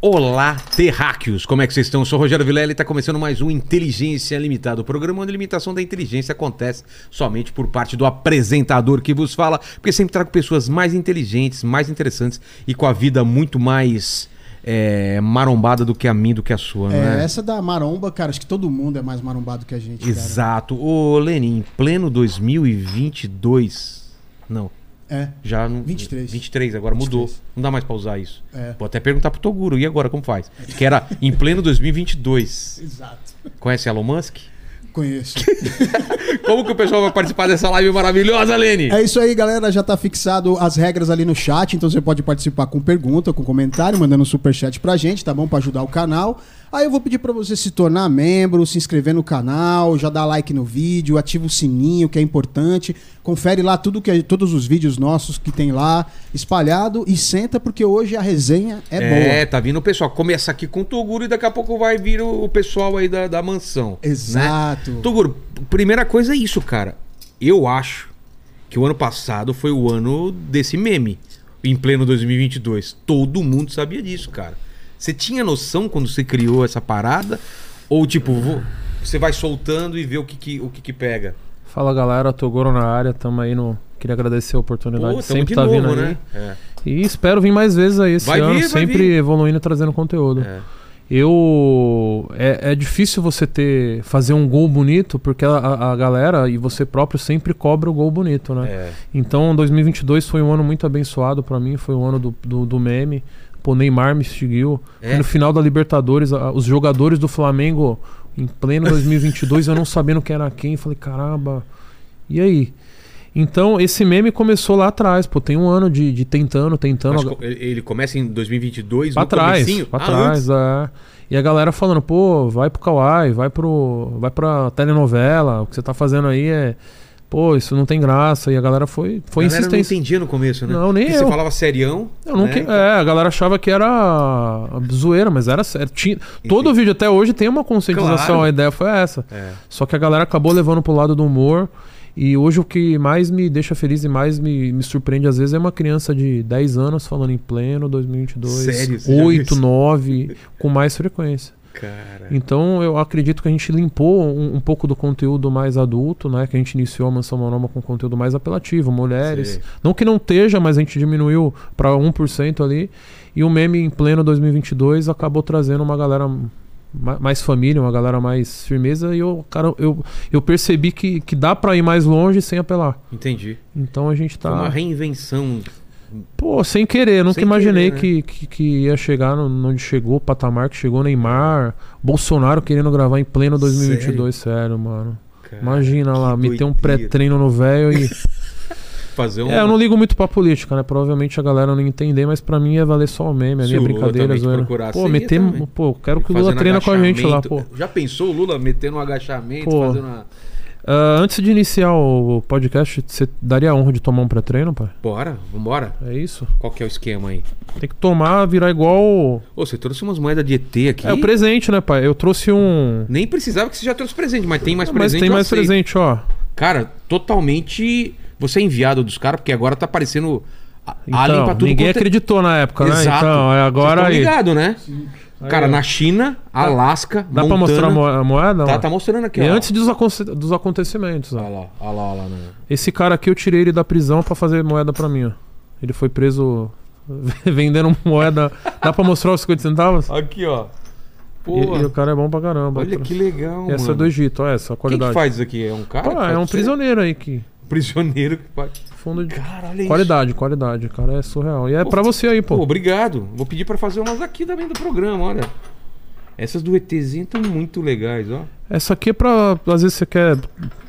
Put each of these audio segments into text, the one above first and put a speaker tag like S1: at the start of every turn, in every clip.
S1: Olá, terráqueos! Como é que vocês estão? Eu sou o Rogério Vilela e está começando mais um Inteligência Limitada, o programa onde a limitação da inteligência acontece somente por parte do apresentador que vos fala, porque sempre trago pessoas mais inteligentes, mais interessantes e com a vida muito mais é, marombada do que a minha, do que a sua,
S2: É,
S1: né?
S2: essa da maromba, cara, acho que todo mundo é mais marombado que a gente, cara.
S1: Exato. Ô, Lenin, em pleno 2022... Não,
S2: É.
S1: já... Não,
S2: 23.
S1: 23, agora mudou.
S2: 23.
S1: Não dá mais pra usar isso.
S2: É.
S1: Vou até perguntar pro Toguro, e agora, como faz? Que era em pleno 2022...
S2: Exato.
S1: Conhece Elon Musk?
S2: Conheço.
S1: Como que o pessoal vai participar dessa live maravilhosa, Lene?
S2: é isso aí, galera. Já tá fixado as regras ali no chat, então você pode participar com pergunta, com comentário, mandando um superchat pra gente, tá bom? Pra ajudar o canal. Aí eu vou pedir pra você se tornar membro, se inscrever no canal, já dá like no vídeo, ativa o sininho, que é importante. Confere lá tudo que todos os vídeos nossos que tem lá espalhado e senta porque hoje a resenha é, boa.
S1: tá vindo o pessoal. Começa aqui com o Toguro e daqui a pouco vai vir o, o pessoal aí da, da mansão.
S2: Exato.
S1: Né? Toguro, primeira coisa é isso, cara. Eu acho que o ano passado foi o ano desse meme, em pleno 2022. Todo mundo sabia disso, cara. Você tinha noção quando você criou essa parada? Ou, tipo, vo- você vai soltando e vê o que, que- o que, que pega?
S3: Fala galera, Togoro na área, tamo aí no. Queria agradecer a oportunidade,
S1: tamo
S3: sempre tá vindo aí.
S1: É.
S3: E espero vir mais vezes aí esse
S1: Vai vir,
S3: ano,
S1: vai
S3: sempre
S1: vir.
S3: evoluindo e trazendo conteúdo.
S1: É.
S3: Eu. É, é difícil você ter. fazer um gol bonito, porque a, a- a galera e você próprio sempre cobra o gol bonito, né?
S1: É.
S3: Então 2022 foi um ano muito abençoado pra mim, foi um ano do, do, do meme. Pô, Neymar me seguiu.
S1: É.
S3: No final da Libertadores, a- os jogadores do Flamengo em pleno 2022, eu não sabendo quem era quem, falei, caramba, e aí? Então, esse meme começou lá atrás, pô, tem um ano de, de tentando, tentando.
S1: Mas co- ele ele começa em 2022,
S3: Então, Pra
S1: no
S3: trás,
S1: comecinho?
S3: pra
S1: Ah, antes?
S3: trás, é. E a galera falando, pô, vai pro Kawaii, vai pro. vai pra telenovela, o que você tá fazendo aí é. Pô, isso não tem graça. E a galera foi, foi
S1: A galera
S3: insistência.
S1: não entendia no começo, né?
S3: Não, nem
S1: Porque
S3: eu.
S1: você falava serião.
S3: Eu não
S1: né?
S3: que- É, a galera achava que era zoeira, mas era sério. Tinha... Todo vídeo até hoje tem uma conscientização,
S1: Claro.
S3: a ideia foi essa.
S1: É.
S3: Só que a galera acabou levando pro lado do humor. E hoje o que mais me deixa feliz e mais me, me surpreende às vezes é uma criança de 10 anos falando em pleno 2022,
S1: Sério? Você já viu
S3: 8,
S1: isso?
S3: 9, com mais frequência.
S1: Cara.
S3: Então eu acredito que a gente limpou um, um pouco do conteúdo mais adulto, né? Que a gente iniciou a Mansão Maromba com conteúdo mais apelativo, mulheres.
S1: Sim.
S3: Não que não esteja, mas a gente diminuiu para 1% ali. E o meme em pleno 2022 acabou trazendo uma galera ma- mais família, uma galera mais firmeza. E eu, cara, eu, eu percebi que, que dá para ir mais longe sem apelar.
S1: Entendi.
S3: Então a gente tá.
S1: Foi uma reinvenção.
S3: Pô, sem querer, nunca
S1: Sem
S3: imaginei
S1: querer, né?
S3: que, que, que ia chegar no, onde chegou, o patamar que chegou, Neymar, Bolsonaro querendo gravar em pleno 2022, sério, mano.
S1: Cara,
S3: Imagina lá,
S1: que
S3: meter um
S1: doideira.
S3: pré-treino no velho e.
S1: Fazer um.
S3: é, eu não ligo muito pra política, né? Provavelmente a galera não ia entender, mas pra mim ia valer só o meme, a
S1: Se
S3: minha
S1: o Lula
S3: brincadeira,
S1: também te
S3: zoeira.
S1: procurasse,
S3: Pô,
S1: você ia
S3: meter.
S1: também.
S3: Pô, quero que o
S1: fazendo
S3: Lula treina com a gente lá, pô.
S1: um agachamento. né? Já pensou o Lula metendo um agachamento,
S3: Pô.
S1: fazendo uma.
S3: Ah, antes de iniciar o podcast, você daria a honra de tomar um pré-treino, pai?
S1: Bora, vambora.
S3: É isso?
S1: Qual que é o esquema aí?
S3: Tem que tomar, virar igual.
S1: Ô, você trouxe umas moedas de ET aqui.
S3: É o presente, né, pai? Eu trouxe um.
S1: Nem precisava que você já trouxe presente, mas tem mais
S3: Ah,
S1: presente.
S3: Mas tem
S1: eu
S3: mais
S1: aceito.
S3: presente, ó.
S1: Cara, totalmente. Você é enviado dos caras, porque agora tá parecendo. a- alien
S3: Então,
S1: pra tudo
S3: ninguém
S1: quanto é-
S3: acreditou na época, né?
S1: Exato.
S3: Então, é agora
S1: Vocês
S3: aí.
S1: tão ligado, né? Cara,
S3: Aí, ó.
S1: na China, Alasca,
S3: Dá pra mostrar a mo- a moeda?
S1: Tá,
S3: ó?
S1: tá mostrando aqui,
S3: E
S1: ó. Tá.
S3: antes dos, aconse- dos acontecimentos, ó.
S1: Olha lá, olha lá, olha lá. né?
S3: Esse cara aqui eu tirei ele da prisão pra fazer moeda pra mim, ó. Ele foi preso vendendo moeda. Dá pra mostrar os 50 centavos?
S1: Aqui, ó.
S3: E,
S1: Pô,
S3: e o cara é bom pra caramba.
S1: olha que legal,
S3: Essa é
S1: mano.
S3: do Egito, ó, essa
S1: Quem
S3: a
S1: que
S3: qualidade.
S1: faz isso aqui? É um cara? que
S3: Ah,
S1: faz
S3: é um
S1: isso?
S3: prisioneiro aí que.
S1: Prisioneiro que faz.
S3: Fundo de.
S1: Cara, olha isso.
S3: Qualidade, qualidade, cara, é surreal. E é
S1: Pô,
S3: pra você aí,
S1: Pô,
S3: pô.
S1: obrigado. Vou pedir pra fazer umas aqui também do programa, olha. Essas do ETzinho estão muito legais, ó.
S3: Essa aqui é pra. Às vezes você quer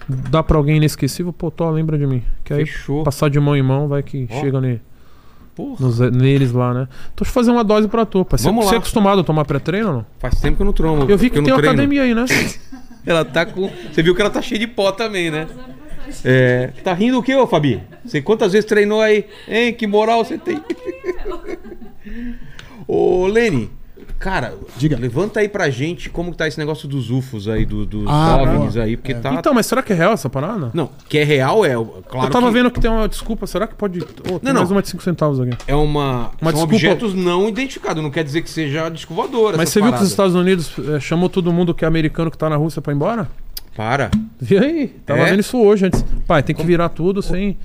S3: dar pra alguém inesquecível, pô, tô, lembra de mim. Que aí
S1: Fechou.
S3: passar de mão em mão, vai que
S1: Ó.
S3: chega ne-
S1: Porra,
S3: nos- neles lá, né? Tô te fazendo uma dose pra tu, pai. Você
S1: Vamos lá.
S3: você é acostumado a tomar pré-treino ou não?
S1: faz tempo que eu não tromo.
S3: Eu vi que
S1: não
S3: tem uma
S1: treino.
S3: academia aí, né?
S1: Ela tá com. Você viu que ela tá cheia de pó também, né? É. Tá rindo o quê, ô Fabi? Você quantas vezes treinou aí? Hein? Que moral você tem? ô, Lene, Cara,
S2: Diga.
S1: levanta aí pra gente como que tá esse negócio dos UFOs aí, do- dos
S2: Ah,
S1: OVNIs
S2: boa.
S1: aí, porque tá...
S3: Então, mas será que é real essa parada?
S1: Não, que é real é, claro
S3: eu tava
S1: que
S3: vendo que tem uma desculpa, será que pode. Oh, tem
S1: Não,
S3: mais
S1: não.
S3: uma de 5 centavos aqui.
S1: é uma... são
S3: Uma desculpa-
S1: objetos não identificados, não quer dizer que seja disco voador
S3: Mas
S1: essas
S3: você viu que
S1: paradas.
S3: os Estados Unidos eh, chamou todo mundo que é americano que tá na Rússia pra ir embora?
S1: Para.
S3: Vi aí, tava
S1: É?
S3: vendo isso hoje antes. Pai, tem que virar tudo sem.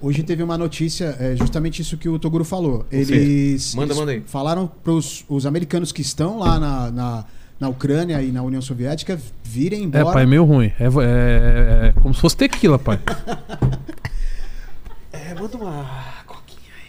S2: Hoje teve uma notícia, é justamente isso que o Toguro falou. Eles,
S1: Manda,
S2: eles
S1: manda aí.
S2: falaram para os americanos que estão lá na, na, na Ucrânia e na União Soviética virem
S3: É,
S2: embora.
S3: pai, é meio ruim. É, vo- é- é como se fosse tequila, pai.
S1: É, manda uma coquinha aí.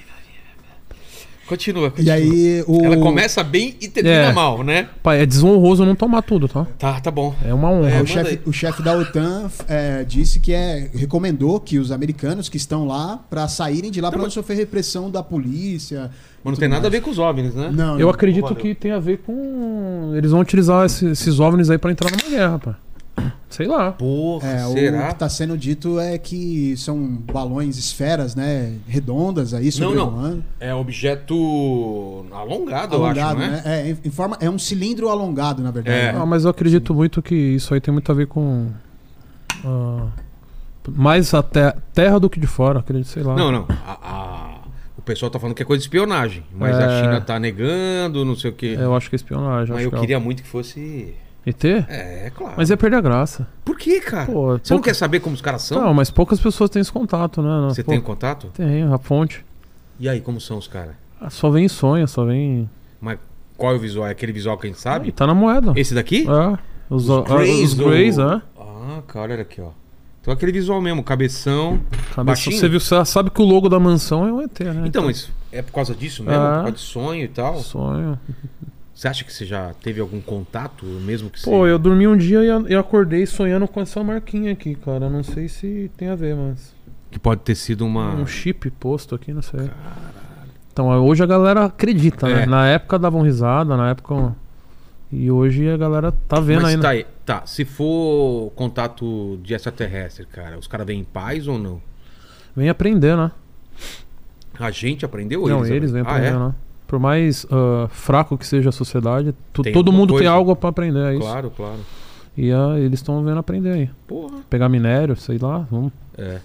S1: Continua,
S2: E
S1: continua.
S2: aí o
S1: Ela começa bem e termina
S3: É.
S1: mal, né?
S3: pai, é desonroso não tomar tudo, tá?
S1: Tá, tá bom.
S3: É uma honra.
S1: É,
S2: o
S1: manda
S2: chefe
S1: aí.
S2: o chefe da OTAN é, disse que é recomendou que os americanos que estão lá para saírem de lá para não sofrer repressão da polícia.
S1: Mas não tem nada a ver com os OVNIs, né?
S2: Não,
S3: Eu
S2: não.
S3: acredito
S1: Valeu.
S3: que tem a ver com. Eles vão utilizar esse- esses OVNIs aí pra entrar numa guerra, pai. Sei lá.
S1: Porra,
S2: É, o
S1: será?
S2: que
S3: tá-
S2: está sendo dito é que são balões esferas, né, redondas aí
S1: Não,
S2: sobre o
S1: não. É objeto alongado, eu acho,
S2: alongado,
S1: né?
S2: né? É, em- em forma, é um cilindro alongado, na
S1: É.
S2: verdade. né?
S3: Ah, mas eu acredito muito que isso aí tem muito a ver com. ah, mais a te- terra do que de fora, acredito, sei lá.
S1: Não, não. A- a- O pessoal tá falando que é coisa de espionagem, mas a
S3: É.
S1: China tá negando, não sei o quê.
S3: Eu acho que é espionagem.
S1: mas
S3: acho
S1: eu
S3: que é-
S1: queria muito que fosse.
S3: ET?
S1: É, claro.
S3: Mas ia perder a graça.
S1: Por que, cara?
S3: Pô,
S1: Você não
S3: pouca-
S1: quer saber como os caras são?
S3: Não, mas poucas pessoas têm esse contato, né?
S1: Então? Você
S3: Pô,
S1: tem o contato?
S3: Tenho, a fonte.
S1: E aí, como são os caras?
S3: Ah, Só vem em sonho, só vem.
S1: Mas qual é o visual? É aquele visual que a gente sabe?
S3: E tá na moeda.
S1: Esse daqui?
S3: É. Os, ah,
S1: Greys
S3: os
S1: do-
S3: Greys, né?
S1: Ah, cara, olha aqui, ó. Então aquele visual mesmo, cabeção.
S3: Cabeça,
S1: baixinho.
S3: você viu, você sabe que o logo da mansão é um ET, né?
S1: Então, isso é por causa disso mesmo?
S3: Ah.
S1: Por causa de sonho e tal?
S3: Sonho.
S1: Você acha que você já teve algum contato, mesmo que
S3: Pô,
S1: você...
S3: eu dormi um dia e a- e acordei sonhando com essa marquinha aqui, cara. Eu Não sei se tem a ver, mas.
S1: Que pode ter sido uma...
S3: Um chip posto aqui, não sei. Então, hoje a galera acredita,
S1: É.
S3: né? Na época davam risada, na época. um, E hoje a galera tá vendo
S1: Mas
S3: ainda.
S1: tá aí. Tá, se for contato de extraterrestre, cara, os caras vêm em paz ou não?
S3: Vem aprender, né?
S1: A gente aprendeu ou
S3: não,
S1: eles?
S3: eles, vêm
S1: Ah, é?
S3: aprender, né? Por mais ah, fraco que seja a sociedade, tu-
S1: Tem
S3: todo
S1: alguma
S3: mundo tem
S1: coisa.
S3: algo pra aprender, é isso.
S1: Claro, claro.
S3: E ah, eles estão vendo aprender aí.
S1: Porra.
S3: Pegar minério, sei lá. Vamos.
S1: É.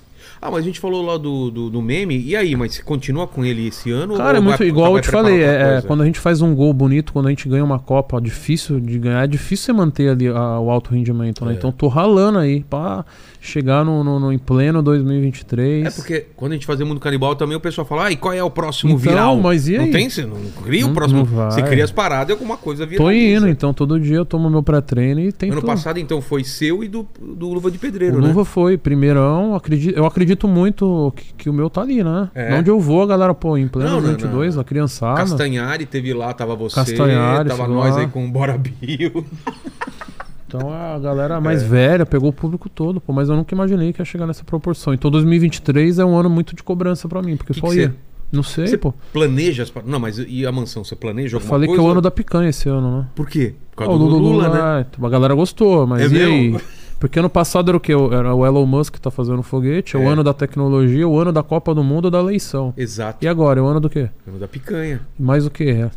S1: Ah, mas a gente falou lá do, do, do meme. E aí, mas você continua com ele esse ano?
S3: Cara, é
S1: ou vai-
S3: muito igual
S1: vai
S3: eu te
S1: preparar
S3: falei.
S1: outra
S3: É, é,
S1: coisa?
S3: quando a gente faz um gol bonito, quando a gente ganha uma Copa difícil de ganhar, é difícil você manter ali a- o alto rendimento, né?
S1: É.
S3: Então tô ralando aí pra chegar no, no- no- em pleno 2023.
S1: É porque quando a gente fazia Mundo Canibal também o pessoal fala, ah, e qual é o próximo
S3: Então,
S1: viral?
S3: mas e
S1: Não
S3: aí?
S1: tem? Você não cria o
S3: Não-
S1: próximo.
S3: não vai.
S1: Você cria as paradas e alguma coisa
S3: Tô
S1: viraliza.
S3: indo, então todo dia eu tomo meu pré-treino e tento.
S1: Ano passado, então, foi seu e do, do Luva de
S3: O
S1: Pedreiro, né?
S3: Luva foi primeirão, acredito, eu acredito muito que, que o meu tá ali, né?
S1: É.
S3: Onde eu vou, a galera, pô, em
S1: Não,
S3: pleno
S1: não, não,
S3: 22,
S1: não.
S3: a criançada.
S1: Castanhari teve lá, tava você,
S3: Castanhari,
S1: tava
S3: chegou
S1: nós
S3: lá.
S1: aí com o Bora Bill.
S3: Então a galera mais velha pegou o público todo, pô, mas eu nunca imaginei que ia chegar nessa proporção. Então 2023 é um ano muito de cobrança pra mim, porque
S1: Que
S3: só
S1: que
S3: ia.
S1: cê-
S3: Não sei,
S1: Você
S3: pô.
S1: planeja as paradas. Não, mas e a mansão? Você planeja
S3: Eu
S1: alguma
S3: falei
S1: coisa?
S3: que é o ano da picanha esse ano, né?
S1: Por quê? Por
S3: Ah,
S1: causa do Lula, né?
S3: é, A galera gostou, mas
S1: É
S3: e
S1: mesmo?
S3: aí? Porque ano passado era o quê? Era o Elon Musk que tá fazendo foguete, é
S1: É.
S3: o ano da tecnologia, o ano da Copa do Mundo, da eleição.
S1: Exato.
S3: E agora, é o ano do quê?
S1: Ano da picanha.
S3: Mais o que?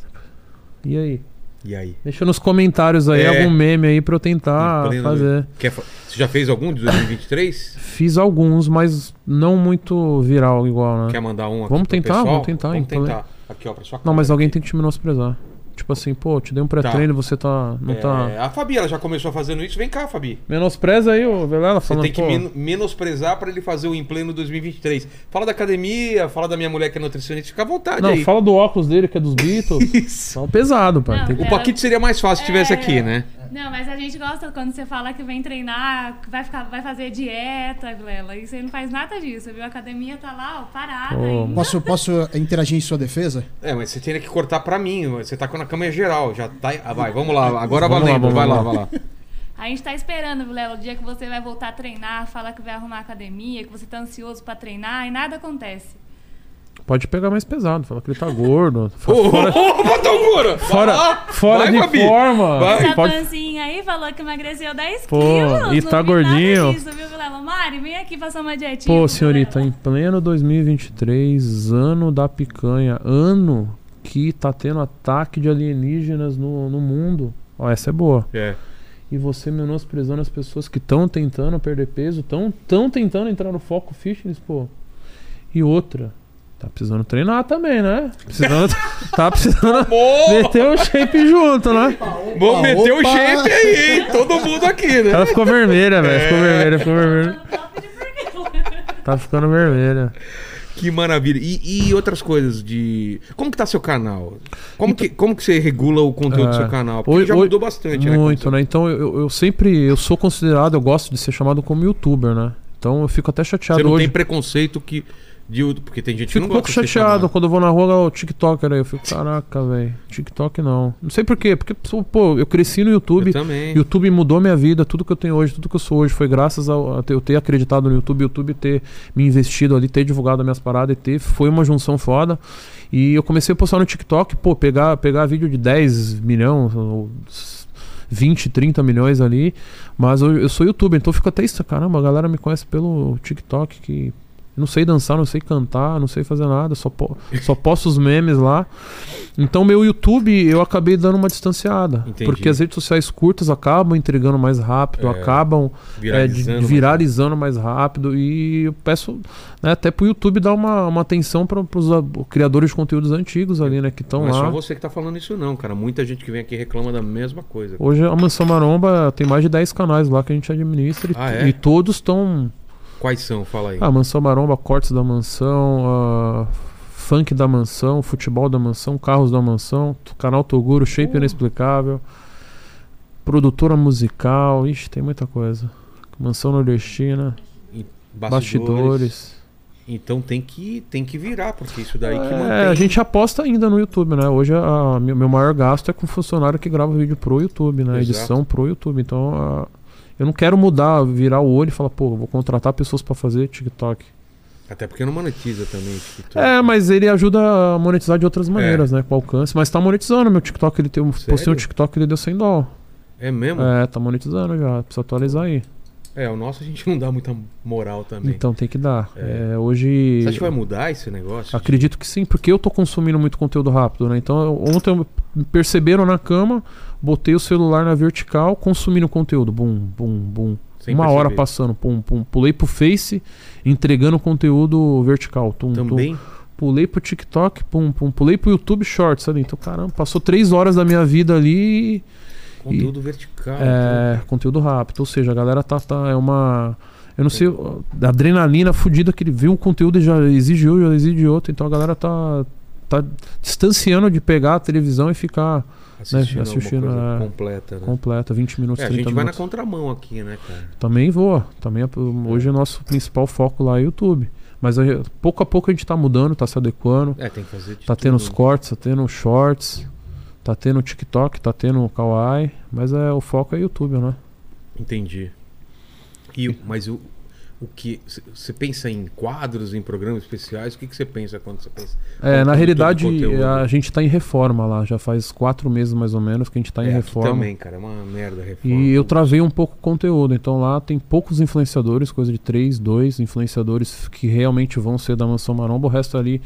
S3: E aí?
S1: E aí?
S3: Deixa nos comentários aí
S1: É.
S3: algum meme aí pra eu
S1: Em
S3: tentar
S1: pleno-
S3: Ah, fazer.
S1: Quer fa- Você já fez algum de 2023?
S3: Fiz alguns, mas não muito viral igual, né?
S1: Quer mandar um aqui
S3: Vamos
S1: pro
S3: tentar,
S1: pessoal?
S3: vamos tentar,
S1: Vamos
S3: então,
S1: tentar. Aqui, ó, pra sua
S3: Não,
S1: cara
S3: mas alguém
S1: aqui.
S3: tem que te menosprezar. Tipo assim, pô, te dei um pré-treino, você tá. Não
S1: É,
S3: tá.
S1: A Fabi, ela já começou fazendo isso. Vem cá, Fabi.
S3: Menospreza aí, ô Velela,
S1: Você
S3: falando.
S1: tem que
S3: pô,
S1: men- menosprezar pra ele fazer o em pleno 2023. Fala da academia, fala da minha mulher que é nutricionista, fica à vontade
S3: Não,
S1: aí.
S3: fala do óculos dele, que é dos Beatles.
S1: Isso.
S3: São pesado, pai.
S4: Não,
S3: Tem que-
S1: O Paquito seria mais fácil se estivesse
S4: É.
S1: aqui, né?
S4: Não, mas a gente gosta quando você fala que vem treinar, que vai, ficar, vai fazer dieta, Glela. E você não faz nada disso, viu? A academia tá lá, ó, parada.
S3: Pô,
S4: ainda.
S2: Posso, posso interagir em sua defesa?
S1: É, mas você teria que cortar pra mim. Você tá com na câmera geral. Já tá. Ah, vai, vamos lá. Agora
S3: Vamos
S1: valendo.
S3: lá, vamos
S1: vai lá,
S3: lá.
S1: vai lá.
S4: A gente tá esperando, Vilela, o dia que você vai voltar a treinar, falar que vai arrumar a academia, que você tá ansioso pra treinar e nada acontece.
S3: Pode pegar mais pesado, fala que ele tá gordo.
S1: Ô,
S3: Fa-
S1: ô, ô, Batangura! Vai
S3: Fora,
S1: lá.
S3: fora
S1: Vai,
S3: de
S1: Fabi.
S3: forma.
S1: Vai.
S4: Essa
S3: Pode-
S4: panzinha aí falou que emagreceu 10
S3: Pô,
S4: quilos.
S3: e
S4: não
S3: tá
S4: vi
S3: gordinho.
S4: Nada disso, viu, Vilela? Mari, vem aqui passar uma dietinha.
S3: Pô,
S4: pro
S3: senhorita,
S4: Vilela.
S3: em pleno 2023, ano da picanha, ano que tá tendo ataque de alienígenas no, no mundo. Ó, essa é boa.
S1: É.
S3: E você menosprezando as pessoas que estão tentando perder peso, estão tão tentando entrar no foco fitness, pô. E outra, tá precisando treinar também, né? Precisando, tá precisando
S1: Boa!
S3: meter o shape junto, né?
S1: Vamos meter o
S2: opa!
S1: shape aí, hein? Todo mundo aqui, né?
S3: Ela ficou vermelha, velho.
S1: É.
S3: Ficou vermelha, ficou vermelha.
S4: Top de pernil.
S3: Tá ficando vermelha.
S1: Que maravilha. E, e outras coisas de. Como que tá seu canal? Como,
S3: Então-
S1: que, como que você regula o conteúdo do
S3: É.
S1: seu canal? Porque
S3: Hoje-
S1: já
S3: hoje-
S1: mudou bastante, né?
S3: Muito,
S1: quando
S3: né? Então eu, eu sempre eu sou considerado, eu gosto de ser chamado como youtuber, né? Então eu fico até
S1: Você
S3: chateado
S1: você não
S3: hoje.
S1: tem preconceito que. De, porque tem gente que
S3: Fico
S1: não
S3: um
S1: gosta
S3: pouco
S1: de ser
S3: chateado
S1: chamado.
S3: quando eu vou na rua, o TikToker aí. Eu fico, caraca, velho, TikTok não. Não sei por quê, porque, pô, eu cresci no YouTube. é,
S1: Eu também.
S3: YouTube mudou minha vida, tudo que eu tenho hoje, tudo que eu sou hoje foi graças ao- a ter- eu ter acreditado no YouTube, o YouTube ter me investido ali, ter divulgado as minhas paradas e ter, foi uma junção foda. E eu comecei a postar no TikTok, pô, pegar, pegar vídeo de 10 milhões, ou s- 20, 30 milhões ali, mas eu, eu sou youtuber, então eu fico até isso, caramba, a galera me conhece pelo TikTok que eu não sei dançar, não sei cantar, não sei fazer nada, só, po só posto os memes lá. Então, meu YouTube, eu acabei dando uma distanciada.
S1: Entendi.
S3: Porque as redes sociais curtas acabam entregando mais rápido,
S1: É.
S3: acabam é, de-
S1: Viralizando,
S3: de viralizando mais rápido. E eu peço né, até pro YouTube dar uma, uma atenção para os criadores de conteúdos antigos ali, né? Que estão
S1: Não é só
S3: lá.
S1: você que tá falando isso, não, cara. Muita gente que vem aqui reclama da mesma coisa.
S3: Hoje a Mansão Maromba tem mais de 10 canais lá que a gente administra e,
S1: Ah,
S3: t-
S1: é?
S3: e todos estão
S1: Quais são? Fala aí.
S3: Ah, Mansão Maromba, Cortes da Mansão, ah, Funk da Mansão, Futebol da Mansão, Carros da Mansão, t- Canal Toguro, Shape Inexplicável, Produtora Musical, ixi, tem muita coisa. Mansão Nordestina,
S1: E
S3: Bastidores.
S1: Então tem que, tem que virar, porque isso daí que
S3: É,
S1: mantém.
S3: a gente aposta ainda no YouTube, né? Hoje a, meu, meu maior gasto é com funcionário que grava vídeo pro YouTube, né?
S1: Exato.
S3: Edição pro YouTube. Então ah, eu não quero mudar, virar o olho e falar, pô, vou contratar pessoas pra fazer TikTok.
S1: Até porque não monetiza também. esse tipo de
S3: É,
S1: coisa.
S3: mas ele ajuda a monetizar de outras maneiras, né? Com alcance. Mas tá monetizando. Meu TikTok, ele tem um.
S1: É. Sério?
S3: Postei um TikTok, ele deu 100 dólares.
S1: É mesmo? É.
S3: É, tá monetizando já. Precisa atualizar aí.
S1: o nosso a gente não dá muita moral também.
S3: Então tem que dar.
S1: É.
S3: É, hoje.
S1: Você acha que vai mudar esse negócio?
S3: Acredito que sim, porque eu tô consumindo muito conteúdo rápido, né? Então, eu- ontem eu- me perceberam na cama, botei o celular na vertical, consumindo conteúdo. Bum, bum, bum.
S1: Sem
S3: Uma hora
S1: perceber.
S3: passando, pum, pum. Pulei pro Face, entregando conteúdo vertical. Tum, tum.
S1: Também?
S3: Pulei pro TikTok, pum, pum. Pulei pro YouTube Shorts ali. Então, caramba, passou três horas da minha vida ali. e-
S1: Conteúdo vertical.
S3: É,
S1: então.
S3: conteúdo rápido. Ou seja, a galera tá, tá- é uma. Eu não sei, a adrenalina fudida que ele viu o conteúdo e já exigiu, já exige outro. Então a galera tá, tá distanciando de pegar a televisão e ficar
S1: então, assistindo,
S3: né, assistindo,
S1: alguma coisa
S3: é.
S1: completa, né?
S3: completa, 20 minutos,
S1: É, a
S3: 30
S1: gente vai na
S3: minutos.
S1: contramão aqui, né, cara?
S3: Também voa. Também é- hoje o nosso principal foco lá é YouTube. Mas a gente- pouco a pouco a gente tá mudando, tá se adequando.
S1: É, tem que fazer de
S3: Tá tendo os
S1: tudo.
S3: cortes, tá tendo os shorts, tá tendo o TikTok, tá tendo o Kawaii, mas é, o foco é YouTube, né?
S1: Entendi. E, mas o, o que. Você pensa em quadros, em programas especiais? O que você pensa quando você pensa?
S3: É,
S1: Quando
S3: na
S1: todo
S3: realidade,
S1: conteúdo? né?
S3: a gente tá em reforma lá, já faz quatro meses mais ou menos que a gente tá em
S1: É, aqui
S3: reforma.
S1: também, cara. É uma merda a reforma.
S3: E eu travei um pouco o conteúdo, então lá tem poucos influenciadores, coisa de três, dois influenciadores que realmente vão ser da Mansão Maromba, o resto ali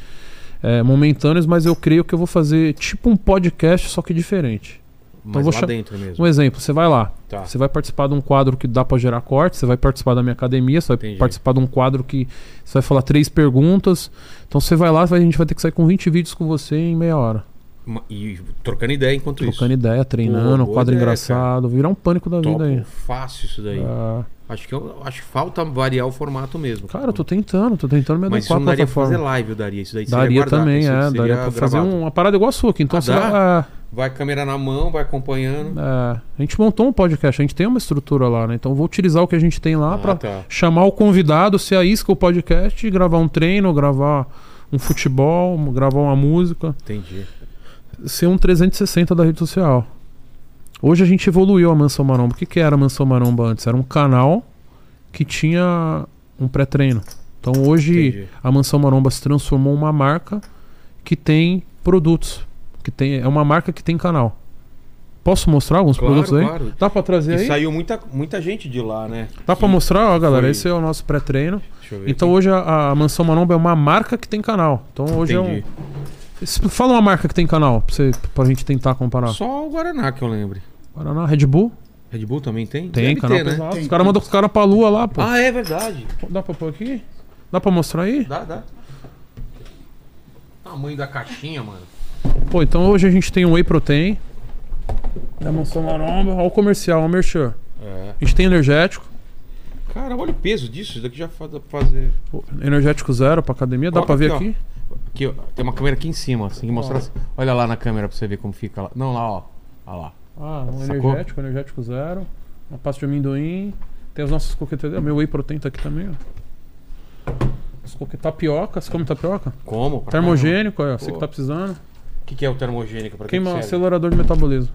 S3: é momentâneos, mas eu creio que eu vou fazer tipo um podcast, só que diferente.
S1: Mas
S3: então vou
S1: lá
S3: cha-
S1: dentro mesmo.
S3: Um exemplo, você vai lá,
S1: Tá.
S3: você vai participar de um quadro que dá pra gerar corte, você vai participar da minha academia, você vai
S1: Entendi.
S3: participar de um quadro que você vai falar três perguntas. Então você vai lá, vai- a gente vai ter que sair com 20 vídeos com você em meia hora.
S1: Ma- E trocando ideia enquanto
S3: Trocando
S1: isso.
S3: ideia, treinando,
S1: boa
S3: quadro
S1: ideia,
S3: engraçado, virar um pânico da vida aí.
S1: Topo, fácil isso daí.
S3: Ah,
S1: Acho que eu, acho que falta variar o formato mesmo.
S3: cara, eu tô tentando, tô tentando me
S1: Mas isso
S3: adequar à
S1: não daria pra fazer
S3: plataforma.
S1: live, eu daria. Isso daí seria
S3: Daria
S1: guardado,
S3: também,
S1: isso
S3: é.
S1: seria
S3: Daria pra fazer
S1: gravado.
S3: uma parada igual a sua aqui. Então
S1: Ah,
S3: você
S1: dá?
S3: vai. é,
S1: Vai câmera na mão, vai acompanhando.
S3: é, a gente montou um podcast, a gente tem uma estrutura lá, né? Então eu vou utilizar o que a gente tem lá
S1: Ah,
S3: pra
S1: tá.
S3: chamar o convidado, ser a isca o podcast, e gravar um treino, gravar um futebol, gravar uma música.
S1: Entendi.
S3: ser um 360 da rede social. Hoje a gente evoluiu a Mansão Maromba. O que, que era a Mansão Maromba antes? Era um canal que tinha um pré-treino. Então hoje
S1: Entendi.
S3: a Mansão Maromba se transformou em uma marca que tem produtos. que tem É uma marca que tem canal. Posso mostrar alguns
S1: Claro,
S3: produtos aí?
S1: claro.
S3: Dá pra trazer
S1: E
S3: aí?
S1: saiu muita, muita gente de lá, né?
S3: Dá pra mostrar? Ó, galera,
S1: Foi.
S3: esse é o nosso pré-treino.
S1: Deixa eu ver.
S3: Então
S1: aqui.
S3: hoje a, a Mansão Maromba é uma marca que tem canal. Então hoje é um,
S1: Entendi.
S3: Fala uma marca que tem canal pra, você, pra gente tentar comparar.
S1: Só o Guaraná que eu lembre.
S3: Guaraná, Red Bull?
S1: Red Bull também tem?
S3: Tem,
S1: Deve
S3: canal
S1: ter, né?
S3: pesado.
S2: Tem.
S3: Os caras mandam os caras pra lua lá, pô.
S1: Ah, é verdade.
S3: Dá pra pôr aqui? Dá pra mostrar aí?
S1: Dá, dá. Tamanho da caixinha, mano.
S3: Pô, então hoje a gente tem o Whey Protein. Da Mansão Maromba. Olha o comercial, olha o merchan.
S1: É.
S3: A gente tem energético.
S1: Cara, olha o peso disso. Isso daqui já é, fa- dá pra fazer.
S3: Pô, Energético zero pra academia. Dá
S1: Coloca
S3: pra ver
S1: aqui,
S3: aqui?
S1: Aqui, ó. Tem uma câmera aqui em cima. Assim, que mostrar assim. Olha lá na câmera pra você ver como fica lá. Não, lá, ó. Olha lá.
S3: Ah, um
S1: Sacou?
S3: energético, energético zero. Uma pasta de amendoim. Tem as nossas coquetarias. Meu whey protein tá aqui também, ó. As coque... Tapioca, você come tapioca?
S1: Como? Pra
S3: Termogênico, ó, você
S1: Pô.
S3: que tá precisando.
S1: caramba. O que, que é o termogênico? Pra que
S3: Queima
S1: que serve?
S3: acelerador de metabolismo.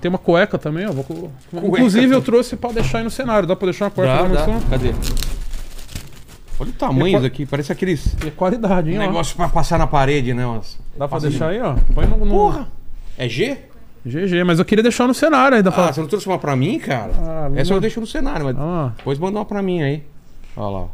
S3: Tem uma cueca também, ó. vou co- Inclusive eu trouxe pra deixar aí no cenário. Dá pra deixar uma cueca
S1: Dá,
S3: lá no
S1: dá.
S3: cenário?
S1: Cadê? Olha o tamanho
S3: Reco-
S1: daqui. Parece aqueles
S3: E é qualidade, hein? ó.
S1: negócio pra passar na parede, né? umas-
S3: Dá pra
S1: passa
S3: deixar
S1: de-
S3: aí, ó. Põe no, no-
S1: Porra! É G?
S3: GG, mas eu queria deixar no cenário aí. Dá pra...
S1: Ah, você não trouxe uma pra mim, cara?
S3: Ah,
S1: Essa eu
S3: vamos-
S1: deixo no cenário, mas
S3: Olha lá.
S1: depois manda uma pra mim aí. Olha lá.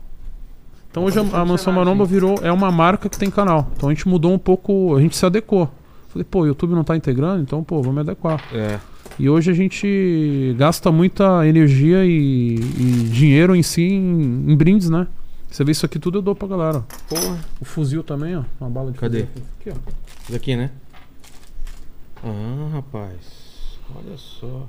S3: Então hoje a, a Mansão
S1: cenário,
S3: Maromba
S1: sim.
S3: virou, é uma marca que tem canal. Então a gente mudou um pouco, a gente se adequou. Falei, pô, o YouTube não tá integrando, então, pô, vou me adequar.
S1: É.
S3: E hoje a gente gasta muita energia e, e dinheiro em si em, em brindes, né? Você vê isso aqui tudo, eu dou pra galera. ó.
S1: Porra.
S3: O fuzil também, ó. Uma bala de
S1: Cadê?
S3: fuzil aqui. Aqui, ó.
S1: Isso aqui, né? Ah, rapaz. Olha só.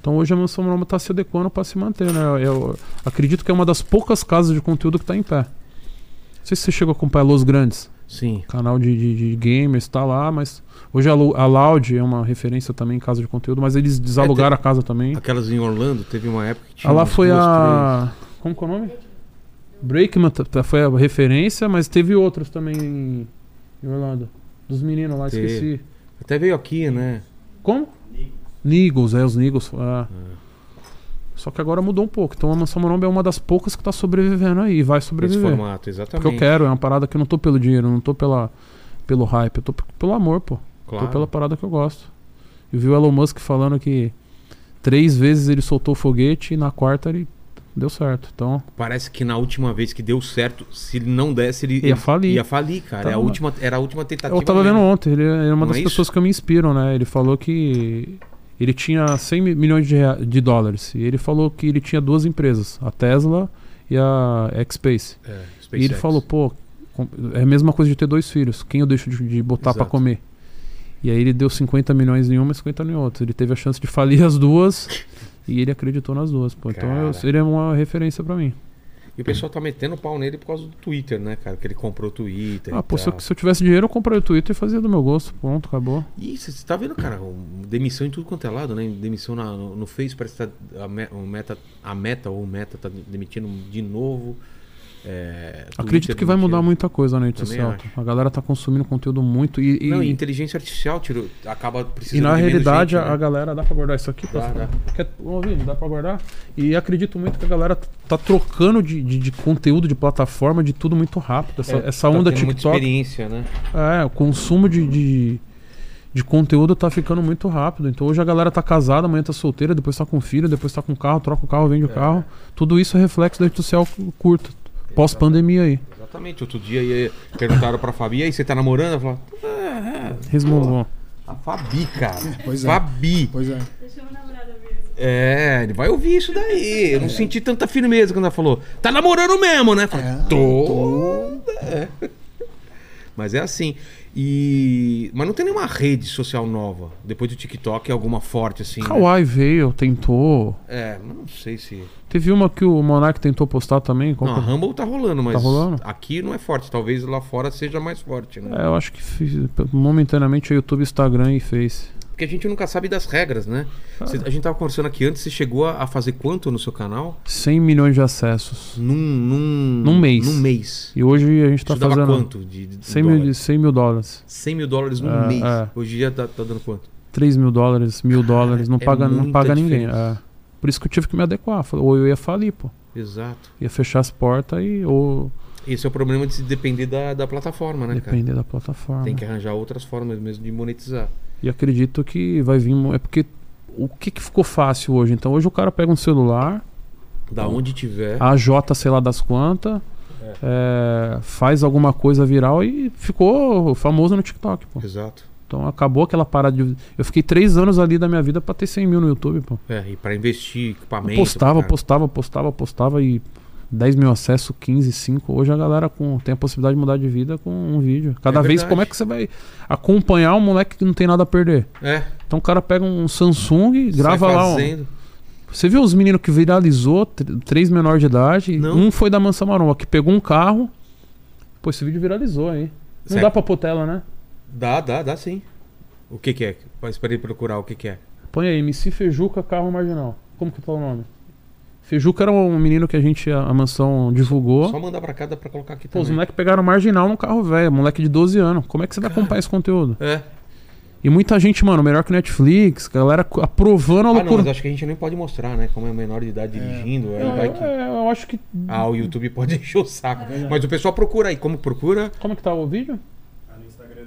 S3: Então hoje a Mansão Maromba tá se adequando pra se manter, né? Eu, eu acredito que é uma das poucas casas de conteúdo que tá em pé. Não sei se você chegou a acompanhar Los Grandes.
S1: Sim.
S3: canal de, de, de gamers tá lá, mas hoje a, Lu- a Loud é uma referência também em casa de conteúdo, mas eles desalugaram a casa também.
S1: Aquelas em Orlando, teve uma época que tinha.
S3: Ah, lá
S1: umas
S3: foi
S1: É, duas,
S3: a. Como que é o nome? Breakman tá- tá- foi a referência, mas teve outros também em, em Orlando. Dos meninos lá,
S1: Teve.
S3: esqueci.
S1: três. Até veio aqui, né?
S3: Como? Nigos, é, os Nigos. ah.
S1: É.
S3: Só que agora mudou um pouco. Então a Mansão Maromba é uma das poucas que tá sobrevivendo aí, vai
S1: Nesse
S3: sobreviver.
S1: formato,
S3: Porque
S1: exatamente.
S3: eu quero, é uma parada que eu não tô pelo dinheiro, eu não tô pela, pelo hype, eu tô p- pelo amor, pô.
S1: Claro.
S3: Tô pela parada que eu gosto. Eu vi o Elon Musk falando que três vezes ele soltou o foguete e na quarta ele deu certo. Então,
S1: Parece que na última vez que deu certo, se ele não desse, ele
S3: Ia falir.
S1: Ia falir, cara.
S3: Tá
S1: É a
S3: bom.
S1: última, era a última tentativa.
S3: eu tava vendo
S1: mesmo.
S3: ontem, ele é
S1: Não
S3: uma das
S1: é isso?
S3: pessoas que eu me inspiro, né? Ele falou que ele tinha 100 mi- milhões de, rea- de dólares e ele falou que ele tinha duas empresas, a Tesla e a X-Space.
S1: É,
S3: um- E ele
S1: SpaceX.
S3: falou, pô, com- é a mesma coisa de ter dois filhos. Quem eu deixo de, de botar pra
S1: Exato.
S3: comer? E aí ele deu 50 milhões em uma e 50 em outra. Ele teve a chance de falir as duas e ele acreditou nas duas. Pô. Então eu-
S1: Cara.
S3: ele é uma referência pra mim.
S1: E o pessoal tá metendo pau nele por causa do Twitter, né, cara? Que ele comprou o Twitter.
S3: Ah,
S1: e
S3: pô, se
S1: tal.
S3: eu, se eu tivesse dinheiro, eu compraria o Twitter e fazia do meu gosto. Pronto, acabou.
S1: Ih, você tá vendo, cara, um- demissão em tudo quanto é lado, né? Demissão na- no, no Face, parece que tá a, me- o meta, a meta ou o meta tá demitindo de novo. É,
S3: Acredito
S1: Twitter
S3: que vai mudar
S1: demitindo.
S3: muita coisa na rede
S1: Também
S3: social.
S1: acho.
S3: A galera tá consumindo conteúdo muito e, e,
S1: Não, e
S3: e,
S1: inteligência artificial tirou, acaba precisando
S3: na
S1: de menos
S3: realidade
S1: gente,
S3: a, a
S1: né?
S3: galera dá pra guardar isso aqui?
S1: Dá,
S3: Pra...
S1: dá.
S3: Quer... Ô, Vini, dá pra guardar? E acredito muito que a galera t- tá trocando de, de, de conteúdo, de plataforma, de tudo muito rápido. Essa,
S1: É,
S3: essa
S1: tá
S3: onda
S1: tendo muita
S3: TikTok.
S1: experiência, né?
S3: É, o consumo de, de, de conteúdo tá ficando muito rápido. Então hoje a galera tá casada, amanhã tá solteira, depois tá com filho, depois tá com carro, troca o carro, vende o carro. Tudo isso é reflexo da rede social cu- curta, pós-pandemia aí.
S1: Exatamente. Outro dia aí, perguntaram pra Fabi, e aí, você tá namorando? Ela falou, "É,
S3: Resmungou.
S1: a Fabi, cara.
S2: Pois é.
S1: Fabi.
S2: Pois é.
S4: Deixa eu namorada ver.
S1: É, ele vai ouvir isso daí. Eu não senti tanta firmeza quando ela falou. Tá namorando mesmo, né? Eu Falei,
S2: É,
S1: tô. É. Mas é assim. E. Mas não tem nenhuma rede social nova. Depois do TikTok, alguma forte assim. né?
S3: Kawaii veio, tentou.
S1: É, mas não sei se.
S3: Teve uma que o Monark tentou postar também. Qual
S1: Não,
S3: que é?
S1: a Rumble tá rolando, mas
S3: rolando?
S1: aqui não é forte. Talvez lá fora seja mais forte, né?
S3: É, eu acho que fiz- momentaneamente é YouTube, Instagram e Face.
S1: Porque a gente nunca sabe das regras, né? Cê- a gente tava conversando aqui antes, você chegou a, a fazer quanto no seu canal?
S3: 100 milhões de acessos.
S1: Num. Num,
S3: Num mês.
S1: Num mês.
S3: E hoje a gente
S1: Isso
S3: tá
S1: dava
S3: fazendo
S1: quanto? De, de
S3: 100 mil,
S1: dólares?
S3: 100 mil dólares.
S1: 100 mil dólares no
S3: É,
S1: mês.
S3: é.
S1: Hoje em dia tá, tá dando quanto?
S3: 3 mil dólares, mil dólares. Não
S1: é
S3: paga, não
S1: muita
S3: paga ninguém.
S1: diferença.
S3: é. Por isso que eu tive que me adequar. Falei, Ou eu ia falir, pô.
S1: Exato.
S3: Ia fechar as portas e. Ou
S1: Esse é o problema de se depender da, da plataforma, né,
S3: depender da plataforma.
S1: cara? Tem que arranjar outras formas mesmo de monetizar.
S3: E acredito que vai vir. mu- É porque. O que, que ficou fácil hoje? Então, hoje o cara pega um celular,
S1: Da onde tiver.
S3: a J, sei lá das quantas, é, faz alguma coisa viral e ficou famoso no TikTok, pô.
S1: Exato.
S3: Então acabou aquela parada de. Eu fiquei três anos ali da minha vida pra ter 100 mil no YouTube, pô.
S1: É, e pra investir equipamento.
S3: Eu postava,
S1: cara.
S3: postava, postava, postava e 10 mil acessos, 15, 5. Hoje a galera com, tem a possibilidade de mudar de vida com um vídeo. Cada
S1: É
S3: vez,
S1: verdade.
S3: como é que você vai acompanhar um moleque que não tem nada a perder?
S1: É.
S3: Então o cara pega um Samsung e
S1: sai
S3: grava lá. Um,
S1: fazendo.
S3: você viu os meninos que viralizou, tr- três menores de idade,
S1: Não.
S3: um foi da Mansa Maromba, que pegou um carro. Pô, esse vídeo viralizou aí. Não
S1: Certo.
S3: dá pra pôr tela, né? Dá,
S1: Dá, dá sim. O que que é? Mas pra ele procurar o que que é.
S3: Põe aí, MC Fejuca Carro Marginal. Como que tá o nome? Fejuca era um menino que a gente, a, a mansão divulgou.
S1: Só mandar pra cá, dá pra colocar aqui
S3: Pô, os
S1: também.
S3: moleques pegaram marginal num carro velho, moleque de 12 anos. Como é que você vai acompanhar esse conteúdo?
S1: É.
S3: E muita gente, mano, melhor que Netflix, galera co- aprovando a
S1: Ah, não,
S3: loucura.
S1: mas acho que a gente nem pode mostrar, né? Como é menor de idade dirigindo. aí vai que-
S3: eu, é, eu acho que.
S1: Ah, o YouTube pode encher o saco. Mas o pessoal procura aí. Como procura?
S3: Como é que tá o vídeo? É,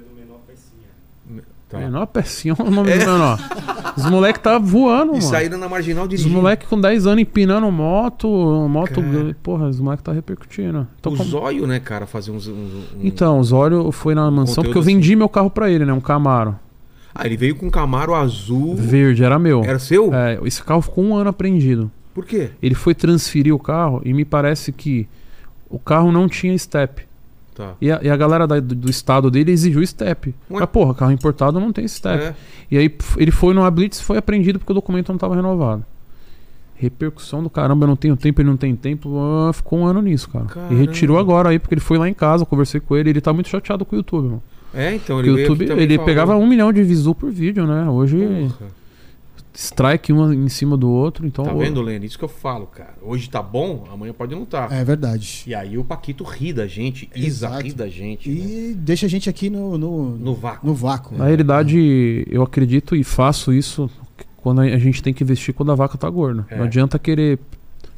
S1: Tá. É.
S3: Menor pecinha, olha o nome do menor. Os moleques tá voando,
S1: E
S3: mano.
S1: saíram na marginal
S3: Os
S1: dirigindo.
S3: moleques com 10 anos empinando moto, moto.
S1: um. Cara.
S3: Porra, os moleques tá repercutindo. Então,
S1: o
S3: como-
S1: zóio, né, cara? Fazer uns. uns- uns-
S3: Então, o Zóio foi na mansão porque eu
S1: Conteúdo assim.
S3: vendi meu carro pra ele, né? Um Camaro.
S1: Ah, ele veio com um Camaro azul.
S3: Verde, era meu.
S1: Era seu?
S3: É, esse carro ficou um ano apreendido.
S1: Por quê?
S3: Ele foi transferir o carro e me parece que o carro não tinha step.
S1: Tá.
S3: E a, e a galera da- do, do estado dele exigiu step.
S1: Ué.
S3: Mas, porra, carro importado não tem step.
S1: É.
S3: E aí pf, ele foi numa blitz foi apreendido porque o documento não estava renovado. Repercussão do caramba, eu não tenho tempo, ele não tem tempo. ah, ficou um ano nisso, cara. E retirou
S1: Caramba.
S3: agora aí, porque ele foi lá em casa, eu conversei com ele. Ele tá muito chateado com o YouTube, mano.
S1: É, então
S3: Porque
S1: ele
S3: o
S1: veio
S3: YouTube,
S1: aqui também
S3: ele
S1: falou.
S3: pegava um milhão de visu por vídeo, né? Hoje,
S1: Porra.
S3: strike um em cima do outro. Então,
S1: Tá vendo, Lênin? Isso que eu falo, cara. Hoje tá bom, amanhã pode não tá.
S2: É verdade.
S1: E aí o Paquito ri da gente, Isa
S2: Exato.
S1: ri da gente. né?
S2: E deixa a gente aqui no, no,
S1: No vácuo.
S2: no vácuo.
S3: Na realidade, eu acredito e faço isso quando a gente tem que investir quando a vaca tá gorda.
S1: É.
S3: Não adianta querer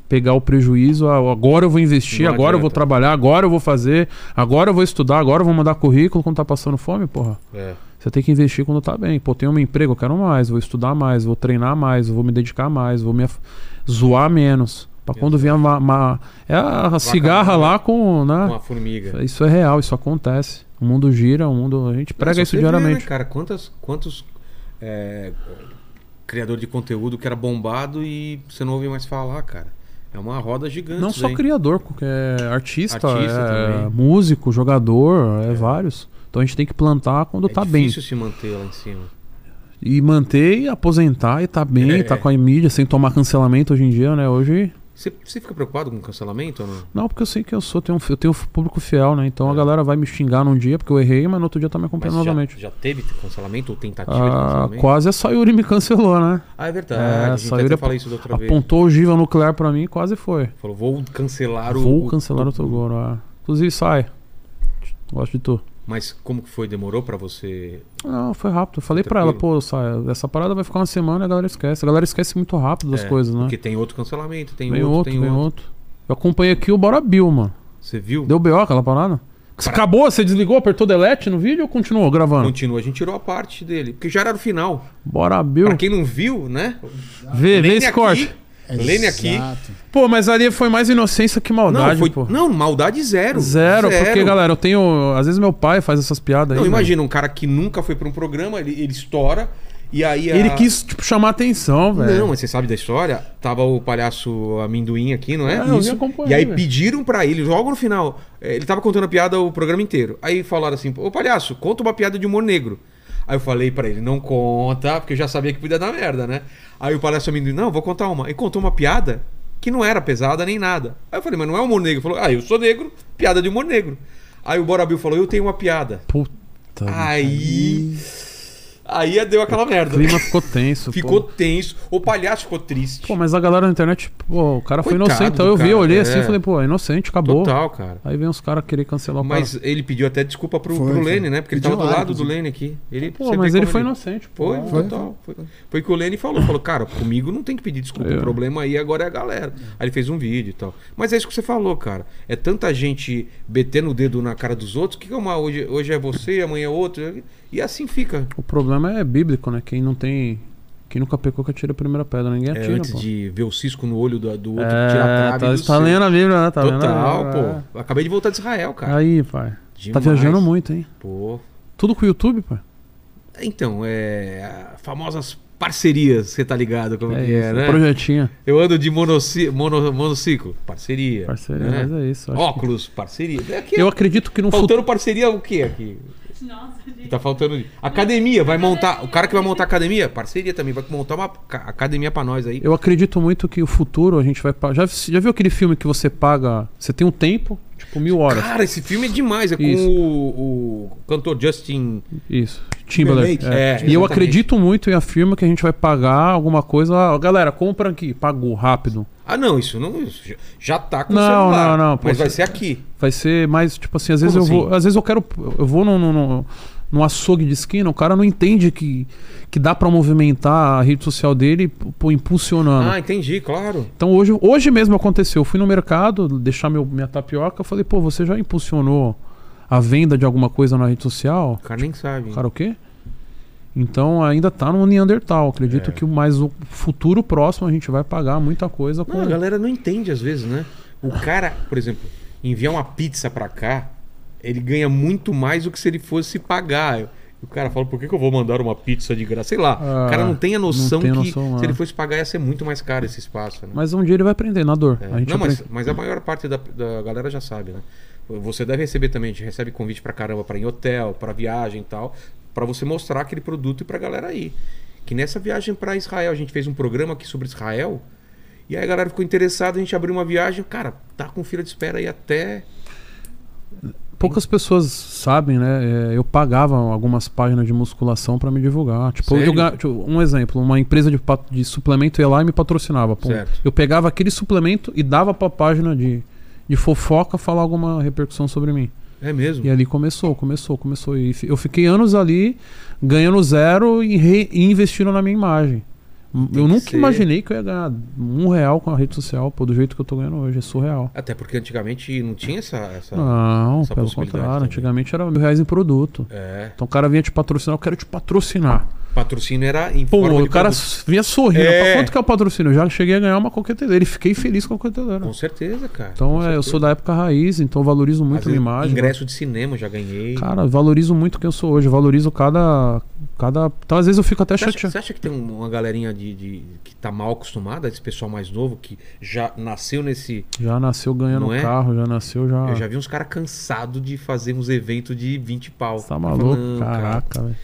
S3: pegar o prejuízo, ah, agora eu vou investir,
S1: Não
S3: agora eu vou
S1: adianta.
S3: trabalhar, agora eu vou fazer, agora eu vou estudar, agora eu vou mandar currículo quando tá passando fome, porra.
S1: É.
S3: Você tem que investir quando tá bem. Pô, tenho um emprego, eu quero mais, vou estudar mais, vou treinar mais, vou me dedicar mais, vou me af- zoar menos. Pra quando vier uma, uma- é a cigarra
S1: magra.
S3: lá com, né?
S1: Uma formiga.
S3: Isso é real, isso acontece. O mundo gira, o mundo. A gente prega
S1: Mas
S3: isso
S1: você vê,
S3: diariamente.
S1: né, cara, quantas, quantos é, criador de conteúdo que era bombado e você não ouve mais falar, cara. É uma roda gigante.
S3: Não
S1: isso
S3: só
S1: aí.
S3: criador, qualquer artista,
S1: Artista
S3: é,
S1: também.
S3: músico, jogador, é, vários. Então a gente tem que plantar quando
S1: É
S3: tá bem.
S1: difícil se manter lá em cima.
S3: E manter e aposentar e tá bem,
S1: É.
S3: tá com a mídia, sem tomar cancelamento hoje em dia, né? Hoje.
S1: Você, você fica preocupado com cancelamento ou não?
S3: Não, porque eu sei que eu sou, tenho, um- eu tenho um público fiel, né? Então a galera vai me xingar num dia porque eu errei, mas no outro dia tá me
S1: É. Mas
S3: acompanhando
S1: já,
S3: novamente.
S1: já teve cancelamento ou tentativa de
S3: Ah,
S1: cancelamento?
S3: quase a Sayuri me cancelou, né?
S1: Ah, é verdade.
S3: É,
S1: a
S3: a
S1: gente até
S3: Sayuri
S1: falou isso da outra vez.
S3: apontou ogiva nuclear pra mim e quase foi.
S1: Falou, vou cancelar o.
S3: Vou
S1: o-
S3: cancelar o Togoro. ah. Inclusive, sai. Gosto de tu.
S1: Mas como que foi? Demorou pra você.
S3: Não, foi rápido. Eu falei
S1: Foi
S3: pra ela,
S1: tranquilo?
S3: pô, sai, essa parada vai ficar uma semana e a galera esquece. A galera esquece muito rápido das
S1: É,
S3: coisas, né?
S1: Porque tem outro cancelamento, tem
S3: Vem
S1: outro,
S3: outro,
S1: tem
S3: vem
S1: outro.
S3: outro. Eu acompanhei aqui o Bora Bill, mano.
S1: Você viu?
S3: Deu BO aquela parada? Você acabou? Você desligou, apertou delete no vídeo ou continuou gravando?
S1: Continua, a gente tirou a parte dele. Porque já era o final.
S3: Bora
S1: Pra
S3: Bill.
S1: quem não viu, né?
S3: Vê, vê
S1: Lene
S3: esse
S1: aqui.
S3: corte.
S1: Lene aqui.
S2: Exato.
S3: Pô, mas ali foi mais inocência que
S1: Não,
S3: maldade,
S1: foi-
S3: pô.
S1: não, maldade zero.
S3: Zero, porque, galera, eu tenho. Às vezes meu pai faz essas piadas
S1: Não,
S3: aí. né?
S1: imagina, um cara que nunca foi pra um programa, ele, ele estoura. E aí. a-
S3: Ele quis, tipo, chamar atenção, velho.
S1: Não, mas você sabe da história? Tava o palhaço amendoim aqui, não é?
S3: É, eu me acompanhei,
S1: E aí
S3: velho.
S1: pediram pra ele, logo no final, eh, ele tava contando a piada o programa inteiro. Aí falaram assim: "Ô palhaço, conta uma piada de humor negro". Aí eu falei pra ele: "Não conta", porque eu já sabia que podia dar merda, né? Aí o palhaço amendoim: "Não, vou contar uma". E contou uma piada que não era pesada nem nada. Aí eu falei: "Mas não é humor negro". Ele falou: "Ah, eu sou negro, piada de humor negro". Aí o Borabil falou: "Eu tenho uma piada".
S3: Puta.
S1: Ah, Aí aí deu aquela
S3: O
S1: merda.
S3: clima ficou tenso.
S1: Ficou
S3: pô.
S1: tenso, o palhaço ficou triste.
S3: Pô, mas a galera na internet, pô, o cara foi
S1: Coitado
S3: inocente. Então
S1: do
S3: eu vi,
S1: cara,
S3: eu olhei
S1: é.
S3: assim e falei, pô, é inocente, acabou.
S1: Total, cara.
S3: Aí vem os caras querer cancelar o
S1: Mas
S3: cara.
S1: ele pediu até desculpa pro,
S2: Foi,
S1: pro
S2: foi.
S1: Lene, né? Porque ele
S2: Pediu
S1: tava do
S2: lá,
S1: lado do
S2: inclusive.
S1: Lene aqui. Ele, você
S3: Pô,
S1: vê
S3: mas ele
S1: como
S3: foi inocente, pô.
S1: Foi,
S3: Ah,
S2: Foi,
S1: total. Foi. Foi que o Lene falou. Falou, cara, comigo não tem que pedir desculpa. O
S3: É.
S1: problema aí agora é a galera. Aí ele fez um vídeo e tal. Mas é isso que você falou, cara. É tanta gente betendo o dedo na cara dos outros. que que é uma... Hoje, hoje é você, amanhã é outro. E assim fica.
S3: O problema é bíblico, né? Quem não tem. Quem nunca pecou que atira a primeira pedra, ninguém
S1: É,
S3: atira,
S1: antes
S3: pô.
S1: de ver o cisco no olho do, do outro,
S3: É,
S1: tira a trave
S3: tá,
S1: do
S3: tá
S1: seu.
S3: lendo a Bíblia, né? Tá lendo a
S1: Total,
S3: Bíblia, é.
S1: pô. Acabei de voltar de Israel, cara.
S3: Aí, pai. Tá
S1: Demais.
S3: viajando muito, hein?
S1: Pô.
S3: Tudo com o YouTube, pai.
S1: Então, é. a- Famosas parcerias, você tá ligado como é, que é
S3: isso,
S1: né?
S3: Projetinho,
S1: Eu ando de monoci... mono- monociclo, parceria.
S3: parceria,
S1: né?
S3: mas é isso. acho que-
S1: Óculos, parceria. É aqui,
S3: Eu acredito que no futuro.
S1: Faltando parceria o quê aqui?
S4: Nossa, gente.
S1: Tá faltando. de- Academia, vai montar. O cara que vai montar academia, parceria também, vai montar uma ca- academia pra nós aí.
S3: Eu acredito muito que o futuro a gente vai. pa- Já, já viu aquele filme que você paga. Você tem um tempo, tipo mil horas.
S1: Cara, esse filme é demais. É com
S3: Isso.
S1: o, o cantor Justin.
S3: Isso. Timberlake.
S2: Timberlake.
S1: É,
S3: É. e
S1: exatamente.
S3: eu acredito muito e afirmo que a gente vai pagar alguma coisa. Ah, galera, compra aqui. Pagou, rápido.
S1: Ah, não, isso não. isso já- já tá com o
S3: Não,
S1: celular.
S3: não, não,
S1: Mas
S3: pô,
S1: vai
S3: você-
S1: ser aqui.
S3: Vai ser mais, tipo assim, às vezes
S1: Como
S3: eu
S1: assim?
S3: vou. Às vezes eu quero. Eu vou num, num- num, num açougue de esquina, o cara não entende que, que dá pra movimentar a rede social dele pô, impulsionando.
S1: Ah, entendi, claro.
S3: Então hoje, hoje mesmo aconteceu. Eu fui no mercado deixar meu, minha tapioca. Eu falei, pô, você já impulsionou a venda de alguma coisa na rede social?
S1: O cara nem sabe.
S3: Cara, o quê? Então ainda tá no Neandertal. Acredito
S1: É.
S3: que o mais o futuro próximo a gente vai pagar muita coisa com.
S1: Não, a galera não entende às vezes, né? O cara, por exemplo, enviar uma pizza pra cá, ele ganha muito mais do que se ele fosse pagar. Eu- O cara fala, por que, que eu vou mandar uma pizza de graça? Sei lá. o
S3: Ah,
S1: cara não tem a noção
S3: não tem
S1: que
S3: noção,
S1: se
S3: é.
S1: ele fosse pagar ia ser muito mais caro esse espaço. Né?
S3: Mas um dia ele vai aprender na dor.
S1: É.
S3: A gente
S1: não, mas,
S3: aprende-
S1: mas a maior parte da, da galera já sabe, né? Você deve receber também, a gente recebe convite pra caramba, pra ir em hotel, pra viagem e tal, pra você mostrar aquele produto e pra galera ir. Que nessa viagem pra Israel, a gente fez um programa aqui sobre Israel, e aí a galera ficou interessada, a gente abriu uma viagem, cara, tá com fila de espera aí até.
S3: Poucas pessoas sabem, né? É, Eu pagava algumas páginas de musculação pra me divulgar. Tipo, eu
S1: Sério?
S3: ga- tipo, um exemplo, uma empresa de, pat- de suplemento ia lá e me patrocinava. Pum.
S1: Certo.
S3: Eu pegava aquele suplemento e dava pra página de, de fofoca falar alguma repercussão sobre mim.
S1: É mesmo?
S3: E ali começou, começou, começou. E fi- eu fiquei anos ali ganhando zero e re- e investindo na minha imagem. M-
S1: Tem
S3: eu
S1: que
S3: nunca
S1: ser.
S3: imaginei que eu ia ganhar um real com a rede social, pô, do jeito que eu tô ganhando hoje. É surreal.
S1: Até porque antigamente não tinha essa. essa-
S3: Não,
S1: Tá. essa
S3: pelo
S1: possibilidade
S3: contrário.
S1: também.
S3: Antigamente era mil reais em produto.
S1: É.
S3: Então o cara vinha te patrocinar, eu quero te patrocinar.
S1: Patrocínio era em
S3: Pô,
S1: forma de
S3: o cara
S1: produto.
S3: s- vinha sorrindo.
S1: É.
S3: "Pra quanto que é o patrocínio? Eu já cheguei a ganhar uma coqueteleira e fiquei feliz com a coqueteleira.
S1: Com certeza, cara.
S3: Então
S1: com
S3: é, eu
S1: certeza.
S3: sou da época raiz, então eu valorizo
S1: Às
S3: muito a minha
S1: vezes,
S3: imagem. né?
S1: Ingresso de cinema já ganhei.
S3: Cara, eu valorizo muito quem eu sou hoje. eu Valorizo cada. cada... Então, às vezes eu fico até
S1: Você acha,
S3: chateado.
S1: você acha que tem um- uma galerinha de, de- que tá mal acostumada, esse pessoal mais novo, que já nasceu nesse.
S3: Já nasceu ganhando
S1: Não é?
S3: carro, já nasceu, já.
S1: Eu já vi uns caras cansados de fazer uns eventos de 20 pau.
S3: Você tá
S1: Eu
S3: maluco?
S1: falo, "Não, cara,
S3: Caraca, velho.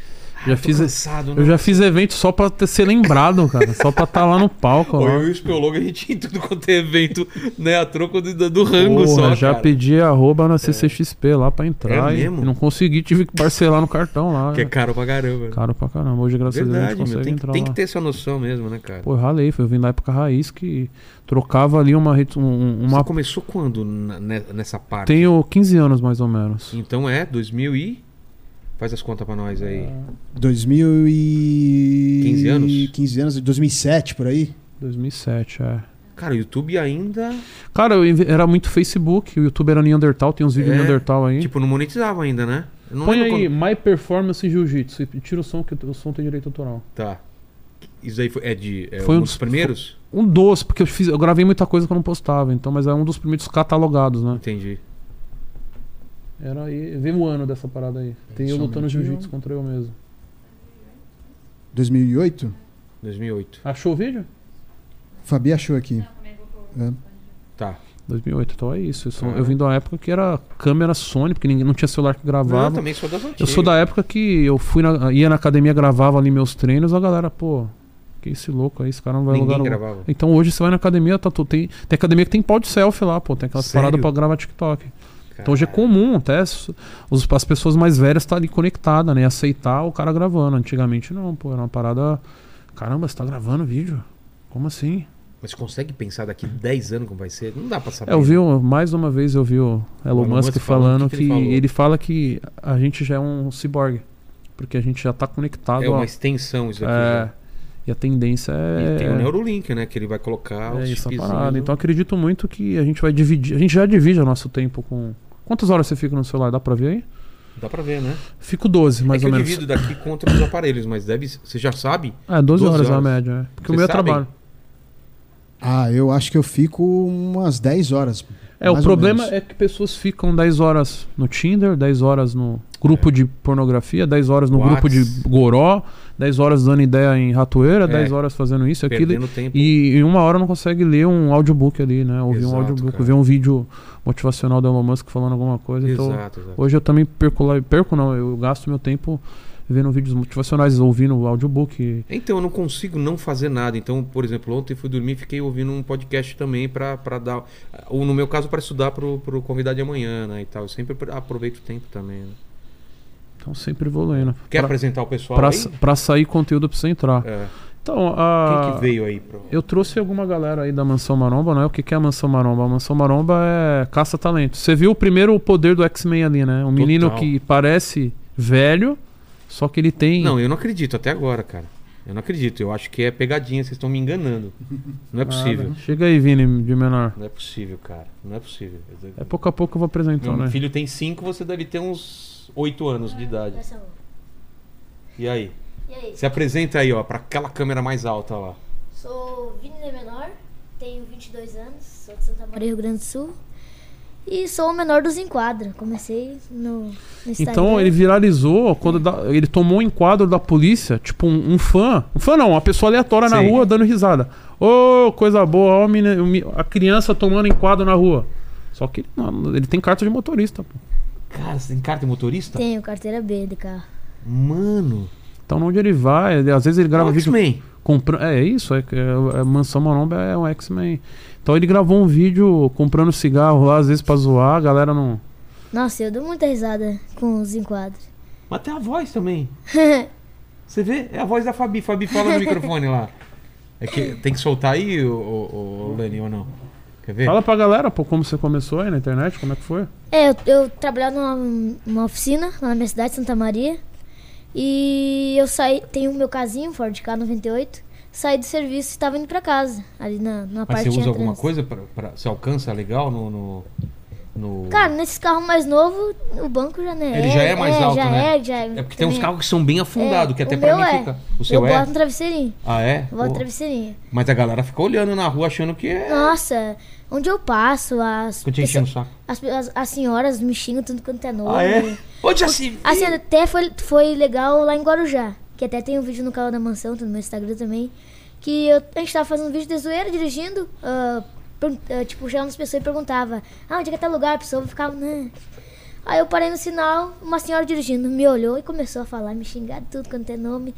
S3: Já
S1: tô
S3: fiz.
S1: cansado, né?
S3: Eu já fiz evento só pra ter, ser lembrado, cara. Só pra estar lá no palco.
S1: Pô,
S3: lá.
S1: eu e o Espiologo, a gente ia em tudo quanto é evento, né? A troco do, do rango
S3: Porra,
S1: só.
S3: já
S1: cara.
S3: pedi arroba na CCXP lá pra entrar.
S1: É
S3: e,
S1: mesmo?
S3: e não consegui, tive que parcelar no cartão lá.
S1: Que é caro pra caramba.
S3: Caro pra caramba. Hoje, graças a
S1: Verdade,
S3: Deus, a gente
S1: meu.
S3: consegue
S1: Tem, que-
S3: entrar
S1: tem
S3: lá.
S1: que ter essa noção mesmo, né, cara?
S3: Pô, eu ralei, foi. Eu vim da época raiz que trocava ali uma. rede- um-
S1: Você
S3: uma...
S1: começou quando na- ne- nessa parte?
S3: Tenho 15 anos mais ou menos.
S1: Então é, 2000 e. Faz as contas pra nós aí.
S3: É.
S2: 2000 e...
S1: 15 anos?
S2: 15 anos, 2007 por aí.
S3: 2007, é.
S1: Cara, o YouTube ainda.
S3: Cara, eu inve- era muito Facebook, o YouTube era Neandertal, tem uns vídeos
S1: É,
S3: Neandertal aí.
S1: Tipo, não monetizava ainda, né? Eu não
S3: Põe
S1: lembro
S3: aí,
S1: quando-
S3: My Performance Jiu-Jitsu, e tira o som, que o som tem direito autoral.
S1: Tá. Isso aí foi, é de. é
S3: Foi
S1: um
S3: um
S1: dos
S3: dos-
S1: primeiros?
S3: Um dos, porque eu, fiz, eu gravei muita coisa que eu não postava, então, mas é um dos primeiros catalogados, né?
S1: Entendi.
S3: Era aí, vê o ano dessa parada aí. Tem eu
S2: Somente
S3: lutando Jiu-Jitsu
S2: eu.
S3: contra eu mesmo.
S2: 2008?
S1: 2008.
S3: Achou o vídeo?
S2: Fabi achou aqui.
S1: Tá.
S3: 2008, então é isso. Eu, sou-
S1: Cara.
S3: eu vim da época que era câmera Sony, porque ninguém não tinha celular que
S1: Não, eu
S3: gravava.
S1: também sou das antigas.
S3: Eu sou da época que eu fui na- ia na academia, gravava ali meus treinos, a galera, pô, que esse louco aí, esse cara não vai
S1: Ninguém
S3: lugar nenhum.
S1: gravava.
S3: Então hoje você vai na academia, tá, tu- tem, tem academia que tem pau de selfie lá, pô, tem aquelas
S1: Sério?
S3: paradas pra gravar TikTok. Então hoje é
S1: Caralho.
S3: comum até s- os- as pessoas mais velhas estarem ali conectadas, né? e Aceitar o cara gravando. Antigamente não, pô, era uma parada. Caramba, você tá gravando vídeo? Como assim?
S1: Mas você consegue pensar daqui 10 anos como vai ser? Não dá pra saber.
S3: É, eu vi, um- mais uma vez eu vi o Elon,
S1: Tá Elon
S3: Musk
S1: Musk falando, o
S3: falando
S1: que
S3: que,
S1: que ele falou?
S3: ele, fala que a gente já é um ciborgue. Porque a gente já tá conectado
S1: É uma
S3: a-
S1: extensão isso aqui.
S3: É,
S1: já.
S3: e a tendência é.
S1: né? E tem o Neurolink, né? Que ele vai colocar
S3: é
S1: os né?
S3: essa
S1: chipzinhos
S3: parada.
S1: no-
S3: Então acredito muito que a gente vai dividir. A gente já divide o nosso tempo com. Quantas horas você fica no celular? Dá pra ver aí?
S1: Dá pra ver, né?
S3: Fico 12, mais
S1: é que
S3: ou
S1: eu
S3: menos.
S1: divido daqui contra os aparelhos, mas deve. Você já sabe?
S3: É, 12 horas,
S1: 12
S3: na
S1: horas.
S3: média. É. Porque o
S1: Vocês
S3: meu é
S1: sabem?
S3: trabalho.
S2: Ah, eu acho que eu fico umas 10 horas.
S3: É, o
S2: mais ou
S3: problema
S2: menos.
S3: é que pessoas ficam 10 horas no Tinder, 10 horas no grupo de pornografia, 10 horas no
S1: É. Whats.
S3: grupo de goró, 10 horas dando ideia em ratoeira, 10 horas fazendo isso, aquilo.
S1: É. Perdendo tempo.
S3: E em uma hora não consegue ler um audiobook ali, né? Ouvir
S1: Exato,
S3: um audiobook,
S1: cara.
S3: ver um vídeo motivacional do Elon Musk falando alguma coisa. Então,
S1: Exato, exato.
S3: hoje eu também perco lá, perco não, eu gasto meu tempo vendo vídeos motivacionais, ouvindo o audiobook.
S1: Então, eu não consigo não fazer nada. Então, por exemplo, ontem fui dormir e fiquei ouvindo um podcast também pra pra dar. Ou no meu caso, pra estudar pro, pro convidado de amanhã, né? E tal. Eu sempre aproveito o tempo também. Né?
S3: Então sempre evoluindo.
S1: Quer
S3: Pra,
S1: apresentar o pessoal?
S3: pra,
S1: aí?
S3: pra sair conteúdo pra você entrar.
S1: É.
S3: Então,
S1: Quem
S3: a.
S1: que veio aí, pro?
S3: Eu trouxe alguma galera aí da Mansão Maromba, né? O que, que é a Mansão Maromba? A Mansão Maromba é caça-talento. Você viu primeiro o poder do X-Men ali, né? Um menino
S1: Total.
S3: que parece velho, só que ele tem.
S1: Não, eu não acredito até agora, cara. Eu não acredito. Eu acho que é pegadinha, vocês estão me enganando. Não é possível.
S3: Uhum. Chega aí, Vini, de menor.
S1: Não é possível, cara. Não é possível.
S3: É pouco a pouco eu vou apresentar,
S1: Meu
S3: né?
S1: filho tem 5, você deve ter uns 8 anos de idade.
S5: Essa outra.
S1: E aí?
S5: E aí?
S1: Se apresenta aí, ó, pra aquela câmera mais alta lá.
S5: Sou Vini Menor, tenho 22 anos, sou de Santa Maria, Rio Grande do Sul. E sou o menor dos enquadra. Comecei no, no Instagram.
S3: Então ele viralizou quando da- ele tomou um enquadro da polícia, tipo um, um fã. Um fã não, uma pessoa aleatória na
S1: Sim.
S3: rua dando risada. Ô, coisa boa, ó, o meni- o me- a criança tomando enquadro na rua. Só que ele, não- ele tem carta de motorista, pô.
S1: Cara, você tem carta de motorista?
S5: Tenho carteira B de carro.
S1: Mano.
S3: Então onde ele vai, ele- às vezes ele grava vídeo
S1: X-Men.
S3: comprando. É isso, é, é- é Mansão Maromba é um X-Men. Então ele gravou um vídeo comprando cigarro lá, às vezes pra zoar, a galera não.
S5: Nossa, eu dou muita risada com os É, enquadros.
S1: Mas tem a voz também. Você vê? É a voz da Fabi. Fabi fala no microfone lá. É que tem que soltar aí, o, o, Lani, ou não? Quer ver?
S3: Fala pra galera, pô, como você começou aí na internet, como é que foi?
S5: É, eu, eu trabalhava numa, numa oficina lá na minha cidade, Santa Maria. E eu saí, tenho meu casinho, Ford K98. Saí do serviço e estava indo pra casa, ali na, numa
S1: Mas você
S5: parte de
S1: usa
S5: trânsito.
S1: alguma coisa pra, pra- Você alcança legal no. no, no-
S5: Cara, nesses carros mais novos, o banco já não é.
S1: Ele já é mais alto,
S5: já
S1: né?
S5: É, já é,
S1: É porque tem uns
S5: É.
S1: carros que são bem afundados,
S5: É,
S1: que até
S5: o
S1: pra
S5: meu
S1: mim
S5: é.
S1: fica. O seu
S5: eu
S1: é?
S5: boto um travesseirinho.
S1: Ah, é?
S5: Eu boto
S1: Pô,
S5: um travesseirinho.
S1: Mas a galera fica olhando na rua achando que é.
S5: Nossa, onde eu passo, as,
S1: Tô te
S5: pessoa-
S1: enchendo o saco.
S5: as, as, as senhoras me xingam tudo quanto é novo.
S1: Ah, é? Ô, Jaci!
S5: Assim, até foi, foi legal lá em Guarujá, que até tem um vídeo no canal da mansão, tá no meu Instagram também, que eu, a gente tava fazendo um vídeo de zoeira, dirigindo, ah, pergun- ah, tipo, chegava as pessoas e perguntava, ah, onde é que é tal lugar? A pessoa ficava, né? Aí eu parei no sinal, uma senhora dirigindo me olhou e começou a falar, me xingar de tudo quanto é nome.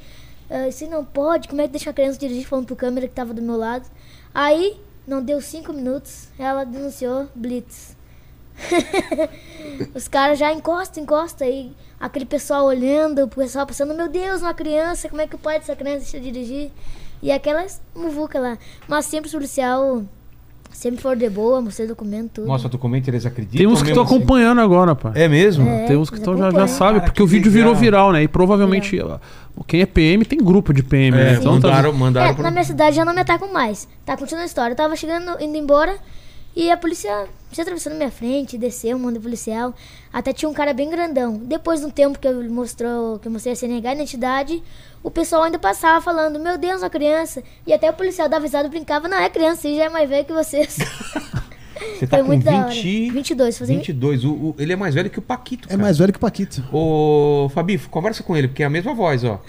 S5: Ah, Isso não pode, como é que deixa a criança dirigir falando pro câmera que tava do meu lado? Aí, não deu cinco minutos, ela denunciou Blitz. Os caras já encosta, encosta aí. Aquele pessoal olhando, o pessoal pensando, meu Deus, uma criança, como é que pode essa criança deixar dirigir? E aquelas muvuca lá. Mas sempre o policial, sempre for de boa, mostrei documento, tudo.
S1: Nossa, tu comenta, eles acreditam.
S3: Tem uns que
S1: Então mesmo
S3: estão acompanhando agora, pá.
S1: assim? É mesmo?
S5: É,
S3: Tem uns que
S5: eles
S3: tão, já, já
S5: acompanham.
S3: sabe,
S1: Cara,
S3: porque
S1: Ah, que
S3: o vídeo
S1: legal.
S3: virou viral, né? E provavelmente ó, quem é PM tem grupo de PM, né?
S1: É,
S3: Então tá-
S1: mandaram, mandaram
S5: É,
S1: pro-
S5: na minha cidade já não me atacam mais. Tá continuando a história. Eu tava chegando, indo embora, e a polícia se atravessou na minha frente, desceu, um monte de policial. Até tinha um cara bem grandão. Depois de um tempo que eu, mostrou, que eu mostrei a CNH e a identidade, o pessoal ainda passava falando, meu Deus, uma criança. E até o policial dava risada e brincava, não, é criança, e já é mais velho que vocês.
S1: Você tá
S5: Foi
S1: com
S5: muito da hora.
S1: 20...
S5: 22, fazer
S1: 22. O, o- ele é mais velho que o Paquito.
S2: É
S1: Cara.
S2: mais velho que o Paquito.
S1: Ô, Fabi, conversa com ele, porque é a mesma voz, ó.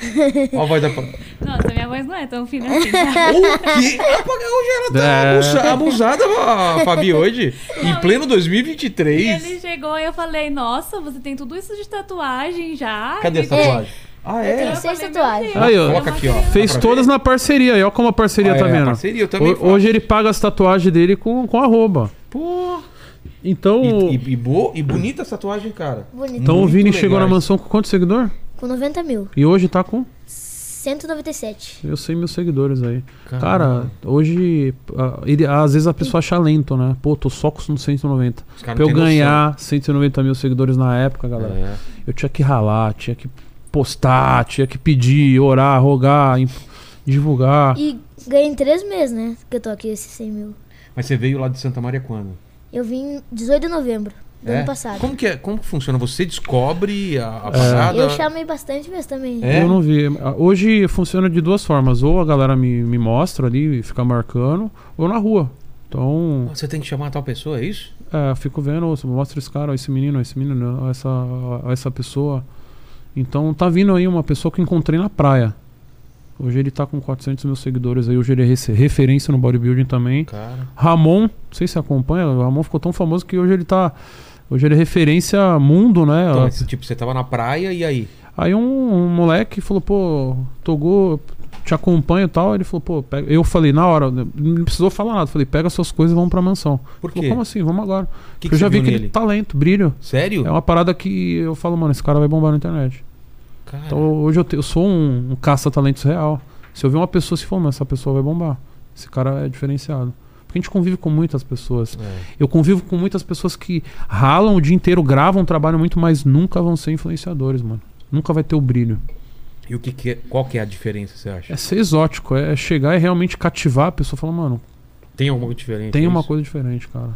S1: Ó a voz da. o quê?
S4: Nossa, minha voz não é tão fina assim. tá?
S1: Apa- Hoje ela tá
S3: É.
S1: abusa- abusada, ó, a Fabi, hoje. Em pleno
S4: E
S1: 2023.
S4: ele chegou e eu falei, nossa, você tem tudo isso de tatuagem já?
S1: Cadê essa
S5: É.
S1: tatuagem? Ah,
S5: Eu
S1: é?
S5: tenho-
S4: Eu falei,
S5: Seis
S4: meu
S5: tatuagens.
S4: Deus,
S3: Aí, ó.
S4: é uma
S1: Coloca aqui, ó.
S4: criança.
S3: Fez
S1: Dá pra
S3: todas na parceria, e olha como a parceria
S1: Ah,
S3: tá
S1: é, a
S3: vendo.
S1: parceria, eu também
S3: Ho-
S1: faço.
S3: hoje ele paga as tatuagens dele com, com arroba.
S1: Pô.
S3: Então,
S1: E, e, e bo- e bonita essa tatuagem, cara.
S5: Bonito.
S3: então o
S1: muito
S3: Vini chegou na
S1: legais.
S3: mansão com quanto seguidor?
S5: Com 90 mil.
S3: E hoje tá com
S5: 197.
S3: eu 100 mil seguidores aí.
S1: Caramba.
S3: Cara, hoje. ah, ele- às vezes a pessoa acha lento, né? Pô, tô só com 190.
S1: Os
S3: Pra
S1: caras
S3: eu
S1: não têm
S3: ganhar 190 mil seguidores na época, galera.
S1: É.
S3: Eu tinha que ralar, tinha que postar, tinha que pedir, orar, rogar, imp- divulgar.
S5: E ganhei em três meses, né? Que eu tô aqui, esses 100 mil.
S1: Mas você veio lá de Santa Maria quando?
S5: Eu vim 18 de novembro. do ano passado.
S1: Como que, é, como que funciona? Você descobre a,
S3: É.
S1: a parada?
S5: Eu chamei bastante vezes também.
S1: É?
S3: Eu não vi. Hoje funciona de duas formas. Ou a galera me, me mostra ali e fica marcando, ou na rua. Então,
S1: Você tem que chamar tal pessoa, é isso?
S3: é, eu fico vendo, ouça, mostra esse cara, ó, esse menino, ó, esse menino, ó, essa, ó, essa pessoa. Então tá vindo aí uma pessoa que eu encontrei na praia. Hoje ele tá com 400 mil seguidores aí. Hoje ele é rece- referência no bodybuilding também.
S1: Cara.
S3: Ramon, não sei se acompanha, o Ramon ficou tão famoso que hoje ele tá. Hoje ele é referência mundo, né?
S1: Então, esse tipo, você tava na praia e aí?
S3: Aí um, um moleque falou, pô, Togô, te acompanho e tal. Ele falou, pô, pega. eu falei, na hora, não precisou falar nada. Eu Falei, pega suas coisas e vamos pra mansão.
S1: Por
S3: Ele falou,
S1: quê?
S3: Como assim? Vamos agora.
S1: O que,
S3: Porque
S1: que
S3: eu já
S1: você
S3: vi
S1: viu
S3: aquele
S1: nele?
S3: talento, brilho.
S1: Sério?
S3: É uma parada que eu falo, mano, esse cara vai bombar na internet.
S1: Cara,
S3: Então hoje eu, te- eu sou um, um caça-talentos real. Se eu ver uma pessoa se falando, essa pessoa vai bombar. Esse cara é diferenciado. Porque a gente convive com muitas pessoas.
S1: é.
S3: Eu convivo com muitas pessoas que ralam o dia inteiro, gravam, trabalham muito, mas nunca vão ser influenciadores, mano. Nunca vai ter o brilho.
S1: E o que, que é, qual que é a diferença, você acha?
S3: É ser exótico, é chegar e realmente cativar a pessoa e falar, mano,
S1: Tem alguma diferença?
S3: tem uma
S1: nisso?
S3: coisa diferente, cara.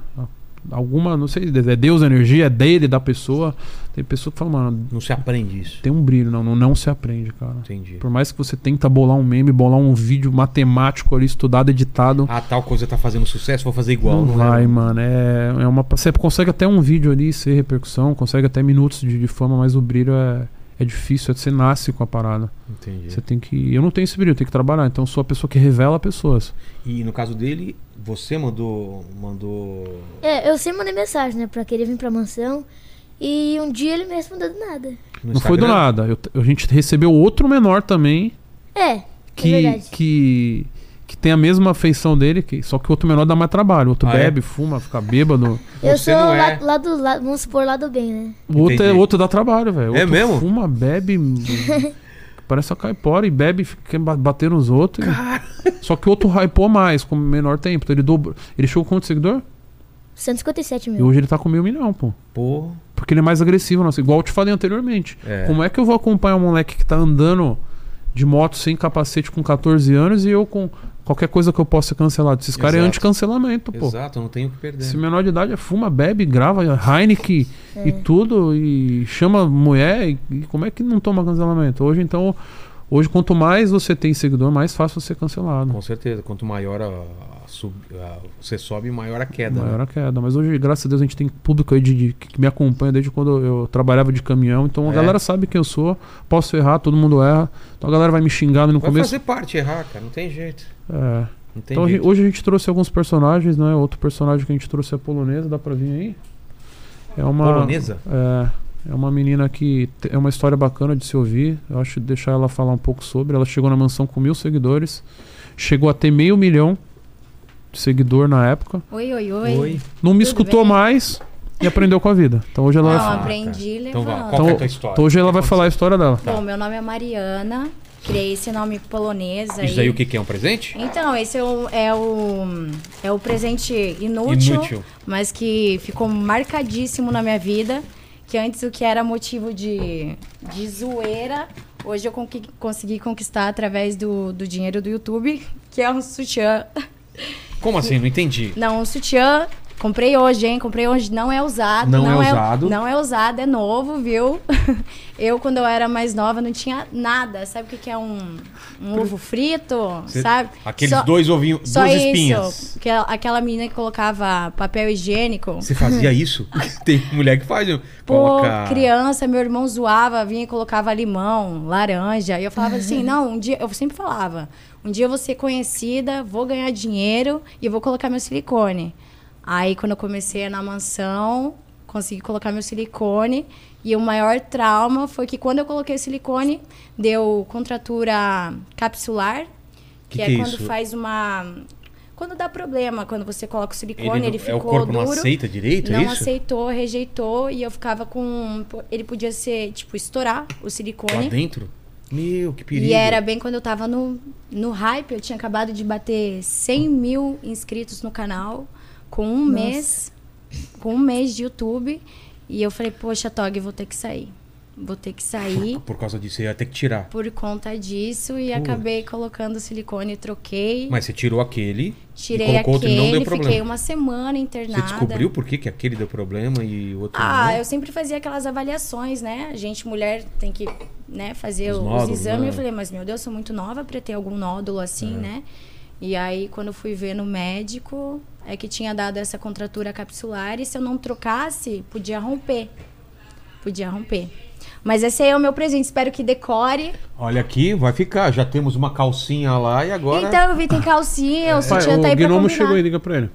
S3: Alguma, não sei, é Deus a energia, é dele, da pessoa. Tem pessoa que fala, mano,
S1: Não se aprende isso.
S3: tem um brilho, não, não, não se aprende, cara.
S1: Entendi.
S3: Por mais que você tenta bolar um meme, bolar um vídeo matemático ali, estudado, editado,
S1: Ah, tal coisa tá fazendo sucesso, vou fazer igual.
S3: um não, vai,
S1: é?
S3: mano. É, é uma, você consegue até um vídeo ali ser repercussão, consegue até minutos de, de fama, mas o brilho é, é difícil, é, você nasce com a parada.
S1: Entendi.
S3: Você tem que. Eu não tenho esse brilho, eu tenho que trabalhar. Então eu sou a pessoa que revela pessoas.
S1: E no caso dele, você mandou. mandou.
S5: É, eu sempre mandei mensagem, né, pra querer vir pra mansão. E um dia ele me respondeu do nada.
S1: no
S3: Não foi do
S1: Instagram?
S3: nada. Eu- a gente recebeu outro menor também
S5: É, é
S3: que,
S5: verdade.
S3: que, que tem a mesma feição dele, que, só que o outro menor dá mais trabalho. O outro
S1: Ah, é?
S3: bebe, fuma, fica bêbado.
S5: Eu
S1: Você
S5: sou
S1: não
S5: lá,
S1: é.
S5: lá do lado, vamos supor, lá do bem, né?
S3: O outro, é,
S1: Entendi.
S3: o outro dá trabalho, velho. O
S1: É
S3: outro
S1: mesmo?
S3: Fuma, bebe. parece a caipora e bebe, fica ba- batendo nos outros. Só que o outro hypou mais, com menor tempo. Então ele dobrou. Ele chegou com quanto seguidor?
S5: 157
S3: E
S5: mil.
S3: hoje ele tá com meio milhão, pô.
S1: Pô.
S3: Porque ele é mais agressivo, nossa. Igual eu te falei anteriormente.
S1: É.
S3: Como é que eu vou acompanhar um moleque que tá andando de moto sem capacete com 14 anos e eu com qualquer coisa que eu possa ser cancelado? Esses caras é
S1: Exato.
S3: anti-cancelamento, pô.
S1: Exato, não tenho o que perder.
S3: Esse menor de idade é fuma, bebe, grava, Heineken e tudo, e chama mulher, e, e como é que não toma cancelamento? Hoje, então, hoje quanto mais você tem seguidor, mais fácil você ser cancelado.
S1: Com certeza, quanto maior a, a sub, a- você sobe, maior a queda. né?
S3: Maior a queda. Mas hoje, graças a Deus, a gente tem público aí de, de- que me acompanha desde quando eu trabalhava de caminhão. Então a
S1: É.
S3: galera sabe quem eu sou, posso errar, todo mundo erra. Então a galera vai me xingando no
S1: Vai
S3: começo.
S1: fazer parte, errar, cara, não tem jeito.
S3: É.
S1: Não tem
S3: Então a gente-
S1: jeito.
S3: hoje a gente trouxe alguns personagens, né? Outro personagem que a gente trouxe é a polonesa, dá pra vir aí? É uma.
S1: Polonesa?
S3: É, é uma menina que te- é uma história bacana de se ouvir. Eu acho que deixar ela falar um pouco sobre. Ela chegou na mansão com mil seguidores, chegou a ter meio milhão de seguidor na época.
S6: Oi, oi, oi.
S3: Não me
S6: Tudo
S3: escutou
S6: bem?
S3: mais e aprendeu com a vida. Então hoje ela,
S6: Não,
S3: vai, fa-
S6: aprendi
S1: Então
S6: levando.
S1: vai, qual que é a tua história?
S3: então hoje ela vai
S1: Aconteceu.
S3: falar a história dela.
S6: Bom, meu nome é Mariana, criei esse nome polonês aí.
S1: Isso aí o que, que é? Um presente?
S6: Então, esse é o, é o, é o presente inútil,
S1: Inútil.
S6: mas que ficou marcadíssimo na minha vida. Que antes o que era motivo de, de zoeira, hoje eu conqui- consegui conquistar através do, do dinheiro do YouTube, que é um sutiã.
S1: Como assim? Não entendi.
S6: Não, um sutiã. Comprei hoje, hein? Comprei hoje. Não é usado.
S1: Não é usado.
S6: Não é usado, é novo, viu? Eu, quando eu era mais nova, não tinha nada. Sabe o que, que é um, um ovo frito?
S1: Você-
S6: sabe?
S1: Aqueles
S6: Só-
S1: dois ovinhos,
S6: Só
S1: duas
S6: isso.
S1: espinhas.
S6: Que, é aquela menina que colocava papel higiênico.
S1: Você fazia isso? tem mulher que faz.
S6: Pô,
S1: coloca...
S6: criança, meu irmão zoava, vinha e colocava limão, laranja. E eu falava assim, não, um dia, eu sempre falava, um dia eu vou ser conhecida, vou ganhar dinheiro e vou colocar meu silicone. Aí quando eu comecei na mansão, consegui colocar meu silicone. E o maior trauma foi que quando eu coloquei o silicone, deu contratura capsular,
S1: Que
S6: que,
S1: que
S6: é
S1: é
S6: quando
S1: isso?
S6: faz uma. Quando dá problema, quando você coloca o
S1: Ele,
S6: silicone, ele,
S1: não-
S6: ficou
S1: é, o corpo
S6: duro
S1: não aceita direito,
S6: não
S1: é isso?
S6: aceitou, rejeitou e eu ficava com. um, Ele podia ser, tipo, estourar o
S1: Lá
S6: silicone.
S1: dentro? Meu, que perigo.
S6: E era bem quando eu tava no, no hype, eu tinha acabado de bater 100 mil inscritos no canal com um mês. Com um mês de YouTube. E eu falei, poxa, Tog, eu vou ter que sair. vou ter que sair
S1: Por causa disso, eu ia ter que tirar.
S6: por conta disso e acabei colocando silicone, troquei,
S1: Mas você tirou aquele, e
S6: tirei
S1: colocou outro e não deu
S6: aquele,
S1: problema.
S6: fiquei uma semana
S1: Você
S6: internada.
S1: descobriu por que, que aquele deu problema e o
S3: Tá
S1: outro
S6: Ah,
S1: não?
S6: eu sempre fazia aquelas avaliações, né? A gente, mulher, tem que né, fazer
S1: Os
S6: os,
S1: nódulos,
S6: exames.
S1: né?
S6: Eu falei, mas meu Deus, sou muito nova pra ter algum nódulo
S3: É.
S6: assim, né? E aí, quando eu fui ver no médico, é que tinha dado essa contratura capsular e se eu não trocasse, podia romper. Podia romper. Mas esse aí é o meu presente. Espero que decore.
S1: Olha aqui, vai ficar. Já temos uma calcinha lá e agora...
S6: Então, eu vi, tem calcinha, o sutiã tá
S3: Pai,
S6: aí
S3: É. Ah, o
S6: pra
S3: gnomo
S6: combinar.
S3: chegou aí, liga pra ele.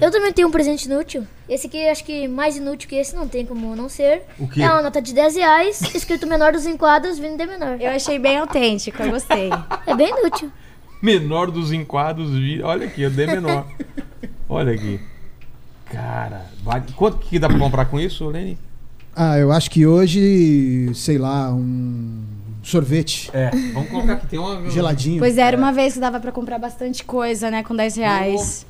S5: Eu também tenho um presente inútil. Esse aqui, acho que mais inútil que esse, não tem como não ser.
S1: O quê?
S5: É uma nota de 10 reais, escrito menor dos enquadros, vindo de menor.
S6: Eu achei bem autêntico, eu gostei.
S5: É bem inútil.
S1: Menor dos enquadros. vi- Olha aqui, eu dei menor. Olha aqui. Cara, vale- quanto que dá pra comprar com isso, Lene?
S2: Ah, eu acho que hoje, sei lá, um sorvete
S1: É, vamos colocar aqui. Tem uma...
S2: geladinho.
S6: Pois
S3: É.
S6: era uma vez que dava pra comprar bastante coisa, né, com 10 reais.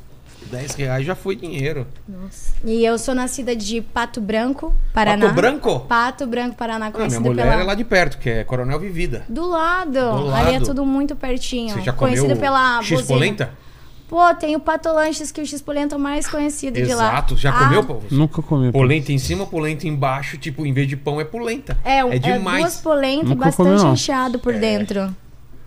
S1: 10 reais já foi dinheiro.
S5: Nossa.
S6: E eu sou nascida de Pato Branco, Paraná.
S1: Pato Branco?
S6: Pato Branco, Paraná,
S1: Ah, minha
S6: conhecido
S1: mulher
S6: pela...
S1: é lá de perto, que é Coronel Vivida.
S6: Do lado.
S1: Do
S6: Ali é
S1: lado.
S6: tudo muito pertinho.
S1: Você já comeu
S6: conhecido pela buzina.
S1: X-Polenta?
S6: Pô, tem o Pato Lanches, que é o X-Polenta é o mais conhecido de lá.
S1: Exato, já
S6: Ah,
S1: comeu, povo?
S3: Nunca comi. pô.
S1: Polenta em cima, polenta embaixo, tipo, em vez de pão é polenta.
S6: É, um- é, duas
S1: demais. É.
S6: polentas e
S3: Nunca comi,
S6: bastante
S3: não.
S6: inchado por dentro.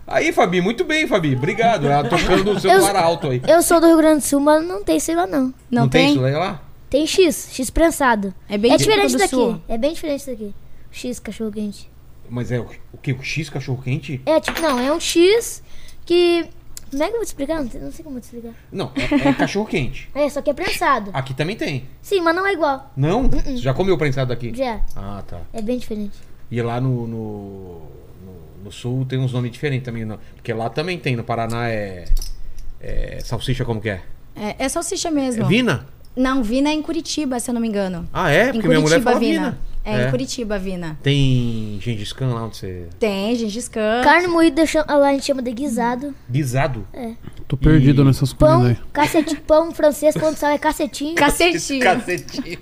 S1: Aí, Fabi, muito bem, Fabi. Obrigado. Ela tocando o celular alto aí.
S5: Eu sou do Rio Grande do Sul, mas não tem sei lá não.
S6: Não, tem?
S1: isso daí lá?
S5: Tem X, X prensado.
S6: É bem
S5: é
S6: típico
S5: diferente
S6: do
S5: daqui.
S6: sul.
S5: É bem diferente daqui. X cachorro quente.
S1: Mas é o, o que? O X cachorro quente?
S5: É, tipo, não, é um X que. Como é que eu vou te explicar? Não, sei- não sei como eu te explicar.
S1: Não, é, é cachorro quente.
S5: É, só que é prensado.
S6: Ah.
S1: Aqui também tem.
S5: Sim, mas não é igual.
S1: Não?
S6: Uh-uh.
S1: Você já comeu prensado aqui?
S5: Já.
S1: Ah, tá.
S5: É bem diferente.
S1: E lá no, no, no- no sul tem uns nomes diferentes também. não? Porque lá também tem. No Paraná é. é salsicha como que é?
S6: É, é salsicha mesmo.
S1: É vina?
S6: Não, Vina é em Curitiba, se eu não me engano.
S1: Ah, é?
S6: em
S1: Porque
S6: Curitiba,
S1: minha mulher fala
S6: Vina.
S1: vina.
S6: É, em Curitiba, Vina.
S1: Tem Gengis Khan lá onde você.
S6: Tem, Gengis Khan.
S5: Carne moída cham- ah, lá a gente chama de guisado.
S1: Guisado.
S6: É.
S3: Tô perdido nessas
S5: Pão,
S3: comidas aí.
S5: cacete, pão francês, pão de sal é cacetinho.
S6: Cacetinho. Tá
S1: Cacetinho.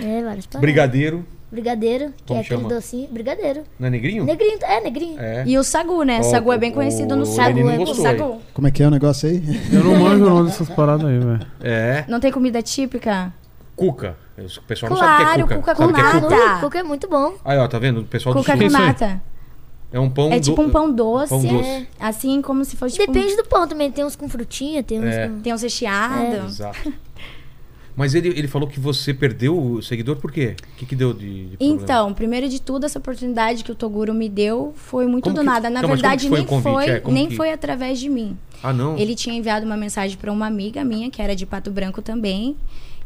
S5: É, várias palavras.
S1: Brigadeiro.
S5: Brigadeiro, que
S1: Como
S5: é aquele
S1: chama?
S5: docinho. Brigadeiro.
S1: Não é negrinho?
S5: Negrinho, é negrinho.
S1: É.
S6: E o Sagu, né?
S1: Ó,
S6: sagu é bem
S1: o-
S6: conhecido no
S1: o
S6: Sul.
S1: Lenine
S5: é bom.
S1: gostou aí.
S6: Sagu.
S2: Como é que é o negócio aí?
S3: Eu não manjo não dessas paradas aí, velho.
S1: É.
S6: Não tem comida típica?
S1: Cuca. O pessoal não sabe
S6: Claro,
S1: o que é cuca.
S6: cuca
S1: sabe
S6: com
S1: o que é
S6: nada.
S1: cuca?
S6: Tá.
S5: Coco é muito bom.
S1: Aí, ó, tá vendo? O pessoal
S6: Cuca
S1: do
S6: com
S1: sul.
S3: isso aí?
S6: nata.
S1: É um pão
S6: É tipo um pão doce.
S1: Pão doce.
S6: Assim como se fosse tipo,
S5: Depende do pão também. Tem uns com frutinha, tem uns
S1: É.
S5: com...
S6: um- Tem uns recheados.
S1: Exato. Mas ele, ele falou que você perdeu o seguidor por quê? O que, que deu de, de problema?
S6: Então, primeiro de tudo, essa oportunidade que o Toguro me deu foi muito
S1: Como
S6: do
S1: que-
S6: nada. Na
S1: Então, mas como
S6: verdade,
S1: que foi o
S6: nem,
S1: convite?
S6: foi,
S1: É, como
S6: nem
S1: que-
S6: foi através de mim.
S1: Ah, não?
S6: Ele tinha enviado uma mensagem pra uma amiga minha, que era de Pato Branco também.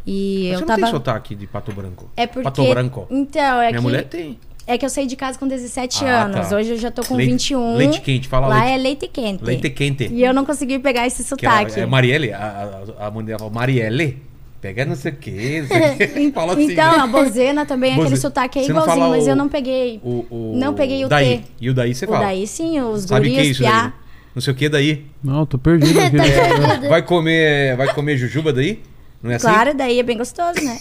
S6: E
S1: Você
S6: eu
S1: não
S6: tava.
S1: tem sotaque de pato branco.
S6: É porque.
S1: Pato branco.
S6: Então, é
S1: Minha
S6: que.
S1: mulher tem.
S6: É que eu saí de casa com 17
S1: Ah,
S6: anos.
S1: tá.
S6: Hoje eu já tô com
S1: Leite-
S6: 21.
S1: leite quente, fala
S6: Lá
S1: leite-
S6: é leite quente.
S1: Leite quente.
S6: E eu não consegui pegar esse
S1: Que ela-
S6: sotaque.
S1: é Marielle, a, a, a mãe dela falou, Marielle, pega não sei o que, não sei o que. Fala assim,
S6: então,
S1: né?
S6: a bozena também,
S1: Bozena.
S6: aquele sotaque é
S1: Você não fala
S6: igualzinho, mas
S1: o-
S6: eu não peguei.
S1: O,
S6: Não peguei o
S1: daí.
S6: T.
S1: E o daí você
S6: O
S1: fala.
S6: daí sim, os
S1: Sabe o que é
S6: gurias,
S1: isso daí?
S6: piá.
S1: né? Não sei o que daí. Ah,
S3: Não, tô perdido
S6: Tá
S3: aqui.
S1: Vai comer, vai comer jujuba daí? Não é assim?
S6: Claro, daí é bem gostoso, né?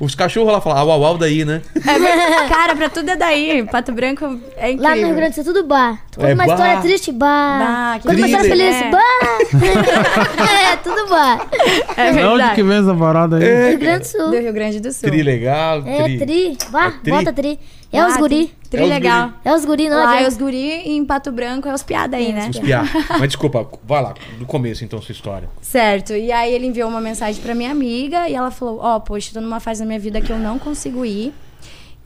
S1: Os cachorros lá falam, au, au, au daí, né?
S6: É bem- Cara, pra tudo é daí. Pato Branco é incrível.
S5: Lá no Rio Grande do Sul, tudo bar. Quando uma
S1: É bar.
S5: história triste, bar.
S6: Bar, É. que
S5: Quando uma história
S1: triste.
S5: feliz, bar. é, tudo bar.
S6: É
S3: De onde
S6: verdade.
S3: que vem essa parada aí?
S6: É.
S5: Rio Grande do
S6: Do
S5: Sul.
S6: Rio Grande do Sul.
S1: Tri legal,
S5: É, tri. Vá,
S1: É tri?
S5: bota tri. É
S6: Lá
S5: os
S6: tem-
S5: guri.
S6: Ah, Tri
S1: É os
S6: legal.
S1: guri.
S5: É os guri, não
S6: Lá é
S5: adianta.
S6: os guri e em Pato Branco é os piada aí, né?
S1: Os piá. Mas desculpa, vai lá, do começo então sua história.
S6: Certo. E aí ele enviou uma mensagem pra minha amiga e ela falou: "Ó, poxa, tô numa fase da minha vida que eu não consigo ir.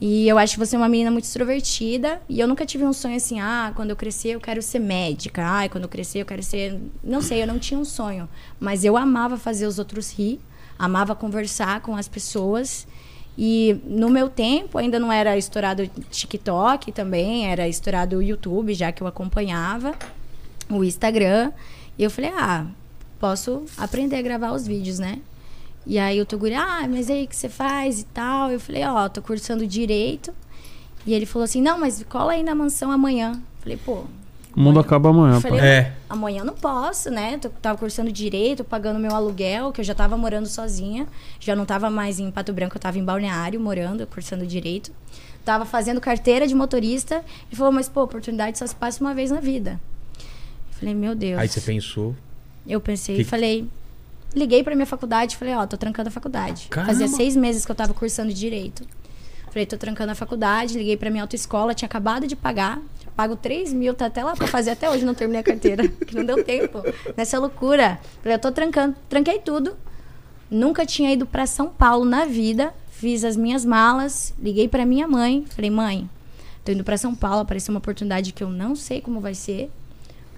S6: E eu acho que você é uma menina muito extrovertida e eu nunca tive um sonho assim: ah, quando eu crescer eu quero ser médica. Ai, quando eu crescer eu quero ser, não sei, eu não tinha um sonho, mas eu amava fazer os outros rir, amava conversar com as pessoas. E no meu tempo ainda não era estourado TikTok também, era estourado o YouTube, já que eu acompanhava o Instagram. E eu falei, ah, posso aprender a gravar os vídeos, né? E aí o Toguri, ah, mas aí o que você faz e tal? Eu falei, ó, tô cursando direito. E ele falou assim, não, mas cola aí na mansão amanhã. Eu Falei, pô,
S3: O mundo acaba amanhã.
S6: Eu falei,
S3: pá.
S1: É.
S6: amanhã eu não posso, né? Tô, tava cursando direito, pagando meu aluguel, que eu já tava morando sozinha. Já não tava mais em Pato Branco, eu tava em Balneário morando, cursando direito. Tava fazendo carteira de motorista. Ele falou, mas pô, oportunidade só se passa uma vez na vida. Eu falei, meu Deus.
S1: Aí você pensou.
S6: Eu pensei
S1: Que-
S6: e falei. Liguei pra minha faculdade falei, ó, tô trancando a faculdade.
S1: Caramba.
S6: Fazia seis meses que eu tava cursando direito. Falei, tô trancando a faculdade, liguei pra minha autoescola, tinha acabado de pagar. Pago 3 mil, tá até lá pra fazer até hoje, não terminei a carteira, que não deu tempo. Nessa loucura. Falei, eu tô trancando, tranquei tudo. Nunca tinha ido pra São Paulo na vida. Fiz as minhas malas, liguei pra minha mãe, falei, mãe, tô indo pra São Paulo, apareceu uma oportunidade que eu não sei como vai ser,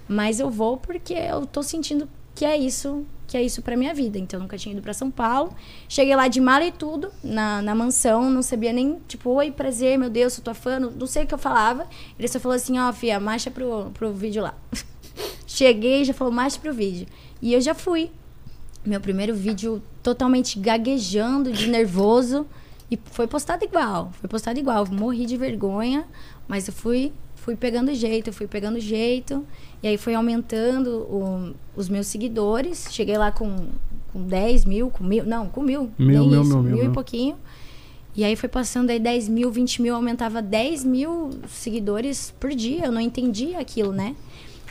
S6: mas eu vou porque eu tô sentindo que é isso, que é isso pra minha vida. Então eu nunca tinha ido pra São Paulo. Cheguei lá de mala e tudo, na, na mansão, não sabia nem, tipo, oi, prazer, meu Deus, sou tua fã, não, não sei o que eu falava. Ele só falou assim, ó, fia, marcha pro, pro vídeo lá. Cheguei, já falou, marcha pro vídeo. E eu já fui. Meu primeiro vídeo totalmente gaguejando, de nervoso. E foi postado igual, foi postado igual. Morri de vergonha, mas eu fui, fui pegando jeito, fui pegando jeito. E aí foi aumentando o- os meus seguidores. Cheguei lá com, com 10 mil, com mil, não, com mil.
S3: Mil,
S6: nem
S3: mil,
S6: isso,
S3: mil, mil,
S6: mil
S3: mil.
S6: e pouquinho. E aí foi passando aí 10 mil, 20 mil, aumentava 10 mil seguidores por dia. Eu não entendia aquilo, né?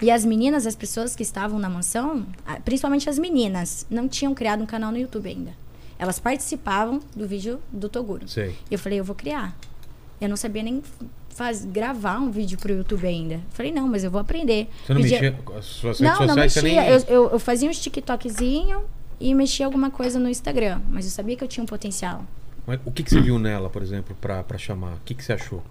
S6: E as meninas, as pessoas que estavam na mansão, a- principalmente as meninas, não tinham criado um canal no YouTube ainda. Elas participavam do vídeo do Toguro.
S1: Sei.
S6: E eu falei, eu vou criar. Eu não sabia nem faz, gravar um vídeo pro YouTube ainda. Eu falei, não, mas eu vou aprender.
S1: Você não
S6: Pedia-
S1: mexia com as suas redes
S6: Não, não
S1: sociais?
S6: mexia.
S1: Você nem...
S6: Eu, eu, eu fazia uns TikTokzinho e mexia alguma coisa no Instagram. Mas eu sabia que eu tinha um potencial.
S1: Mas O é que, que você viu nela, por exemplo, pra, pra chamar? O que, que você achou?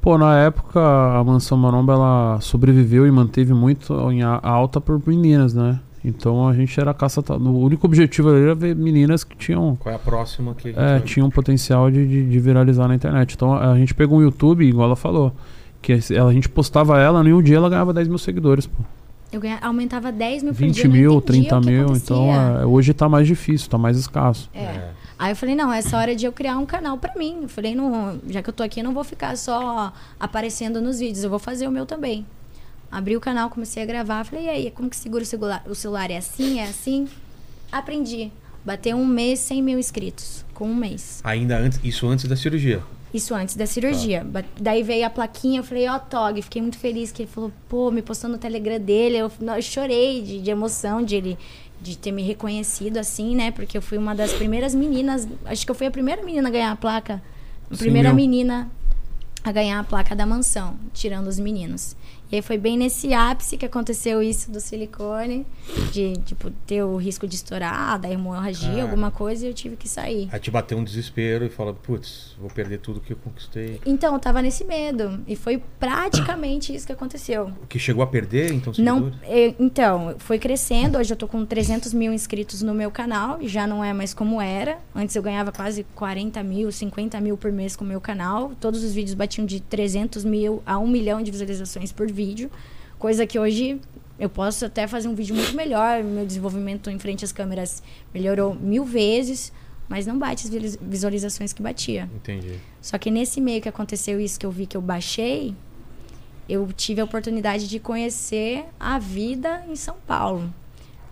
S3: Pô, na época a Mansão Maromba ela sobreviveu e manteve muito em a- alta por meninas, né? Então a gente era caça. O único objetivo ali era ver meninas que tinham
S1: Qual é a próxima que.
S3: É, tinha um potencial de, de, de viralizar na internet. Então a gente pegou um YouTube, igual ela falou, que esse- ela- a gente postava ela, em um dia ela ganhava 10 mil seguidores, pô.
S6: Eu ganha- aumentava 10 mil por dia.
S3: 20
S6: eu não
S3: mil,
S6: entendia
S3: 30
S6: o que
S3: mil.
S6: acontecia.
S3: Então é, hoje tá mais difícil, tá mais escasso.
S6: É. Aí eu falei, não, essa hora de eu criar um canal pra mim. Eu falei, não, já que eu tô aqui, eu não vou ficar só aparecendo nos vídeos, eu vou fazer o meu também. Abri o canal, comecei a gravar, falei, e aí, como que segura o celular? O celular é assim, é assim? Aprendi. Bateu um mês, 100 mil inscritos. Com um mês.
S1: Ainda antes, isso antes da cirurgia.
S6: Isso antes da cirurgia. Ba- Daí veio a plaquinha, eu falei, ó, Tog, fiquei muito feliz que ele falou, pô, me postou no Telegram dele. Eu, não, eu chorei de, de emoção de ele de ter me reconhecido assim, né? Porque eu fui uma das primeiras meninas, acho que eu fui a primeira menina a ganhar a placa. A
S3: Sim,
S6: primeira
S3: eu.
S6: menina a ganhar a placa da mansão, tirando os meninos. E aí foi bem nesse ápice que aconteceu isso do silicone, de tipo ter o risco de estourar, da hemorragia,
S1: Cara.
S6: alguma coisa, e eu tive que sair.
S1: Aí te bateu um desespero e fala, putz, vou perder tudo que eu conquistei.
S6: Então, eu tava nesse medo. E foi praticamente isso que aconteceu.
S1: O que chegou a perder, então,
S6: Não,
S1: seguidores?
S6: eu- então, foi crescendo. Hoje eu tô com 300 mil inscritos no meu canal. e Já não é mais como era. Antes eu ganhava quase 40 mil, 50 mil por mês com o meu canal. Todos os vídeos batiam de 300 mil a 1 milhão de visualizações por vídeo. Coisa que hoje eu posso até fazer um vídeo muito melhor. Meu desenvolvimento em frente às câmeras melhorou mil vezes. Mas não bate as visualiz- visualizações que batia.
S1: Entendi.
S6: Só que nesse meio que aconteceu isso que eu vi que eu baixei, eu tive a oportunidade de conhecer a vida em São Paulo.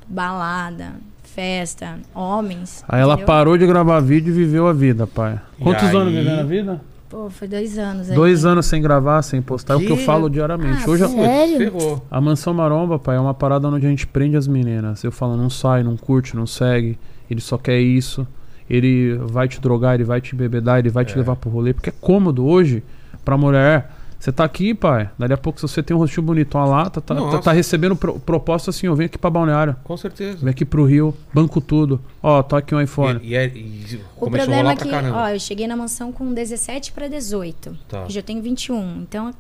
S6: Balada, festa, homens.
S3: Aí ela
S6: entendeu?
S3: parou de gravar vídeo e viveu a vida, pai.
S1: E
S3: Quantos
S1: aí?
S3: anos vivendo a vida?
S6: Pô, foi dois anos. aí.
S3: Dois anos sem gravar, sem postar, é o que eu
S1: Que-
S3: falo diariamente.
S6: Ah,
S3: hoje, a-
S5: sim. Sério?
S1: Ferrou.
S3: A mansão maromba, pai, é uma parada onde a gente prende as meninas. Eu falo, não sai, não curte, não segue. Ele só quer isso. Ele vai te drogar, ele vai te bebedar, ele vai te levar pro rolê. Porque é cômodo hoje pra mulher. Você tá aqui, pai. Dali a pouco, se você tem um rostinho bonito, uma lata, tá, tá,
S1: Nossa.
S3: tá recebendo pro, proposta assim, ó, vem aqui pra Balneário.
S1: Com certeza.
S3: Vem aqui pro Rio, banco tudo. Ó, tô aqui um iPhone.
S1: E, e, é- e
S6: O
S1: começou a
S6: problema
S1: rolar
S6: é que,
S1: pra caramba.
S6: ó, eu cheguei na mansão com 17 para 18.
S1: Tá.
S6: E já tenho 21. Então,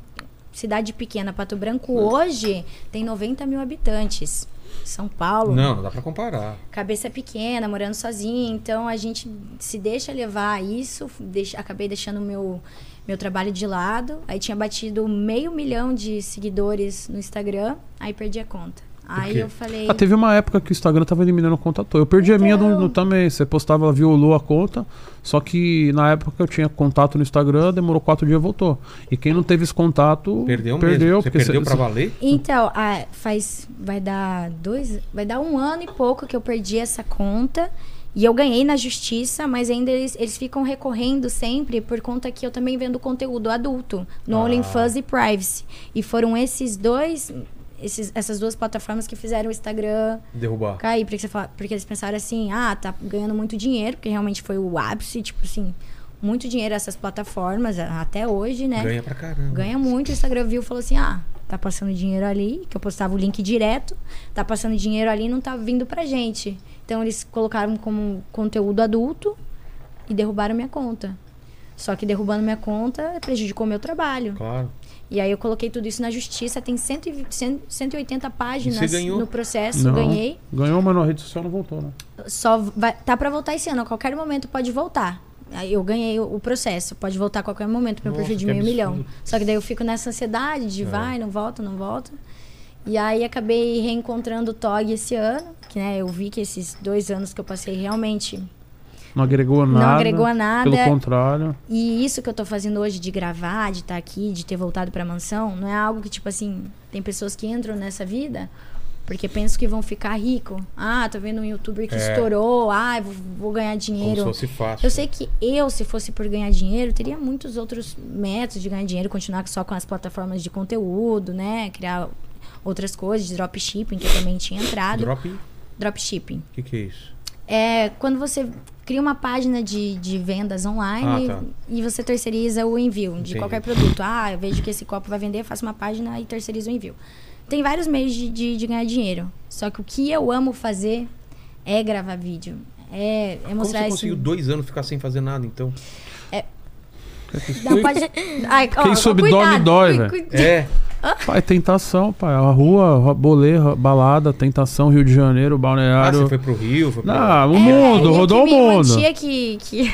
S6: cidade pequena, Pato Branco, hoje tem 90 mil habitantes. São Paulo,
S1: Não, não dá pra comparar.
S6: cabeça é pequena, morando sozinha, então a gente se deixa levar a isso, deixa- acabei deixando o meu meu trabalho de lado, aí tinha batido meio milhão de seguidores no Instagram, aí perdi a conta. Aí eu falei.
S3: Ah, teve uma época que o Instagram tava eliminando conta à toa. Eu perdi a minha do, do- também. Você postava, ela violou a conta. Só que na época que eu tinha contato no Instagram, demorou quatro dias e voltou. E quem não teve esse contato.
S1: Perdeu,
S3: perdeu
S1: mesmo. Você
S3: porque
S1: perdeu
S3: cê-
S1: pra
S3: cê-
S1: valer?
S6: Então, ah, faz. Vai dar dois. Vai dar um ano e pouco que eu perdi essa conta. E eu ganhei na justiça, mas ainda eles, eles ficam recorrendo sempre por conta que eu também vendo conteúdo adulto no
S1: Ah.
S6: OnlyFans e Privacy. E foram esses dois. esses- essas duas plataformas que fizeram o Instagram
S1: Derrubar.
S6: cair, porque, você fala- porque eles pensaram assim, ah, tá ganhando muito dinheiro, porque realmente foi o ápice, tipo assim, muito dinheiro essas plataformas, a- até hoje, né?
S1: Ganha pra caramba.
S6: Ganha muito. O Instagram viu e falou assim: ah, tá passando dinheiro ali, que eu postava o link direto, tá passando dinheiro ali e não tá vindo pra gente. Então eles colocaram como conteúdo adulto e derrubaram minha conta. Só que derrubando minha conta prejudicou meu trabalho.
S1: Claro.
S6: E aí eu coloquei tudo isso na justiça, tem 120 cem- 180 páginas
S1: você ganhou?
S6: no processo,
S3: Não.
S6: ganhei.
S3: Ganhou, mas na rede social não voltou, né?
S6: Só vai, tá pra voltar esse ano, a qualquer momento pode voltar. Aí Eu ganhei o o processo, pode voltar a qualquer momento, meu
S1: Nossa,
S6: prejuízo de
S1: que
S6: meio milhão.
S1: absurdo. É.
S6: Só que daí eu fico nessa ansiedade de vai, não volta, não volta. E aí acabei reencontrando o Tog esse ano, que né, eu vi que esses dois anos que eu passei realmente.
S3: Não agregou
S6: Não
S3: nada.
S6: agregou nada.
S3: Pelo contrário.
S6: E isso que eu tô fazendo hoje de gravar, de estar aqui, de ter voltado pra mansão, não é algo que, tipo assim, tem pessoas que entram nessa vida porque pensam que vão ficar rico. Ah, tô vendo um youtuber que
S1: É.
S6: estourou, ah, eu vou, vou ganhar
S1: Como se
S6: dinheiro.
S1: fosse fácil.
S6: Eu sei que eu, se fosse por ganhar dinheiro, teria muitos outros métodos de ganhar dinheiro, continuar só com as plataformas de conteúdo, né? Criar outras coisas, dropshipping, que eu também tinha entrado.
S1: Drop. O
S6: Dropshipping.
S1: que, que é isso?
S6: É quando você cria uma página de, de vendas online
S1: Ah, tá.
S6: e você terceiriza o envio
S1: Entendi.
S6: de qualquer produto. Ah, eu vejo que esse copo vai vender, eu faço uma página e terceirizo o envio. Tem vários meios de, de, de ganhar dinheiro. Só que o que eu amo fazer é gravar vídeo. É, é
S1: Como você
S6: mostrar isso. É.
S1: conseguiu dois anos ficar sem fazer nada, então?
S6: Não pode. Ai, ó,
S3: Quem
S6: ó,
S3: soube
S6: cuidado,
S3: dorme, dói, velho.
S6: cu- cu-
S1: É.
S3: Pai, tentação, pai. A rua, ro- bolê, ro- balada, tentação, Rio de Janeiro,
S1: Ah, você
S3: balneário.
S1: foi pro Rio, foi pra...
S3: Ah, o
S6: É, e
S3: mundo, rodou
S6: que
S3: o
S6: me
S3: mundo.
S6: mantinha que- que-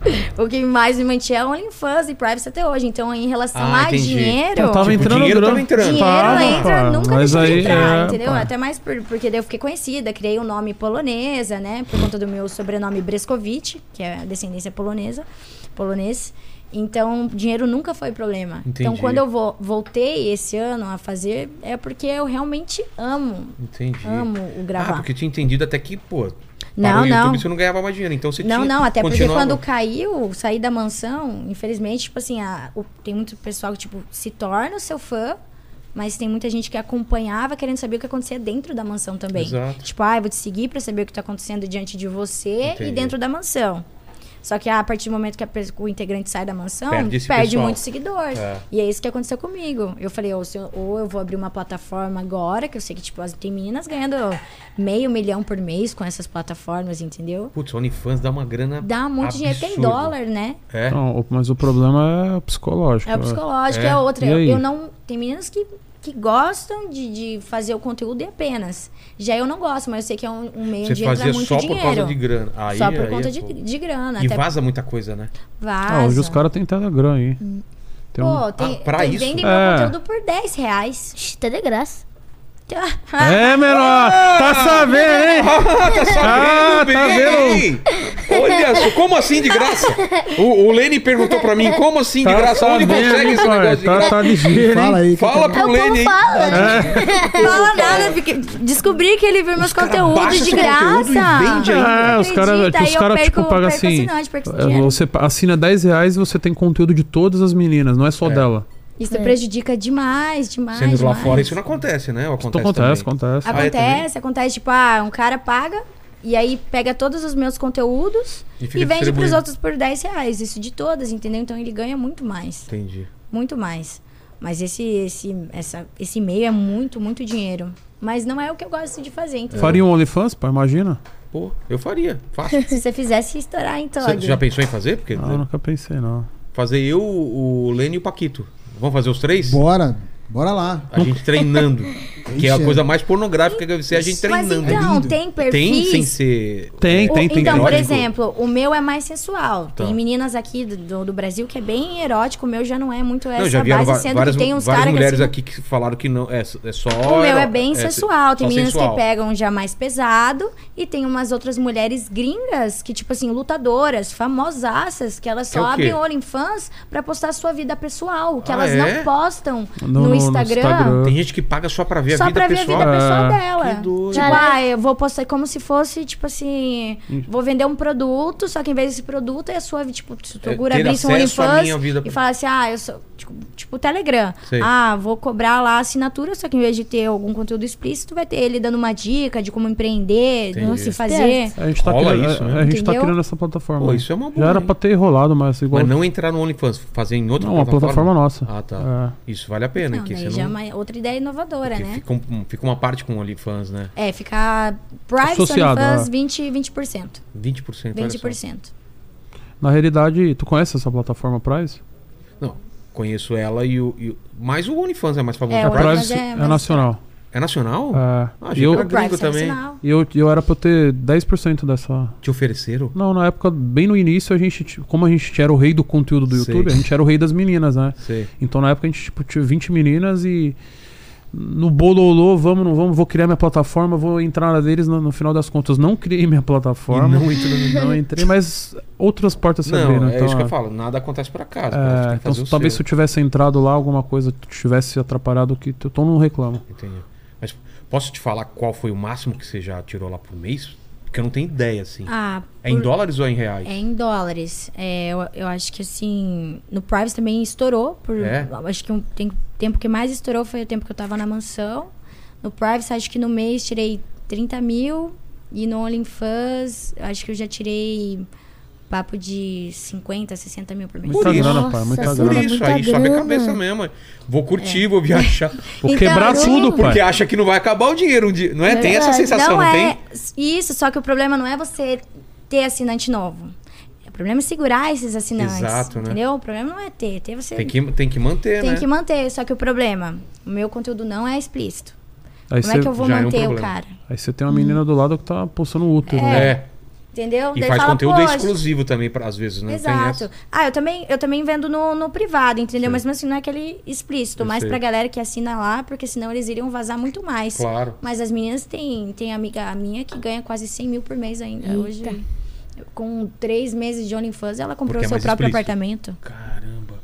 S6: o que mais me mantinha é OnlyFans e Privacy até hoje. Então, em relação
S1: Ah,
S6: a
S1: entendi.
S6: dinheiro.
S3: Eu tava
S1: Tipo,
S3: entrando
S1: dinheiro
S3: grana.
S1: tava entrando.
S6: Dinheiro
S3: Para,
S6: entra,
S3: pá.
S6: nunca
S3: Mas
S6: deixa de
S3: aí,
S6: entrar,
S3: é,
S6: entendeu?
S3: pá.
S6: Até mais por- porque daí eu fiquei conhecida, criei o nome polonesa, né? Por conta do meu sobrenome Breskovic, que é descendência polonesa, polonês. Então, dinheiro nunca foi problema. Então,
S1: Entendi.
S6: quando eu vo- voltei esse ano a fazer, é porque eu realmente amo,
S1: Entendi.
S6: amo o gravar.
S1: Ah, porque tinha entendido até que, pô, para
S6: Não,
S1: o
S6: não.
S1: YouTube você não ganhava mais dinheiro, então você
S6: Não,
S1: tinha...
S6: não, até porque
S1: continuava-
S6: quando caiu, saí da mansão, infelizmente, tipo assim, a- o- tem muito pessoal que, tipo, se torna o seu fã, mas tem muita gente que acompanhava querendo saber o que acontecia dentro da mansão também.
S1: Exato.
S6: Tipo, ah, eu vou te seguir pra saber o que tá acontecendo diante de você
S1: Entendi.
S6: e dentro da mansão. Só que ah, a partir do momento que a pe- o integrante sai da mansão,
S1: Perde
S6: perde,
S1: esse pessoal.
S6: muito seguidor.
S1: É.
S6: E é isso que aconteceu comigo. Eu falei, ou, se eu, ou eu vou abrir uma plataforma agora, que eu sei que, tipo, as- tem meninas ganhando meio milhão por mês com essas plataformas, entendeu?
S1: Putz, OnlyFans dá uma grana
S6: Dá muito dinheiro, tem
S1: absurda.
S6: dólar, né?
S1: É?
S3: Não, o- mas o problema é psicológico.
S6: É o psicológico, é,
S1: É.
S6: outra.
S3: E
S6: Eu,
S3: aí?
S6: eu não. Tem meninas que, que gostam de, de fazer o conteúdo e apenas. Já eu não gosto, mas eu sei que é um, um meio
S1: Você
S6: de entrar
S1: fazia
S6: muito
S1: só
S6: dinheiro.
S1: por causa de grana. Aí,
S6: só por
S1: aí
S6: conta
S1: é
S6: de,
S1: fogo.
S6: de grana.
S1: E
S6: até
S1: vaza muita coisa, né?
S6: vaza.
S3: Ah, hoje os caras têm Telegram aí. Tem um-
S6: Hum. Pô, tem,
S1: Ah, pra
S6: tem-
S1: isso?
S6: vendem meu
S3: É.
S6: conteúdo por 10 reais.
S5: Ixi, tá de graça.
S3: É, menor!
S1: Ah!
S3: Tá sabendo, hein?
S1: tá
S3: Ah, tá
S1: bem. Olha só, como assim de graça? O, o Lene perguntou pra mim, como assim de
S3: Tá
S1: graça? Onde consegue
S3: sabendo,
S1: esse negócio
S3: hein, pai?
S1: de
S3: Tá,
S1: graça?
S3: tá ligeiro, hein?
S2: Fala aí. é
S1: Fala pro
S5: É o povo
S1: Lene aí.
S3: né?
S5: fala. né?
S3: É.
S6: Fala nada, fiquei- descobri que ele viu meus
S1: cara
S6: conteúdos
S1: baixa
S6: de
S1: seu conteúdo e
S6: graça.
S1: vende ainda.
S3: É, os caras,
S6: Acredita, aí
S3: os
S6: eu
S3: caras,
S6: perco-
S3: tipo, pagam
S6: perco
S3: assim.
S6: assinante, perco esse
S3: eh,
S6: dinheiro.
S3: Você pa- assina 10 reais e você tem conteúdo de todas as meninas, não é só dela.
S6: Isso prejudica demais, demais.
S1: É. Sendo lá
S6: demais.
S1: fora, isso não acontece, né? Ou acontece
S3: Então acontece,
S1: também?
S3: acontece.
S1: Ah, é
S6: Acontece, acontece, tipo, ah, um cara paga e aí pega todos os meus conteúdos
S1: E
S6: e,
S1: fica
S6: vende pros
S1: distribuindo.
S6: outros por 10 reais. Isso de todas, entendeu? Então ele ganha muito mais.
S1: Entendi.
S6: Muito mais. Mas esse, esse, essa, esse meio é muito, muito dinheiro. Mas não é o que eu gosto de fazer, então.
S1: É.
S6: entendeu?
S3: Faria um OnlyFans, pô, imagina?
S1: Pô, eu faria. Fácil.
S6: Se você fizesse estourar então, em
S1: Você
S6: Tog.
S1: já pensou em fazer? Porque
S3: Ah, nunca pensei, não.
S1: fazer eu, o Lene e o Paquito. Vamos fazer os três?
S2: Bora, bora lá.
S1: A gente treinando. Que é a
S2: Ixi,
S1: coisa mais pornográfica que eu vi ser a gente treinando. É
S6: Mas
S5: Então,
S2: lindo.
S5: tem
S1: tem
S5: perfis.
S1: sem ser. é,
S3: Tem,
S6: O-
S3: tem, tem.
S6: então, por
S1: erótico?
S6: exemplo, o meu é mais sensual.
S1: Tá.
S6: Tem meninas aqui do- do, do Brasil que é bem erótico, o meu já não é muito essa
S1: Não, já vieram
S6: base,
S1: va-
S6: sendo
S1: várias,
S6: que tem uns
S1: várias
S6: caras que
S1: mulheres
S6: assim,
S1: aqui que falaram que não. É, é só.
S6: O meu é
S1: eró-
S6: bem sensual. Tem
S1: só
S6: meninas
S1: sensual.
S6: que pegam já mais pesado. E tem umas outras mulheres gringas que, tipo assim, lutadoras, famosaças, que elas
S1: Que é
S6: só
S1: o quê?
S6: abrem olho em fãs pra postar a sua vida pessoal. Que
S1: Ah,
S6: elas
S1: é?
S6: não postam
S3: Não,
S6: no,
S3: não, no
S6: Instagram.
S3: Instagram.
S1: Tem gente que paga só pra ver
S6: Só
S1: a vida
S6: pra ver
S1: pessoal.
S6: a vida pessoal
S3: Ah,
S6: dela.
S1: que doido.
S6: Tipo,
S5: Caralho.
S6: ah, eu vou postar como se fosse, tipo assim,
S1: Hum.
S6: vou vender um produto, só que em vez desse produto é a sua, tipo, se tu
S1: É,
S6: agora
S1: ter
S6: abrisse um
S1: acesso à
S6: OnlyFans
S1: minha vida
S6: e
S1: pra-
S6: falar assim, ah, eu sou, tipo, tipo Telegram.
S1: Sei.
S6: Ah, vou cobrar lá a assinatura, só que em vez de ter algum conteúdo explícito, vai ter ele dando uma dica de como empreender,
S1: Entendi.
S6: não se fazer.
S3: A gente tá,
S1: Rola
S3: criando,
S1: isso,
S3: a-
S1: né?
S3: a gente tá
S6: Entendeu?
S3: criando essa plataforma.
S1: Pô, isso é uma boa,
S3: Já era
S1: hein?
S3: pra ter rolado, mas igual.
S1: Mas não entrar no OnlyFans, fazer em outra
S3: Não, uma plataforma nossa.
S1: Ah,
S3: é.
S1: tá. Isso vale a pena.
S6: Não,
S1: que
S6: daí
S1: você
S6: já é
S1: não...
S6: uma outra ideia inovadora,
S1: porque
S6: né?
S1: fica, um- fica uma parte com OnlyFans, né?
S6: É, ficar private
S3: Associado,
S6: OnlyFans
S3: é.
S6: 20, 20%.
S1: 20%. olha só.
S6: 20%.
S3: Na realidade, tu conhece essa plataforma Price?
S1: Não, conheço ela e o. E o... Mas o OnlyFans é mais famoso.
S6: É,
S1: que
S3: a
S1: o Pride.
S6: OnlyFans
S3: Price
S6: é
S3: é,
S6: mais-
S3: nacional.
S1: É nacional?
S3: É.
S1: Ah, achei
S3: e eu,
S1: que era gringo
S6: Price é um
S1: também.
S6: sinal.
S3: e eu, e eu era pra ter 10% dessa.
S1: Te ofereceram?
S3: Não, na época, bem no início, a gente, t- como a gente era o rei do conteúdo do
S1: Sei.
S3: YouTube, a gente era o rei das meninas, né?
S1: Sei.
S3: Então na época a gente tipo, tinha 20 meninas e no bololô, vamos, não vamos, vou criar minha plataforma, vou entrar na deles no, no final das contas. Não criei minha plataforma, não, entrei, mas outras portas se
S1: Não,
S3: abriram.
S1: é
S3: então,
S1: isso que
S3: ah,
S1: eu falo. Nada acontece por acaso.
S3: é,
S1: cara, tem que
S3: então,
S1: fazer o
S3: talvez se
S1: seu.
S3: eu tivesse entrado lá, alguma coisa tivesse atrapalhado que eu tô não reclamo.
S1: Entendi. Mas posso te falar qual foi o máximo que você já tirou lá por mês? Porque eu não tenho ideia, assim.
S6: Ah,
S1: é em dólares ou é em reais?
S6: É em dólares. É, eu, eu acho que assim. No Privacy também estourou. Por,
S1: É?
S6: Acho que o tempo que mais estourou foi o tempo que eu tava na mansão. No Privacy, acho que no mês tirei 30 mil. E no OnlyFans, acho que eu já tirei papo de 50, 60 mil por mês.
S3: Muita
S1: isso.
S3: grana, pai, muita
S5: Nossa,
S1: É Por
S3: grana.
S1: isso,
S5: muita
S1: aí sobe a
S5: grana.
S1: cabeça mesmo. Vou
S6: É.
S1: curtir, vou viajar.
S3: Vou
S6: Então,
S3: quebrar
S6: eu-
S3: tudo, pai.
S1: Porque acha que não vai acabar o dinheiro um dia. Não é? Tem essa
S5: Verdade.
S1: sensação, não,
S6: é
S1: tem?
S6: Isso, só que o problema não é você ter assinante novo. O problema é segurar esses assinantes.
S1: Exato, né?
S6: Entendeu? O problema não é ter, ter você
S1: Tem que, tem que manter,
S6: Tem
S1: né?
S6: que manter, só que o problema, o meu conteúdo não é explícito.
S3: Aí
S6: Como é
S3: você
S6: que eu vou
S1: já é um
S6: manter o
S1: problema.
S6: cara?
S3: aí você tem uma menina do lado que tá postando útero. né?
S1: É.
S6: Entendeu?
S1: E
S6: Daí
S1: faz
S6: fala,
S1: conteúdo
S6: "Poxa,
S1: exclusivo também, pra, às vezes, né? Tem essa.
S6: Exato. Ah, eu também, eu também vendo no, no privado, entendeu?
S1: Sim.
S6: Mas mesmo assim não é aquele explícito,
S1: Eu
S6: mais
S1: sei.
S6: pra galera que assina lá, porque senão eles iriam vazar muito mais.
S1: Claro.
S6: Mas as meninas têm, tem amiga minha que ganha quase 100 mil por mês ainda. Hoje, com três meses de OnlyFans, ela comprou
S1: Porque é
S6: seu
S1: mais
S6: próprio
S1: explícito.
S6: apartamento.
S1: Caramba.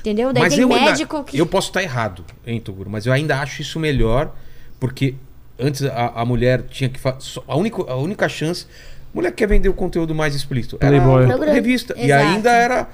S6: Entendeu? Daí tem
S1: eu ainda-
S6: médico que.
S1: Eu posso estar errado, hein, Toguro? Mas eu ainda acho isso melhor, porque antes a, a mulher tinha que fazer. A única, a única chance. Mulher que quer vender o conteúdo mais explícito. Era
S3: Playboy.
S5: Programa.
S1: revista. E
S6: Exato.
S1: ainda era.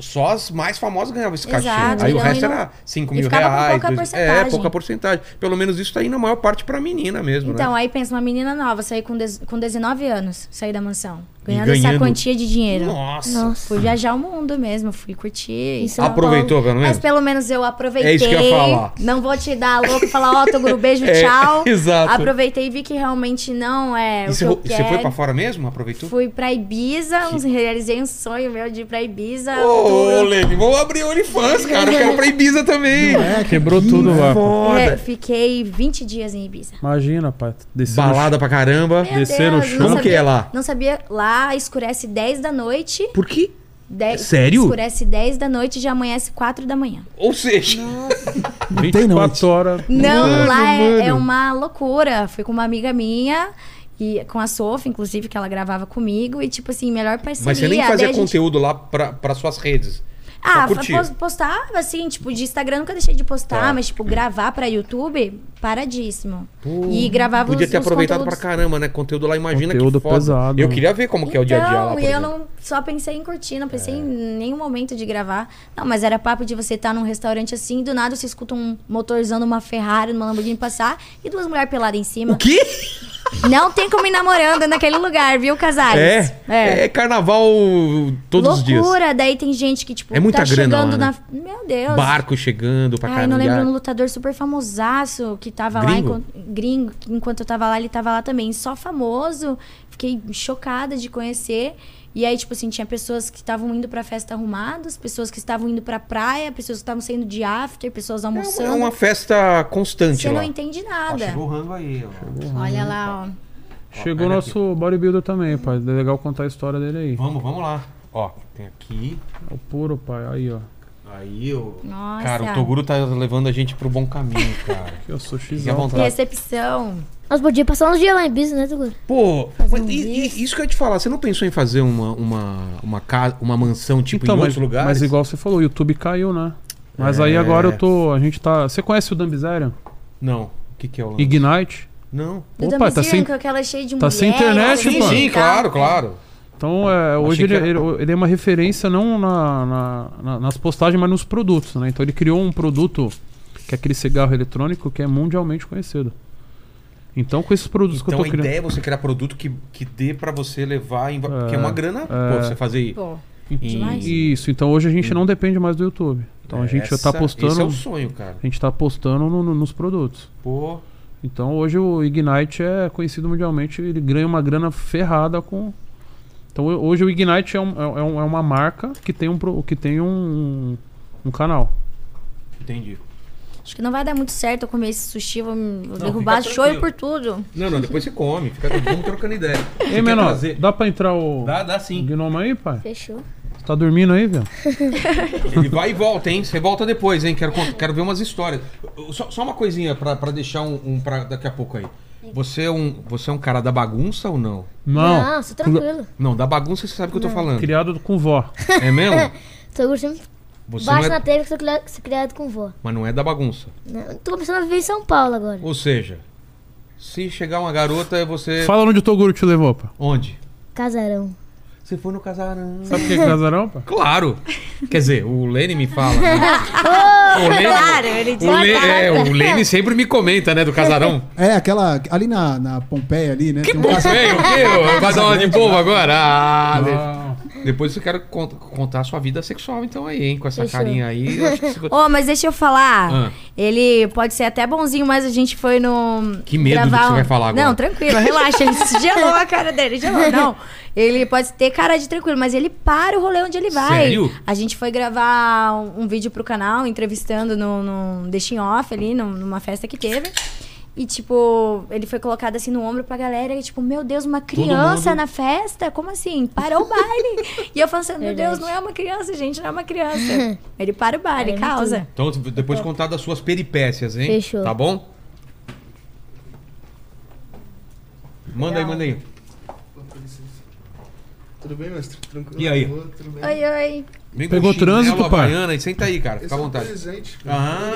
S1: Só as mais famosas ganhavam esse cachê.
S6: Exato,
S1: Aí o
S6: então,
S1: resto
S6: e não-
S1: era 5
S6: e
S1: mil
S6: ficava com
S1: reais.
S6: pouca
S1: É,
S6: porcentagem.
S1: pouca porcentagem. Pelo menos isso tá indo na maior parte pra menina mesmo,
S6: Então,
S1: né?
S6: aí pensa, uma menina nova, saí com, dez- com 19 anos, saí da mansão. Ganhando,
S1: ganhando-
S6: essa quantia de dinheiro.
S1: Nossa.
S5: Nossa.
S6: Fui viajar o mundo mesmo, fui curtir.
S5: Isso. é São
S1: Aproveitou, pelo menos?
S6: é Mas pelo menos eu aproveitei.
S1: É isso que eu ia falar.
S6: Não vou te dar louco e falar, ó, Toguro, beijo,
S1: É,
S6: tchau.
S1: exato.
S6: Aproveitei e vi que realmente não é
S1: E
S6: o
S1: você,
S6: que eu
S1: ro- você
S6: quero.
S1: foi pra fora mesmo? Aproveitou?
S6: Fui pra Ibiza, realizei um sonho meu de ir pra Ibiza.
S1: Ô,
S6: tudo.
S1: Lene, vou abrir OnlyFans, cara. Eu quero pra Ibiza também.
S3: É, quebrou tudo lá. pai.
S6: É, Fiquei 20 dias em Ibiza.
S3: Imagina, pai. descendo-
S1: Balada pra caramba.
S6: Meu
S3: Descer no
S6: Deus,
S3: chão.
S6: não
S1: Como que
S6: sabia-
S1: é lá?
S6: Não sabia. Lá escurece 10 da noite.
S1: Por quê?
S6: Dez-
S1: Sério?
S6: Escurece 10 da noite e já amanhece 4 da manhã.
S1: Ou seja,
S3: 24 horas.
S6: Não, lá é, é uma loucura. Fui com uma amiga minha. E com a Sofa, inclusive, que ela gravava comigo. E, tipo assim, melhor parceria.
S1: mas você nem
S6: daí né, a
S1: fazia
S6: gente-
S1: conteúdo lá pra, pra suas redes.
S6: Ah,
S1: só curtia.
S6: pos- postava, assim, tipo, de Instagram nunca deixei de postar.
S1: Tá.
S6: Mas, tipo, gravar pra YouTube, paradíssimo. e gravava
S1: Hum. Podia
S6: os,
S1: ter
S6: os
S1: aproveitado
S6: conteúdos.
S1: pra caramba, né? Conteúdo lá, imagina
S3: Conteúdo
S1: que foda.
S3: pesado.
S1: Eu queria ver como que é o dia a dia lá.
S6: Então,
S1: por
S6: e eu
S1: exemplo. É.
S6: não só pensei em curtir, não pensei em nenhum momento de gravar. Não, mas era papo de você estar num restaurante assim, do nada você escuta um motorzando uma Ferrari, uma Lamborghini passar e duas mulheres peladas em cima.
S1: O quê?
S6: Não tem como ir namorando naquele lugar, viu, Casares?
S1: É, é, carnaval todos os dias.
S6: Loucura, daí tem gente que, tipo,
S1: É muita
S6: tá
S1: grana
S6: chegando
S1: lá, né?
S6: na. Meu Deus.
S1: Barco chegando pra
S6: Ai, não
S1: caramba.
S6: lembro um lutador super famosaço que tava
S1: Gringo?
S6: lá enquanto, gringo, que enquanto eu tava lá, ele tava lá também, só famoso. fiquei chocada de conhecer. E aí, tipo assim, tinha pessoas que estavam indo pra festa arrumadas, pessoas que estavam indo pra praia, pessoas que estavam saindo de after, pessoas
S1: É uma,
S6: almoçando.
S1: é uma festa constante
S6: Você
S1: lá.
S6: não entende
S1: Ó,
S6: nada.
S1: chegou o rango aí, ó.
S6: Olha lá, ó.
S3: Chegou o nosso bodybuilder também, pai. É legal contar a história dele aí.
S1: Vamos, vamos lá. Ó, tem aqui.
S3: É o puro, pai. Aí, ó.
S1: Aí, ó.
S6: Nossa.
S1: Cara, o Toguro tá levando a gente pro bom caminho, cara.
S3: Aqui eu sou x
S1: Fique à vontade.
S6: Recepção.
S5: Nós podíamos passar uns dias lá em business, né, Toguro?
S1: Pô, mas
S5: um
S1: e- e- isso que eu ia te falar, você não pensou em fazer uma, uma, uma, casa, uma mansão, tipo, em
S3: Então, mas,
S1: outro lugar?
S3: mas igual você falou, o YouTube caiu, né? Mas aí
S1: É.
S3: agora eu tô. A gente tá. Você conhece o Dambizarian?
S1: Não, o que que é o lance?
S3: Ignite?
S1: Não.
S6: Do
S3: Opa, tá
S6: Damizinho,
S3: sem-
S6: com aquela cheia de
S3: tá sem
S6: mulher,
S3: internet,
S6: assim,
S1: Sim,
S3: pô.
S1: sim,
S6: tá?
S1: claro, claro.
S3: Então, é, hoje ele,
S1: que era-
S3: ele- ele é uma referência não na- na- na- nas postagens, mas nos produtos, né? Então ele criou um produto que é aquele cigarro eletrônico que é mundialmente conhecido. Então, com esses produtos que eu
S1: Então
S3: tô
S1: a
S3: criando.
S1: ideia é você criar produto que, que dê pra você levar, em... que é uma grana, pô, você fazer...
S6: Pô, demais.
S1: em...
S3: Isso, então hoje a gente não depende mais do YouTube. Então a gente já tá
S1: Hum. Essa- Esse
S3: postando.
S1: é o sonho, cara.
S3: A gente tá postando no- no- nos produtos.
S1: Pô,
S3: Então hoje o Ignite é conhecido mundialmente, ele ganha uma grana ferrada com. Então ho- hoje o Ignite é, um- é um- é uma marca que tem um, pro- que tem um, um canal.
S1: entendi.
S6: Acho que não vai dar muito certo eu comer esse sushi, vou, me- vou
S1: Não,
S6: derrubar
S1: fica
S6: show
S1: tranquilo.
S6: por tudo.
S1: Não, não, depois você come, fica vamos trocando ideia. Você
S3: Ei,
S1: quer
S3: menor,
S1: trazer-
S3: dá pra entrar o
S1: Dá, dá
S3: o
S1: sim.
S3: Gnome aí, pai?
S5: Fechou.
S3: Você tá dormindo aí, velho?
S1: Ele vai e volta, hein? Você volta depois, hein? Quero, con- quero ver umas histórias. Uh, Só, só uma coisinha pra, pra deixar um, um pra daqui a pouco aí. Você é, um, você é um cara da bagunça ou não?
S3: Não.
S5: Não, sou tranquilo.
S1: Não, da bagunça você sabe o que eu tô falando.
S3: Criado com vó.
S1: É mesmo?
S5: Toguro sempre
S1: Você
S5: bate
S1: não
S5: na
S1: é,
S5: tela que sou criado, sou criado com vó.
S1: mas não é da bagunça.
S5: Né? Tô começando a viver em São Paulo agora.
S1: Ou seja, se chegar uma garota, você.
S3: Fala onde o Toguro te levou, pai.
S1: Onde?
S5: Casarão.
S1: Você foi no casarão.
S3: Sabe o que é casarão, pai?
S1: Claro! Quer dizer, o Lene me fala. né? o Lene,
S6: Oh, Claro, ele
S1: o Le- é, o Lene sempre me comenta, né, do casarão.
S2: É, aquela. Ali na, na Pompeia, ali, né? tem um
S1: Pô,
S2: casa-
S1: Veio, veio, vai dar uma de bobo agora? Ah, Le-
S3: Ah,
S1: Depois eu quero cont- contar a sua vida sexual, então, aí, hein? Com essa
S5: Fechou.
S1: carinha aí. eu acho que você-
S6: Ô, mas deixa eu falar.
S1: Ah.
S6: Ele pode ser até bonzinho, mas a gente foi no. um
S1: Que medo do que você vai falar agora.
S6: Não, tranquilo, relaxa. Ele se gelou a cara dele, gelou. Não. Ele pode ter cara de tranquilo, mas ele para o rolê onde ele vai.
S1: Sério?
S6: A gente foi gravar um, um vídeo pro canal, entrevistando no, no Deixa em Off ali, num- numa festa que teve. E, tipo, ele foi colocado assim no ombro pra galera. E, tipo, meu Deus, uma criança
S1: mundo-
S6: na festa? Como assim? Parou o baile. e eu falando assim, meu Deus,
S5: Verdade.
S6: não é uma criança, gente, não é uma criança. ele para o baile,
S5: É, muito
S6: causa.
S1: Então, depois de contar das suas peripécias, hein?
S5: Fechou.
S1: Tá bom? Manda aí, manda aí.
S7: Tudo bem, mestre? Tranquilo?
S1: E aí?
S7: Boa, Tudo bem?
S6: Oi, oi.
S1: Vem
S3: Pegou
S1: chinelo,
S3: trânsito, pai?
S1: havaiana, e Senta aí, cara.
S7: Esse
S1: Fica
S7: é
S1: à
S7: um
S1: vontade.
S7: presente.
S1: Ah,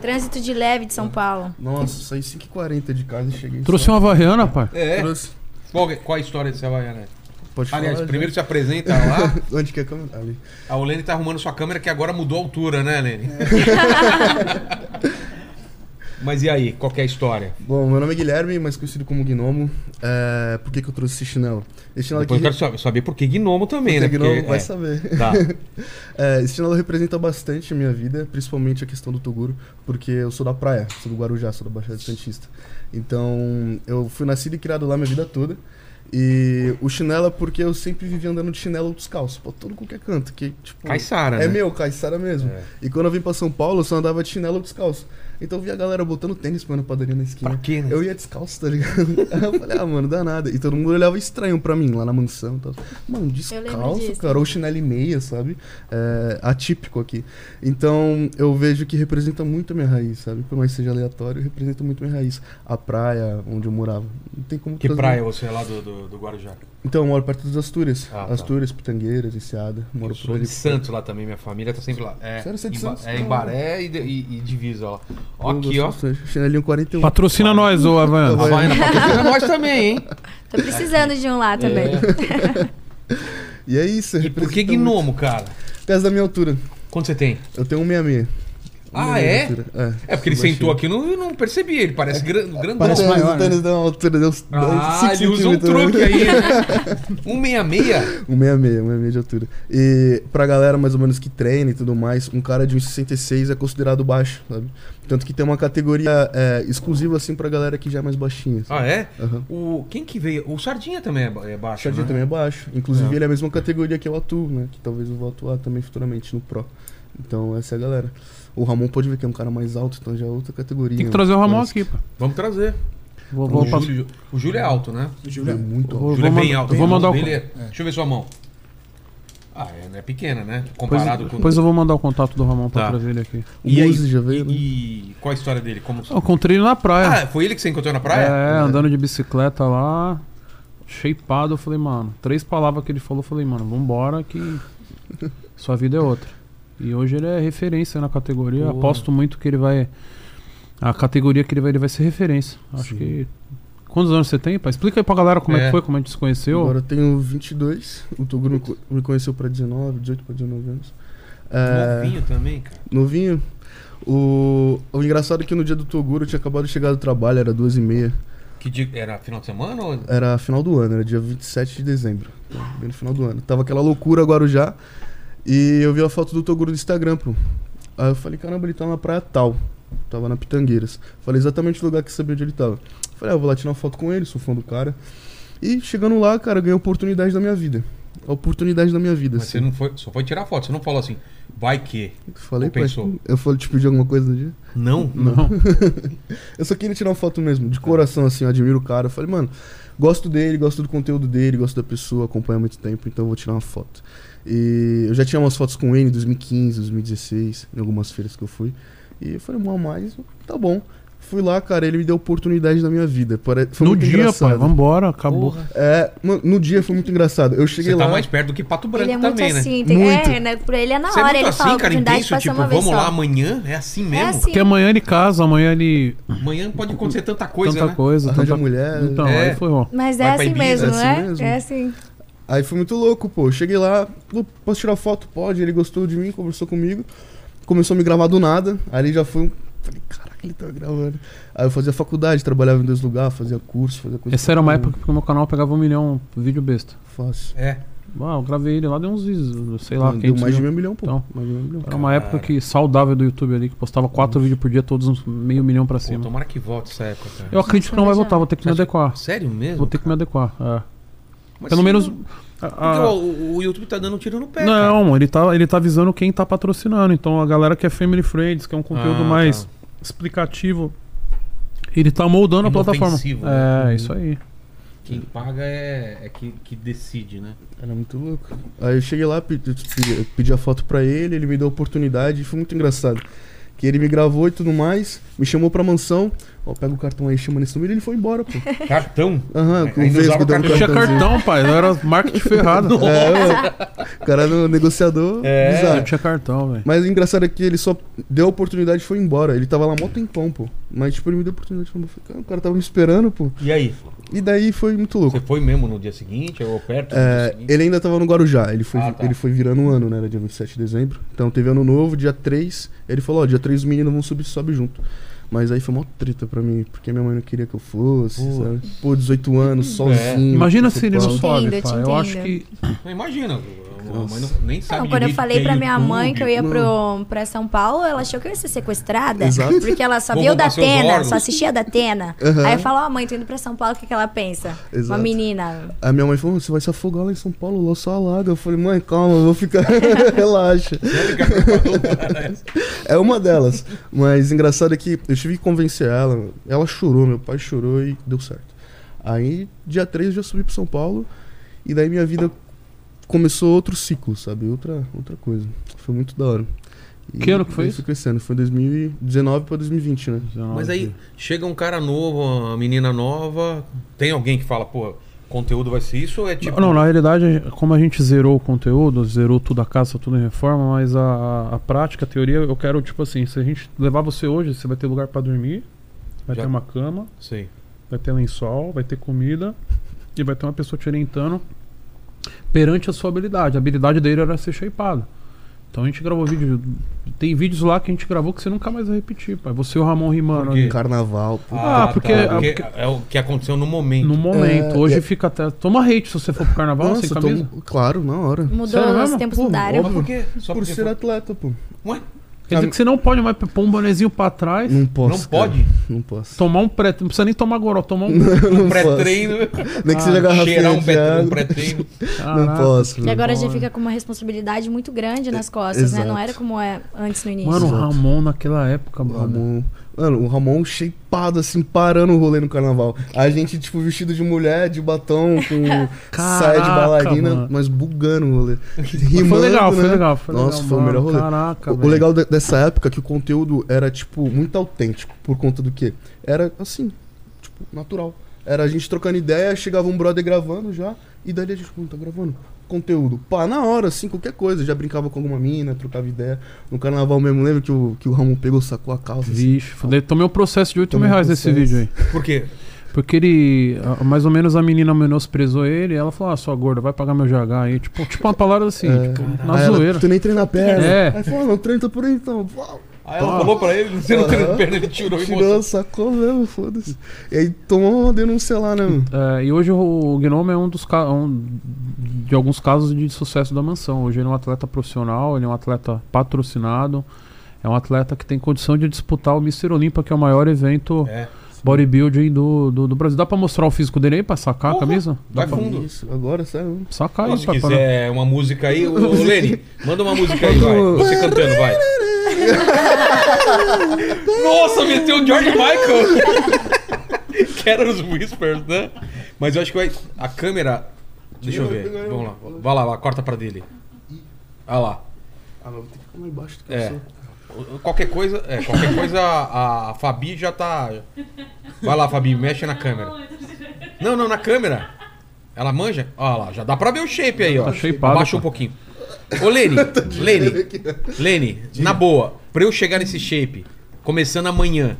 S6: Trânsito de leve de
S1: Uhum.
S6: São Paulo.
S7: Nossa, saí 5h40 de casa e cheguei.
S3: Trouxe
S7: só-
S3: uma havaiana, pai?
S1: é.
S7: Trouxe.
S1: Qual, qual a história dessa havaiana?
S7: Pode falar.
S1: Aliás,
S7: já?
S1: primeiro se apresenta lá.
S7: Onde que é a câmera? Ali.
S1: A Olene tá arrumando sua câmera que agora mudou a altura, né, Lene? Mas e aí, qual que é a história?
S7: Bom, meu nome é Guilherme, mais conhecido como Gnomo. É, por que, que eu trouxe esse chinelo? Esse chinelo
S1: Depois eu
S7: aqui.
S1: quero saber, saber por que gnomo também,
S7: Você
S1: né?
S7: que não
S1: Porque,
S7: vai
S1: é,
S7: saber.
S1: Tá.
S7: É, esse chinelo representa bastante a minha vida, principalmente a questão do Toguro, porque eu sou da praia, sou do Guarujá, sou da Baixada Santista. Então, eu fui nascido e criado lá minha vida toda. E o chinelo é porque eu sempre vivi andando de chinelo descalço, pra todo qualquer canto. Que, tipo,
S1: Caiçara,
S7: É
S1: né?
S7: meu, caiçara mesmo.
S1: É.
S7: E quando eu vim pra São Paulo, eu só andava de chinelo descalço. Então eu vi a galera botando tênis pra ir na padaria na esquina.
S1: Pra quê, né?
S7: Eu ia descalço, tá ligado? Aí eu falei, ah, mano, dá nada. E todo mundo olhava estranho pra mim lá na mansão e tal. Mano, descalço,
S6: disso.
S7: cara. Ou chinelo e meia, sabe? É, atípico aqui. Então eu vejo que representa muito a minha raiz, sabe? Por mais que seja aleatório, representa muito a minha raiz. A praia onde eu morava. Não tem como
S1: Que
S7: trazer-
S1: praia você é lá do, do, do Guarujá?
S7: Então, eu moro perto das Astúrias.
S1: Ah, tá.
S7: Astúrias, Pitangueiras, Enseada. Moro
S1: Eu
S7: por
S1: sou
S7: ali.
S1: de Santos lá também, minha família tá sempre lá. É,
S7: Sério, você é de
S1: em Ba-
S7: Santos?
S1: É, em Baré e, de- e- e divisa, ó. Ó,
S7: Eu
S1: aqui,
S7: gosto
S1: ó.
S7: bastante. Chinelinho 41.
S3: Patrocina nós, ô Havaiana.
S1: Havaiana, patrocina nós também, hein? É.
S6: Tô precisando de um lá também.
S7: E é isso.
S1: E por que
S7: representa muito.
S1: gnomo, cara?
S7: Por causa da minha altura. um
S1: Quanto você tem?
S7: Eu tenho 166.
S1: Ah,
S7: Na
S1: é?
S7: altura.
S1: É porque ele
S7: sou baixinho.
S1: sentou aqui, eu não, eu não percebi. Ele parece gran- grandão.
S2: Parece
S7: O tênis-
S2: maior, né?
S7: O tênis dá uma altura de uns
S1: Ah,
S7: 5
S1: ele usa um
S7: centímetros, né?
S1: truque aí, né? 166?
S7: 1,66, 1,66 de altura. E pra galera mais ou menos que treina e tudo mais, um cara de 1,66 é considerado baixo, sabe? Tanto que tem uma categoria é, exclusiva, assim, pra galera que já é mais baixinha. sabe?
S1: Ah, é?
S7: Aham.
S1: O, quem que veio? O Sardinha também é, ba- é
S7: O
S1: baixo.
S7: Sardinha
S1: né?
S7: também é baixo. Inclusive,
S1: É.
S7: ele é a mesma categoria que eu atuo, né? Que talvez eu vou atuar também futuramente no Pro. Então, essa é a galera. O Ramon pode ver que é um cara mais alto, então já é outra categoria.
S3: Tem que trazer o Ramon
S7: Mas
S3: aqui, pô.
S1: Vamos trazer.
S3: Vou,
S1: O
S3: vou, pass-
S1: Júlio, o Júlio é alto, né?
S7: Ele é muito
S3: vou-
S1: O
S7: alto.
S1: Júlio é
S3: vou
S1: bem
S3: mandar-
S1: alto.
S3: vou
S1: A mão
S3: mandar o
S1: dele é- Deixa eu ver sua mão. Ah, é, né? pequena, né?
S3: Depois,
S1: Comparado
S7: é,
S1: com...
S3: depois eu vou mandar o contato do Ramon pra
S1: Tá.
S3: trazer ele aqui.
S7: O
S1: aí-
S7: Moses já veio, né?
S1: E qual a história dele? Como...
S3: Eu encontrei ele na praia.
S1: Ah, foi ele que você encontrou na
S3: é,
S1: praia?
S3: andando de bicicleta lá, shapeado. Eu falei, mano, três palavras que ele falou, eu falei, mano, vambora que sua vida é outra. E hoje ele é referência na categoria.
S1: Boa.
S3: Aposto muito que ele vai. A categoria que ele vai, ele vai ser referência. Acho que. Quantos anos você tem, pai? Explica aí pra galera como é,
S1: É.
S3: que foi, como a gente se conheceu.
S7: Agora eu tenho 22. O Toguro me co- me conheceu pra 19, 18 pra 19 anos. É,
S1: Novinho também, cara.
S7: Novinho. O, o engraçado é que no dia do Toguro eu tinha acabado de chegar do trabalho, era duas e meia.
S1: Que dia... Era final de semana ou...
S7: Era final do ano, era dia 27 de dezembro. Então, Bem no final do ano. Tava aquela loucura Guarujá. E eu vi a foto do Toguro no Instagram, pô. Aí eu falei, caramba, ele tá na praia tal. Tava na Pitangueiras. Falei exatamente o lugar que eu sabia onde ele tava. Falei, ah, eu vou lá tirar uma foto com ele, sou fã do cara. E chegando lá, cara, eu ganhei a oportunidade da minha vida. A oportunidade da minha vida.
S1: Mas
S7: assim.
S1: você não foi... Só foi tirar foto. Você não falou assim, vai que...
S7: Falei,
S1: Ou
S7: pai,
S1: pensou?
S7: eu falei, te pedi alguma coisa no dia?
S1: Não?
S3: Não.
S7: Eu só queria tirar uma foto mesmo, de coração, assim, eu admiro o cara. Eu falei, mano, gosto dele, gosto do conteúdo dele, gosto da pessoa, acompanho há muito tempo, então eu vou tirar uma foto. E eu já tinha umas fotos com ele em 2015, 2016, em algumas feiras que eu fui. E eu falei, mano, mas tá bom. Fui lá, cara, ele me deu a oportunidade da minha vida. Pare- Foi
S3: no
S7: muito
S3: dia,
S7: engraçado.
S3: pai, vambora, acabou.
S1: Porra.
S7: É, mano, no dia foi muito engraçado. Eu cheguei
S1: Você
S7: lá. né?
S1: tá mais perto do que Pato Branco
S6: Ele é muito
S1: também, né?
S6: assim, tem-
S7: Muito.
S6: é, né? Pra ele é na
S1: Você é
S6: hora,
S1: muito
S6: ele
S1: assim,
S6: fala,
S1: cara,
S6: oportunidade
S1: intenso,
S6: passa
S1: tipo,
S6: uma vez
S1: vamos lá
S6: só.
S1: amanhã, é assim mesmo?
S6: assim.
S3: Porque amanhã ele casa, amanhã ele.
S1: Amanhã pode acontecer tanta coisa,
S3: tanta
S1: né?
S3: coisa.
S7: Arranja
S3: Tanta...
S7: mulher.
S3: Então,
S1: É.
S3: aí foi, ó.
S6: Mas
S1: Vai
S6: é
S1: pra
S6: assim
S1: Ibiza,
S6: mesmo,
S7: é
S6: não
S7: assim
S6: é?
S7: mesmo.
S6: É assim.
S7: Aí foi muito louco, pô. Eu Cheguei lá, pô, posso tirar foto? Pode. Ele gostou de mim, conversou comigo. Começou a me gravar do nada. Aí ele já foi um. Falei, caraca, ele tá gravando. Aí eu fazia faculdade, trabalhava em dois lugares, fazia curso, fazia coisa.
S3: Essa era uma
S1: tipo
S3: época que o meu canal pegava um milhão, vídeo besta.
S7: Fácil.
S1: É.
S3: Ah, eu gravei ele lá, deu uns vídeos, sei lá,
S7: Mano, deu
S3: 500
S7: mais de
S3: mil.
S7: meio milhão, pô.
S3: Então.
S7: Mais de meio milhão.
S3: Era uma época que saudável do YouTube ali, que postava quatro vídeos por dia, todos uns meio milhão pra
S1: Pô,
S3: cima.
S1: tomara que volte essa época, cara.
S3: Eu acredito que não vai
S5: Imagina.
S3: voltar, vou ter que me
S1: Acho-
S3: adequar.
S1: Sério mesmo?
S3: Vou ter que me adequar, é.
S1: Mas
S3: Pelo
S1: se
S3: menos...
S1: não-
S3: a-
S1: Porque
S3: a-
S1: o, o- o YouTube tá dando um tiro no pé, cara.
S3: Não, ele tá, ele tá avisando quem tá patrocinando. Então a galera que é family friends, que é um conteúdo
S1: Ah,
S3: mais
S1: tá.
S3: explicativo, ele tá moldando a plataforma.
S1: Inofensivo, né?
S3: É, isso aí.
S1: Quem paga é, é que, que decide, né?
S7: Era muito louco. Aí eu cheguei lá, pedi, pedi- pedi a foto pra ele, ele me deu a oportunidade e foi muito engraçado. Que ele me gravou e tudo mais, me chamou pra mansão. Ó, pega o cartão aí, chama nesse número e ele foi embora, pô.
S1: Cartão.
S7: Aham, com o
S1: Ainda usava
S7: Vesgo deu um
S1: cartão.
S3: Não tinha
S7: cartãozinho.
S3: cartão, pai. Não era marketing ferrado. Não
S7: É, o cara no negociador
S1: É.
S7: bizarro.
S3: tinha cartão, velho.
S7: Mas o engraçado é que ele só deu a oportunidade e foi embora. Ele tava lá mó tempão, pô. Mas, tipo, ele me deu a oportunidade e foi embora. Eu falei, cara, O cara tava me esperando, pô.
S1: E aí?
S7: E daí foi muito louco.
S1: Você foi mesmo no dia seguinte ou perto do dia
S7: É,
S1: seguinte?
S7: ele ainda tava no Guarujá. Ele foi,
S1: Ah, tá.
S7: ele foi virando um ano, né? Era dia 27 de dezembro. Então teve ano novo, dia 3. Ele falou, ó, dia 3 os meninos vão subir, sobe junto. Mas aí foi mó treta pra mim, porque minha mãe não queria que eu fosse,
S1: Pô.
S7: sabe? Pô, 18 anos,
S1: É.
S7: sozinho.
S3: Imagina
S7: em
S3: se
S7: São
S3: ele não
S7: Paulo.
S6: Paulo.
S3: sobe,
S6: Entendo,
S3: pai.
S6: te
S3: Eu acho que.
S6: entendo.
S1: Não, imagina. A mãe não, nem sabe
S6: Não, quando eu
S1: direito
S6: falei
S1: que é
S6: pra minha mãe que eu ia
S1: YouTube.
S6: pro, pra São Paulo, ela achou que eu ia ser sequestrada.
S7: Exato.
S6: Porque ela só
S1: Vou
S6: viu da
S1: roubar seus
S6: Atena,
S1: órgãos.
S6: só assistia da Atena.
S7: Aham.
S6: Aí eu falo, ó, mãe, tô indo pra São Paulo, o que, que ela pensa?
S7: Exato.
S6: Uma menina.
S7: Aí minha mãe falou, você vai se afogar lá em São Paulo, lá só alaga. Eu falei, mãe, calma, eu vou ficar, relaxa. É uma delas. Mas engraçado é que eu tive que convencer ela. Ela chorou, meu pai chorou e deu certo. Aí, dia 3 eu já subi pro São Paulo. E daí minha vida começou outro ciclo, sabe? Outra, outra coisa. Foi muito da hora. E
S3: Que ano que foi
S7: daí
S3: isso?
S7: Fui crescendo. Foi 2019 pra 2020, né?
S3: Então,
S1: Mas aí chega um cara novo, uma menina nova. Tem alguém que fala, pô, conteúdo vai ser isso ou é tipo.
S3: Não, na realidade, como a gente zerou o conteúdo, zerou tudo a casa, tudo em reforma, mas a, a prática, a teoria, eu quero, tipo assim, se a gente levar você hoje, você vai ter lugar pra dormir, vai
S1: Já-
S3: ter uma cama,
S1: Sei.
S3: vai ter lençol, vai ter comida e vai ter uma pessoa te orientando perante a sua habilidade. A habilidade dele era ser shapeado. Então a gente gravou vídeo. Tem vídeos lá que a gente gravou que você nunca mais vai repetir, pai. Você e o Ramon rimando
S1: Por quê?
S3: ali.
S7: Carnaval. pô.
S3: Ah, porque-
S1: é o que aconteceu no momento.
S3: No momento. Hoje
S7: é-
S3: fica até. Toma hate se você for pro carnaval sem
S7: Nossa,
S3: camisa.
S7: tô... claro, na hora.
S6: Mudou,
S3: Sério
S6: os
S3: mesmo?
S6: tempos
S3: Pô,
S6: mudaram.
S1: Mas por quê? Só
S7: Por
S1: porque
S7: ser
S1: foi-
S7: atleta, pô.
S1: Ué?
S3: Quer dizer que você não pode mais pôr um bonezinho pra trás,
S7: Não posso.
S1: Não
S7: cara.
S1: pode?
S7: Não posso.
S3: tomar um pré. Não precisa nem tomar goró, tomar um.
S1: Um
S7: Não
S1: pré-treino.
S7: Nem É que
S3: Ah,
S7: seja garrafinha
S1: Cheirar um
S7: de
S1: pré- um
S7: água.
S1: pré-treino.
S7: Não
S3: Caraca.
S7: posso.
S6: E
S7: mano.
S6: agora
S1: Uhum.
S6: já
S3: Bora.
S6: fica com uma responsabilidade muito grande nas costas, né?
S7: exato.
S6: Não era como é antes no início.
S3: Mano, o
S7: Exato.
S3: Ramon naquela época,
S7: O
S3: mano.
S7: Ramon. Mano, o Ramon shapeado, assim, parando o rolê no carnaval. A gente, tipo, vestido de mulher, de batom, com saia de
S3: Caraca,
S7: bailarina,
S3: mano.
S7: mas bugando o rolê.
S3: Mas
S7: Rimando,
S3: Foi legal, foi
S7: né?
S3: legal, foi legal.
S7: Nossa, foi o
S3: mano.
S7: melhor rolê.
S3: Caraca,
S7: O- o
S3: velho.
S7: legal de- dessa época é que o conteúdo era, tipo, muito autêntico. Por conta do quê? Era, assim, tipo, natural. Era a gente trocando ideia, chegava um brother gravando já, e dali a gente, pô, tá gravando conteúdo. Pá, na hora, assim, qualquer coisa. Já brincava com alguma mina, trocava ideia. No carnaval mesmo, lembra que o, que o Ramon pegou, sacou a calça? assim?
S3: Vixe, fudeu. tomei um processo de 8
S7: Tomei
S3: mil
S7: um
S3: reais nesse
S7: processo.
S3: vídeo aí.
S1: Por quê?
S3: Porque ele. a- mais ou menos a menina menosprezou ele e ela falou, ah, sua gorda, vai pagar meu GH aí. Tipo, tipo uma palavra assim,
S7: É.
S3: tipo, na
S7: Aí ela,
S3: zoeira.
S7: tu nem treina a perna.
S3: É.
S7: Aí falou, "Ah, não, treina tá por aí então. Pau.
S1: Aí ela falou pra ele, você não
S7: Aham.
S1: tem perna, ele tirou e
S7: Tirou, sacou mesmo, foda-se. E aí tomou uma denúncia lá, né, mano?
S3: É, e hoje o Gnome é um dos ca- um de alguns casos de sucesso da mansão. Hoje ele é um atleta profissional, ele é um atleta patrocinado, é um atleta que tem condição de disputar o Mr. Olimpa, que é o maior evento
S1: É.
S3: bodybuilding do, do, do Brasil. Dá pra mostrar o físico dele aí pra sacar a camisa?
S1: Vai
S3: Dá pra...
S1: fundo.
S7: Isso, agora, sério.
S3: Sacar
S1: Não,
S3: aí,
S1: se
S3: pai, pra-
S1: quiser uma música aí, ô ô, Lene, manda uma música aí, vai. Você cantando, vai. Nossa, meteu o George Michael! que era os Whispers, né? Mas eu acho que vai. A câmera. Deixa eu ver. Vamos lá. Vai lá, lá, corta pra dele. Olha lá.
S7: Ah, mas vou ter que ficar mais baixo do que
S1: É.
S7: eu sou.
S1: Qualquer coisa. É, qualquer coisa a, a Fabi já tá. Vai lá, Fabi, mexe na câmera. Não, não, na câmera. Ela manja? Olha lá, já dá pra ver o shape aí, ó.
S3: Tá shapeado,
S1: Abaixa um
S3: pô.
S1: pouquinho. Ô, Lene, Lene, Lene, na boa, pra eu chegar nesse shape, começando amanhã,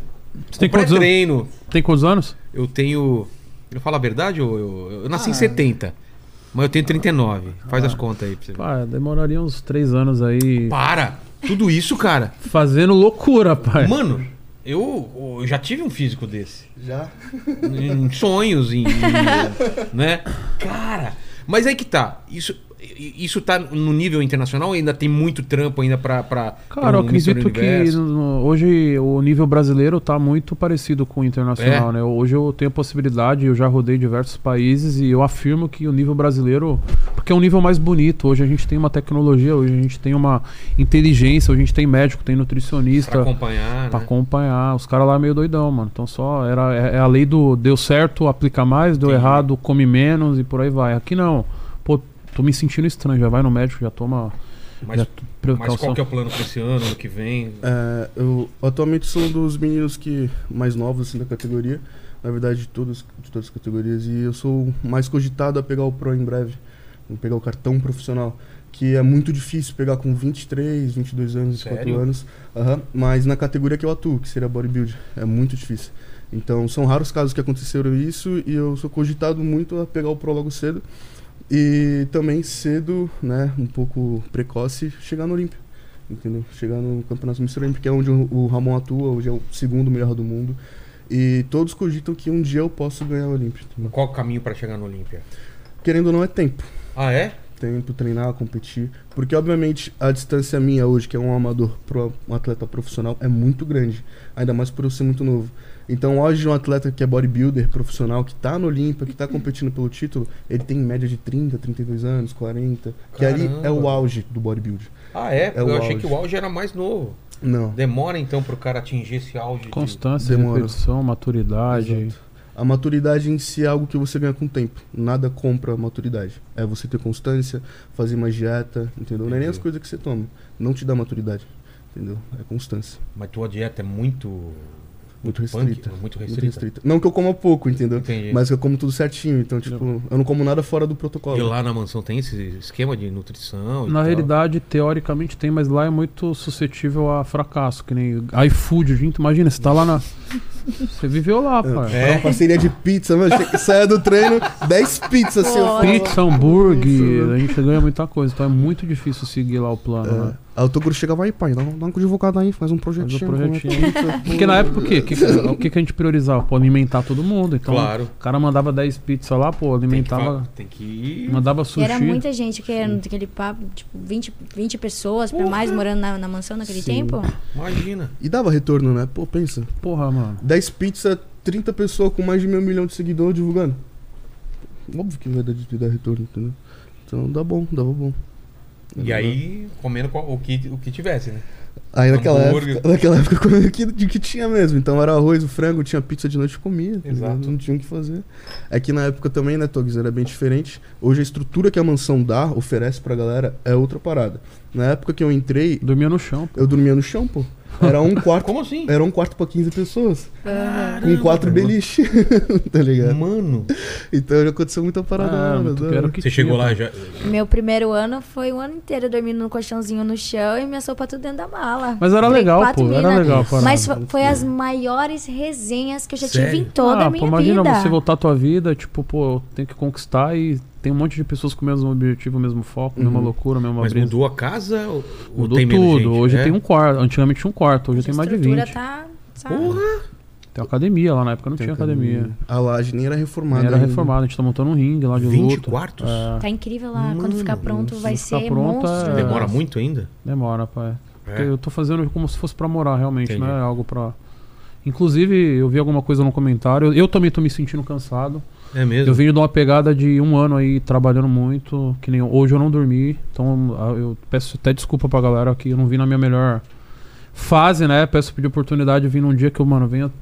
S3: Você tem quantos, anos?
S1: pré-treino,
S3: tem quantos anos?
S1: eu tenho. Eu falo a verdade, eu, eu, eu nasci em 70, mas eu tenho 39. Faz as contas aí pra você ver.
S3: Pá, demoraria uns 3 anos aí.
S1: Para! Tudo isso, cara.
S3: Fazendo loucura, pai.
S1: Mano, eu, eu já tive um físico desse.
S7: Já.
S1: em sonhos, em, em- né? Cara, mas aí que tá. Isso, i- isso tá no nível internacional? Ainda tem muito trampo ainda pra. pra pra
S3: Cara, eu
S1: um Mr.
S3: acredito que
S1: Universo?
S3: no- hoje o nível brasileiro tá muito parecido com o internacional,
S1: É.
S3: né? Hoje eu tenho a possibilidade, eu já rodei diversos países e eu afirmo que o nível brasileiro, porque é um nível mais bonito. Hoje a gente tem uma tecnologia, hoje a gente tem uma inteligência, hoje a gente tem médico, tem nutricionista.
S1: Pra acompanhar.
S3: tá Pra
S1: né?
S3: acompanhar. Os caras lá é meio doidão, mano. Então só era é, é a lei do deu certo, aplica mais, deu
S1: Entendi.
S3: errado, come menos e por aí vai. Aqui não. Pô, tô me sentindo estranho, já vai no médico, já toma
S1: Mas,
S3: já
S1: mas qual que é o plano pra esse ano, ano que vem?
S7: É, eu atualmente sou um dos meninos que mais novos assim, da categoria. Na verdade, de, todos, de todas as categorias. E eu sou o mais cogitado a pegar o Pro em breve. Vou pegar o cartão profissional. Que é muito difícil pegar com 23, 22 anos, 24
S1: Sério?
S7: anos. Aham. Mas na categoria que eu atuo, que seria bodybuild, é muito difícil. Então, são raros casos que aconteceram isso. E eu sou cogitado muito a pegar o Pro logo cedo. E também cedo, né, um pouco precoce, chegar no Olímpia. Entendeu? Chegar no Campeonato Mister Olímpico, que é onde o o Ramon atua, hoje é o segundo melhor do mundo. E todos cogitam que um dia eu posso ganhar o Olímpia. entendeu?
S1: Qual o caminho pra chegar no Olímpia?
S7: Querendo ou não, é tempo.
S1: Ah, é?
S7: Tempo, treinar, competir. Porque, obviamente, a distância minha hoje, que é um amador para um atleta profissional, é muito grande. Ainda mais por eu ser muito novo. Então, hoje, um atleta que é bodybuilder profissional, que tá no Olímpia, que tá competindo pelo título, ele tem em média de 30, 32 anos, 40. Que ali é o
S1: Caramba.
S7: auge do bodybuilding.
S1: Ah, é?
S7: o
S1: Eu achei
S7: auge.
S1: que o auge era mais novo.
S7: Não.
S1: Demora então pro cara atingir esse auge. de-
S3: Constância,
S7: Demora.
S3: repetição, maturidade.
S7: Exato. A maturidade em si é algo que você ganha com o tempo. Nada compra a maturidade. É você ter constância, fazer mais dieta, entendeu? Não é nem as
S1: Entendi.
S7: coisas que você toma. Não te dá maturidade, entendeu? É constância.
S1: Mas tua dieta é muito.
S7: Muito
S1: punk,
S7: restrita.
S1: muito
S7: Muito
S1: restrita.
S7: restrita. Não que eu coma pouco, entendeu?
S1: Entendi.
S7: Mas que eu como tudo certinho. Então, tipo, eu não como nada fora do protocolo.
S1: E lá na mansão tem esse esquema de nutrição? e
S3: Na
S1: tal?
S3: realidade, teoricamente tem, mas lá é muito suscetível a fracasso, que nem iFood, gente. Imagina, você tá lá na. Você viveu lá, pai.
S1: É.
S7: É uma parceria de pizza, mano. Che- Saia do treino, 10 pizzas assim. eu falo.
S3: Pizza, hambúrguer, a gente ganha muita coisa, então é muito difícel seguir lá o plano. né?
S7: É. Aí o Toguro chegava aí, pai, dá um, dá um advogado aí, faz um projetinho. como é que
S3: projetinho.
S7: fica?"
S3: Porque na época o quê? O que, o que que a gente priorizava? Pô, alimentar todo mundo. Então,
S1: Claro.
S3: o cara mandava 10 pizzas lá, pô,
S1: Tem que, fa-
S3: alimentava.
S1: tem que ir.
S3: Mandava
S6: E
S3: sushi.
S6: era muita gente querendo aquele papo, tipo, 20, 20 pessoas pra mais morando na, na mansão naquele
S7: Sim.
S6: tempo.
S1: Imagina.
S7: E dava retorno, né? Pô, pensa.
S3: Porra, mano.
S7: 10 pizza, 30 pessoas com mais de meio milhão de seguidores divulgando. Óbvio que vai dar, de- dar retorno, entendeu? Então dá bom, dava bom.
S1: E aí, comendo qual- o que, o que tivesse, né?
S7: Aí naquela
S1: Hambúrguer.
S7: época, naquela época eu comia o que, de que tinha mesmo. Então era arroz, o frango, tinha pizza de noite eu comia. tá ligado?
S1: Exato.
S7: Não tinha o que fazer. É que na época também, né, Togs, era bem diferente. Hoje a estrutura que a mansão dá, oferece pra galera, é outra parada. Na época que eu entrei,
S3: Dormia no chão.
S7: eu dormia no chão, pô. Era um quarto.
S1: Como
S3: É,
S1: assim?
S7: Era um quarto pra 15 pessoas.
S1: É.
S7: com quatro beliche. tá
S3: né?
S7: ligado?
S1: Mano,
S7: Então já aconteceu muita parada.
S3: Ah,
S7: né,
S3: tu que
S7: da
S3: era
S7: hora.
S3: o que
S1: você
S3: tinha, tá
S1: chegou lá
S3: pô.
S1: já.
S6: Meu primeiro ano foi um ano inteiro dormindo no colchãozinho no chão e minha sopa tudo dentro da mala.
S3: Mas era
S6: Comprei
S3: legal,
S6: quatro
S3: pô, era legal né? a parada.
S6: Mas fo- foi as maiores resenhas que eu já
S1: Sério?
S6: tive em toda a minha
S3: Ah, imagina
S6: vida.
S3: você voltar à tua vida, tipo, pô, eu tenho que conquistar e tem um monte de pessoas com o mesmo objetivo, o mesmo foco, a mesma loucura, a mesma
S1: Uhum. Mas
S3: brisa.
S1: mudou a casa? ou- ou
S3: Mudou
S1: tem menos
S3: tudo.
S1: gente?
S3: hoje
S1: É?
S3: tem um quarto. Antigamente tinha um quarto, hoje
S6: A
S3: tem mais de
S6: estrutura
S3: 20.
S6: tá. tá-
S1: Porra!
S3: Tem academia lá na época, não tinha academia.
S7: A laje nem era reformada.
S3: Nem era
S7: ainda.
S3: reformada, a gente tá montando um ringue lá de
S1: 20
S3: luta.
S1: quartos?
S3: É,
S6: Tá incrível lá.
S1: Mano,
S6: Quando ficar pronto, vai
S3: se ficar
S6: ser
S3: pronto,
S6: monstro.
S3: é-
S1: Demora muito ainda?
S3: demora, pai. Porque
S1: É.
S3: eu tô fazendo como se fosse pra morar, realmente,
S1: Entendi.
S3: né? É Algo pra. Inclusive, eu vi alguma coisa no comentário. Eu, eu também tô me sentindo cansado.
S1: É mesmo?
S3: Eu vim de uma pegada de um ano aí trabalhando muito, que nem hoje eu não dormi, então ah, eu peço até desculpa pra galera que eu não vim na minha melhor fase, né? Peço pedir oportunidade, eu vim num dia que eu, mano, venho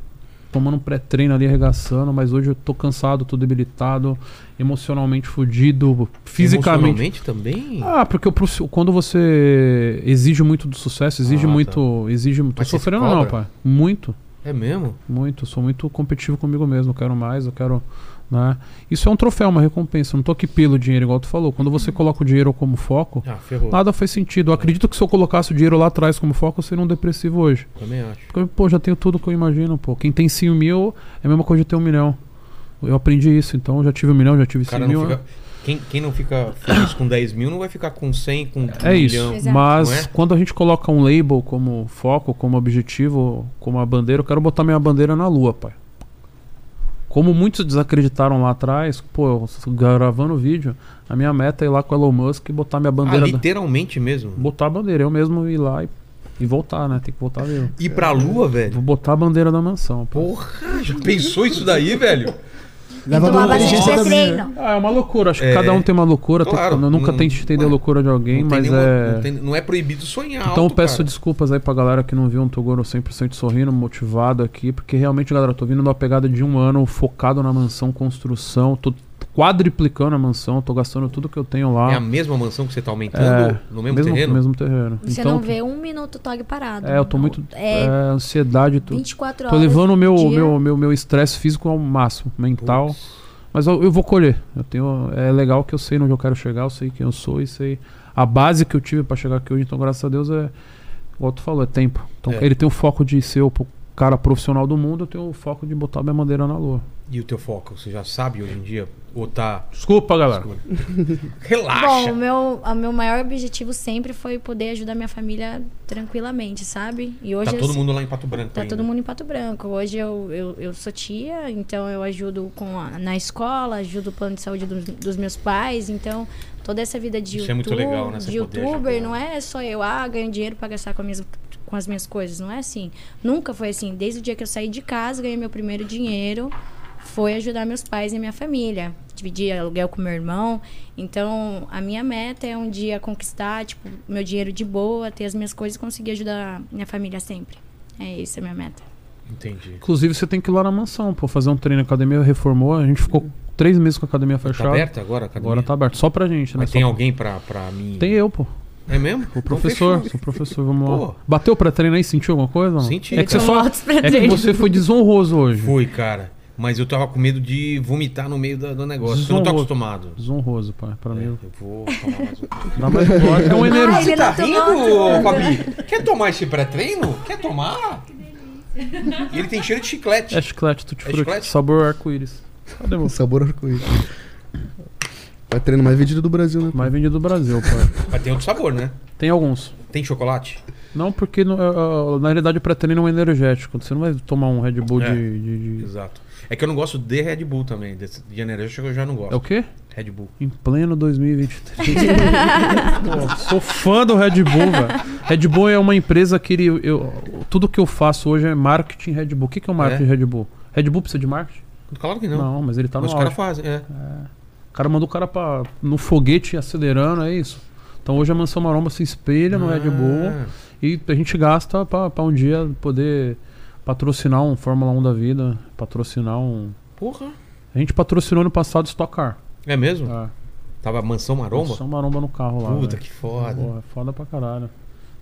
S3: tomando um pré-treino ali, arregaçando, mas hoje eu tô cansado, tô debilitado, emocionalmente fudido, fisicamente.
S1: Emocionalmente também?
S3: Ah, porque o profi- quando você exige muito do sucesso, exige
S1: Ah, tá.
S3: muito. Exige muito. Tô
S1: Mas você se
S3: sofrendo não,
S1: cobra?
S3: pai. Muito.
S1: É mesmo?
S3: Muito, eu sou muito competitivo comigo mesmo, eu quero mais, eu quero. Né? Isso é um troféu, uma recompensa. Eu não tô aqui pelo dinheiro, igual tu falou. Quando
S1: Uhum.
S3: você coloca o dinheiro como foco,
S1: Ah, ferrou.
S3: nada faz sentido. Eu acredito que se eu colocasse o dinheiro lá atrás como foco, eu seria um depressivo hoje.
S1: Também acho.
S3: Porque, pô, já tenho tudo que eu imagino, pô. Quem tem 100 mil é a mesma coisa de ter um milhão. Eu aprendi isso, então eu já tive um milhão, já tive
S1: O
S3: 100
S1: cara
S3: mil. é-
S1: não fica... Quem, quem não fica feliz com 10 mil não vai ficar com 100, com
S3: É isso.
S1: milhão.
S6: Exato.
S3: Mas
S1: Não é?
S3: quando a gente coloca um label como foco, como objetivo, como a bandeira, eu quero botar minha bandeira na lua, pai. Como muitos desacreditaram lá atrás, pô, eu s- gravando o vídeo, a minha meta é ir lá com o Elon Musk e botar minha
S1: Ah,
S3: bandeira. da-
S1: literalmente mesmo.
S3: Botar a bandeira, eu mesmo ir lá e, e voltar, né? Tem que voltar mesmo.
S1: Ir pra lua, velho?
S3: Vou botar a bandeira da mansão, pô.
S1: É. Porra, já pensou isso daí, velho?
S3: é,
S2: Leva
S6: Tomar
S2: uma
S6: bastante
S2: inteligência também. né?
S6: pré-treino.
S3: Ah, é uma loucura, acho que
S1: É.
S3: cada um tem uma loucura, tem-
S1: Claro,
S3: eu nunca
S1: não-
S3: tentei entender a
S1: não é-
S3: loucura de alguém,
S1: não, tem
S3: mas
S1: nenhuma-
S3: é.
S1: não, tem- não é proibido sonhar
S3: Então eu
S1: alto,
S3: peço
S1: cara.
S3: desculpas aí pra galera que não viu um Toguro 100% sorrindo, motivado aqui, porque realmente, galera, eu tô vindo de uma pegada de um ano focado na mansão, construção, tô quadriplicando a mansão, tô gastando tudo que eu tenho lá.
S1: É a mesma mansão que você tá aumentando no mesmo, terreno?
S3: É, Mesmo terreno.
S6: Você
S3: então,
S6: não vê um minuto tog parado.
S3: É, eu tô muito. É,
S6: É,
S3: ansiedade, tô,
S6: 24
S3: tô
S6: horas.
S3: levando o meu
S6: do
S3: meu
S6: dia.
S3: meu meu estresse físico ao máximo, mental.
S1: Putz.
S3: Mas eu, eu vou colher. Eu tenho, é legal que eu sei onde eu quero chegar, eu sei quem eu sou e sei a base que eu tive pra chegar aqui hoje. Então, graças a Deus, é. Igual tu falou, é tempo. Então,
S1: É.
S3: ele tem o foco de ser o po- cara profissional do mundo, eu tenho o foco de botar minha bandeira na lua.
S1: E o teu foco, você já sabe hoje em dia? Ou tá...
S3: Desculpa, galera.
S6: Bom,
S1: Relaxa!
S6: o meu, o meu maior objetivo sempre foi poder ajudar minha família tranquilamente, sabe? E hoje
S1: tá
S6: eu
S1: todo
S6: s-
S1: mundo lá em Pato Branco
S6: Tá
S1: ainda.
S6: todo mundo em Pato Branco. Hoje eu, eu, eu sou tia, então eu ajudo com a- na escola, ajudo o plano de saúde dos, dos meus pais. Então, toda essa vida de,
S1: Isso é muito
S6: YouTube-
S1: legal, né? Você
S6: de
S1: poder
S6: youtuber,
S1: ajudar.
S6: não é só eu, ah, ganho dinheiro pra gastar com, as minhas, com as minhas coisas. Não é assim. Nunca foi assim. Desde o dia que eu saí de casa, ganhei meu primeiro dinheiro, foi ajudar meus pais e minha família. Dividir aluguel com meu irmão. Então, a minha meta é um dia conquistar, tipo, meu dinheiro de boa, ter as minhas coisas e conseguir ajudar minha família sempre. É isso, é a minha meta.
S1: Entendi.
S3: Inclusive, você tem que ir lá na mansão, pô, fazer um treino. A academia reformou, a gente ficou três meses com a academia
S1: Tá
S3: fechada.
S1: aberto agora a academia?
S3: Agora tá aberto, só pra gente, né?
S1: Mas
S3: Só
S1: tem
S3: pra-
S1: alguém pra, pra mim?
S3: Tem eu, pô.
S1: É mesmo?
S3: O professor, sou professor, vamos lá.
S1: Pô.
S3: Bateu pra treino aí? Sentiu alguma coisa? não?
S1: Senti.
S3: É que, você
S1: Bateu
S3: só, é que você foi desonroso hoje.
S1: Foi, cara. Mas eu tava com medo de vomitar no meio da- do negócio. Eu não tô
S3: Desonrou.
S1: acostumado. É,
S3: Desonroso, pai, pra mim.
S1: Eu vou tomar mais um.
S3: Dá mais forte. É um energia.
S1: Você tá rindo, Fabi? Quer tomar esse pré-treino? Quer tomar? E ele tem cheiro de chiclete.
S3: É chiclete, tutti
S1: É
S3: frutti,
S1: chiclete?
S3: sabor arco-íris. Cadê
S7: O
S3: meu?
S7: sabor arco-íris. Vai treino mais vendido do Brasil, né?
S3: Mais vendido do Brasil, pai.
S1: Mas tem outro sabor, né?
S3: Tem alguns.
S1: Tem chocolate?
S3: Não, porque no- ah, ah, na realidade o pré-treino é um energético. Você não vai tomar um Red Bull
S1: É.
S3: de, de- de-
S1: Exato. É que eu não gosto de Red Bull também. Desse, de energético eu já não gosto.
S3: É o quê?
S1: Red Bull.
S3: Em pleno 2023. Pô, sou fã do Red Bull, velho. Red Bull é uma empresa que ele, eu, tudo que eu faço hoje é marketing Red Bull. O que, que é o marketing
S1: É?
S3: Red Bull? Red Bull precisa de marketing?
S1: Claro que
S3: Não,
S1: não.
S3: mas ele tá
S1: Mas
S3: no
S1: os caras
S3: auge.
S1: fazem, é.
S3: O cara mandou o cara pra, no foguete acelerando, é isso. Então hoje a Mansão Maromba se espelha no Red Bull
S1: Ah.
S3: e a gente gasta pra, pra um dia poder patrocinar um Fórmula 1 da vida, patrocinar um...
S1: Porra.
S3: A gente patrocinou no passado Stock Car.
S1: É mesmo?
S3: É.
S1: Tava Mansão Maromba?
S3: Mansão Maromba no carro lá.
S1: Puta,
S3: velho.
S1: que foda.
S3: Porra, é foda pra caralho.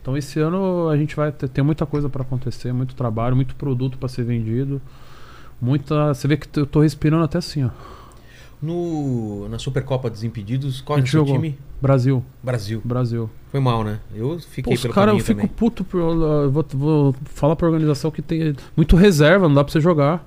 S3: Então esse ano a gente vai ter, ter muita coisa pra acontecer, muito trabalho, muito produto pra ser vendido. Muita. Você vê que eu tô respirando até assim, ó.
S1: No, na Supercopa Desimpedidos,
S3: A
S1: corre é o
S3: gente
S1: seu
S3: jogou.
S1: time?
S3: Brasil,
S1: Brasil.
S3: Brasil.
S1: Foi mal, né? Eu
S3: Pô,
S1: fiquei
S3: os
S1: pelo
S3: caras, eu
S1: caminho
S3: fico
S1: também.
S3: puto. Por, eu vou, vou falar pra organização que tem muito reserva, não dá pra você jogar.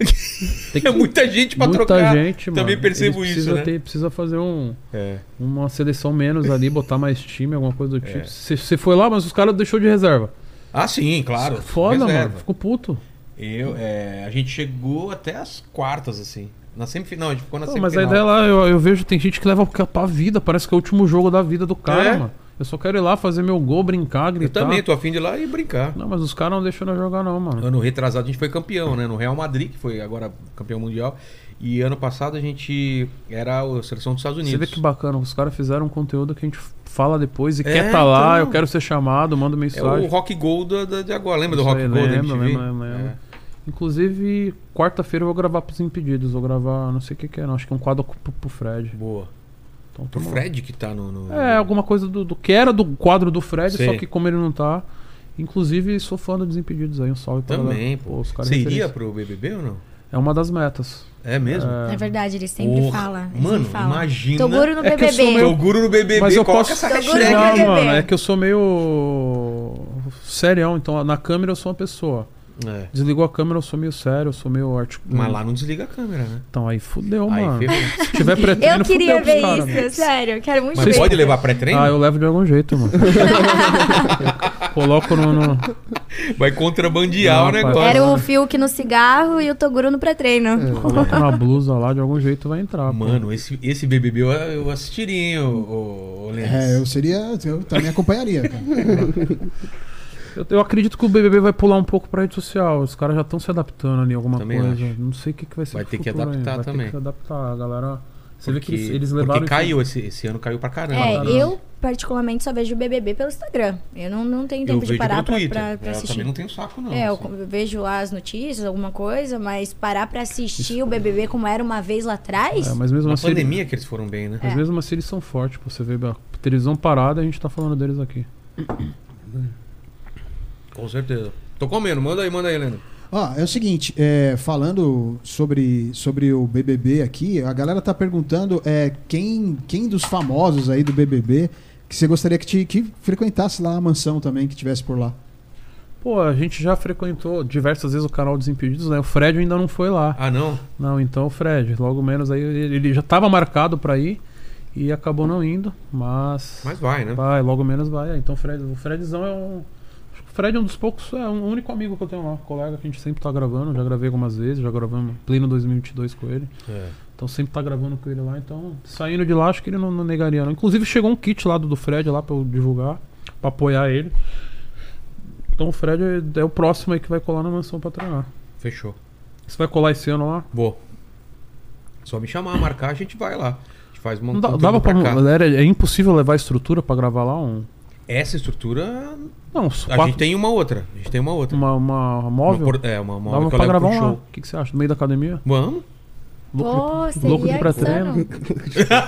S3: Tem que,
S1: É muita gente pra
S3: muita
S1: trocar.
S3: gente, mano.
S1: Também percebo
S3: Eles
S1: isso,
S3: precisa
S1: né?
S3: ter- precisa fazer um.
S1: É.
S3: uma seleção menos ali, botar mais time, alguma coisa do
S1: É.
S3: tipo. Você foi lá, mas os caras deixou de reserva. é
S1: Ah, sim, claro.
S3: Foda,
S1: Reserva.
S3: mano. Fico puto.
S1: Eu, é, a gente chegou até as quartas, assim. Na semifinal, a gente ficou na
S3: Pô,
S1: semifinal.
S3: mas a ideia é lá, eu, eu vejo, tem gente que leva pra- pra vida, parece que é o último jogo da vida do cara,
S1: É?
S3: mano. Eu só quero ir lá fazer meu gol, brincar,
S1: Eu
S3: gritar.
S1: também tô afim de ir lá e brincar.
S3: Não, mas os caras não deixam nós jogar, não, mano.
S1: Ano retrasado a gente foi campeão, né? No Real Madrid, que foi agora campeão mundial. E ano passado a gente era a seleção dos Estados
S3: Você
S1: Unidos.
S3: vê que bacana, os caras fizeram um conteúdo que a gente fala depois e
S1: É,
S3: quer tá lá,
S1: então.
S3: eu quero ser chamado, mando
S1: É o
S3: mensagem.
S1: Rock Gold da- da- de agora. Lembra do
S3: Isso
S1: Rock
S3: aí,
S1: Gold da
S3: lembro,
S1: MTV?
S3: lembro, lembro, lembro.
S1: É.
S3: Inclusive, quarta-feira eu vou gravar pros Impedidos, vou gravar, não sei o que que é, não, acho que é um quadro pro, pro Fred.
S1: É. Boa.
S3: Então,
S1: Pro
S3: tamo-
S1: Fred que tá no... no-
S3: É, alguma coisa do, do- que era do quadro do Fred,
S1: Sei.
S3: só que como ele não tá. Inclusive, sou fã do Desimpedidos aí, um salve pra
S1: Também,
S3: galera.
S1: pô.
S3: os caras
S1: Você
S3: é
S1: iria
S3: referência.
S1: pro BBB ou não?
S3: É uma das metas.
S1: É mesmo?
S6: É verdade, ele sempre
S1: Porra.
S6: fala. ele
S1: Mano,
S6: sempre fala.
S1: imagina...
S5: Toguro Ah. no
S3: É que eu sou
S5: BBB.
S1: Meu guru no BBB,
S3: Mas eu
S1: coloca
S3: posso-
S1: essa
S5: Toguro
S1: hashtag.
S5: no
S3: Não,
S5: BBB.
S3: mano, é que eu sou meio. serião, então na câmera eu sou uma pessoa.
S1: É.
S3: Desligou a câmera, eu sou meio sério, eu sou meio articulado.
S1: Mas lá não desliga a câmera, né?
S3: Então aí fudeu,
S1: Aí
S3: mano.
S1: ferrou.
S3: Se tiver pretendo,
S5: Eu queria
S3: fudeu pros
S5: ver
S3: caras,
S5: isso,
S3: mano.
S5: sério. Eu quero muito
S1: Mas
S5: ver.
S1: pode levar pré-treino?
S3: Ah, eu levo de algum jeito, mano. Coloco no. no-
S1: Vai contrabandear
S3: Não,
S1: o
S3: pai.
S1: negócio.
S5: Era o Fiuk no cigarro e o Toguro no pré-treino.
S3: Coloco na blusa lá, de algum jeito vai entrar. pô.
S1: Mano, esse, esse BBB eu, eu assistiria, hein, ô, ô, ô Lênis.
S2: É, eu seria. Eu também acompanharia, cara.
S3: Eu, eu acredito que o BBB vai pular um pouco pra rede social. Os caras já estão se adaptando ali em alguma
S1: Também
S3: coisa.
S1: acho.
S3: Não sei o que, que vai ser
S1: Vai
S3: pro
S1: ter que
S3: futuro ainda.
S1: adaptar
S3: vai
S1: também.
S3: Ter que adaptar, a galera. Você
S1: porque,
S3: vê que eles, eles
S1: porque
S3: levaram.
S1: caiu, esse, esse ano caiu pra caramba.
S6: É,
S1: Caramba.
S6: eu particularmente só vejo o BBB pelo Instagram. Eu não, não tenho
S1: Eu
S6: tempo de
S1: vejo
S6: parar
S1: pelo
S6: pra,
S1: Twitter. É,
S6: pra- pra
S1: eu
S6: assistir.
S1: também não tenho saco, não.
S6: É, eu
S1: assim.
S6: co- vejo lá as notícias, alguma coisa, mas parar pra assistir o BBB como era uma vez lá atrás?
S3: É, mas mesmo
S1: Na
S3: assim. eles-
S1: pandemia que eles foram bem, né?
S6: É.
S5: É.
S3: Mas mesmo assim eles são fortes, pô. Você vê a televisão parada, a gente tá falando deles aqui.
S1: Com certeza. Tô comendo, manda aí, manda aí, Leandro.
S2: Ó, é o seguinte, é, falando sobre, sobre o BBB aqui, a galera tá perguntando é, quem, quem dos famosos aí do BBB que você gostaria que, te, que frequentasse lá a mansão também, que tivesse por lá.
S3: Pô, a gente já frequentou diversas vezes o canal Desimpedidos, né? O Fred ainda não foi lá.
S1: Ah, não?
S3: Não, então o Fred, logo menos aí, ele ele já tava marcado pra ir e acabou não indo, mas.
S1: Mas vai, né?
S3: Vai, logo menos vai. É, Então o Fred, o Fredzão é um. Acho que o Fred é um dos poucos, é um único amigo que eu tenho lá, um colega que a gente sempre tá gravando, já gravei algumas vezes, já gravamos pleno 2022 com ele.
S1: É.
S3: Então sempre tá gravando com ele lá, então saindo de lá acho que ele não, não negaria não. Inclusive chegou um kit lá do, do Fred lá pra eu divulgar, pra apoiar ele. Então o Fred é, é o próximo aí que vai colar na mansão pra treinar.
S1: Fechou.
S3: Você vai colar esse ano lá?
S1: Vou. Só me chamar, marcar, a gente vai lá. A gente faz uma
S3: Não dá- dava pra. galera, é impossível levar estrutura pra gravar lá um.
S1: Essa estrutura.
S3: Não, uns
S1: A
S3: quatro-
S1: gente tem uma outra. A gente tem uma outra.
S3: uma, uma uma
S1: Uma
S3: móvel.
S1: por- É, uma móvel
S3: Dava
S1: que eu
S3: pra
S1: levo
S3: gravar
S1: pro
S3: um lá.
S1: show.
S3: O que, que você acha? No meio da academia?
S1: Vamos?
S5: Pô,
S3: de- louco de
S5: seria
S3: pré-treino.
S5: insano.
S1: Já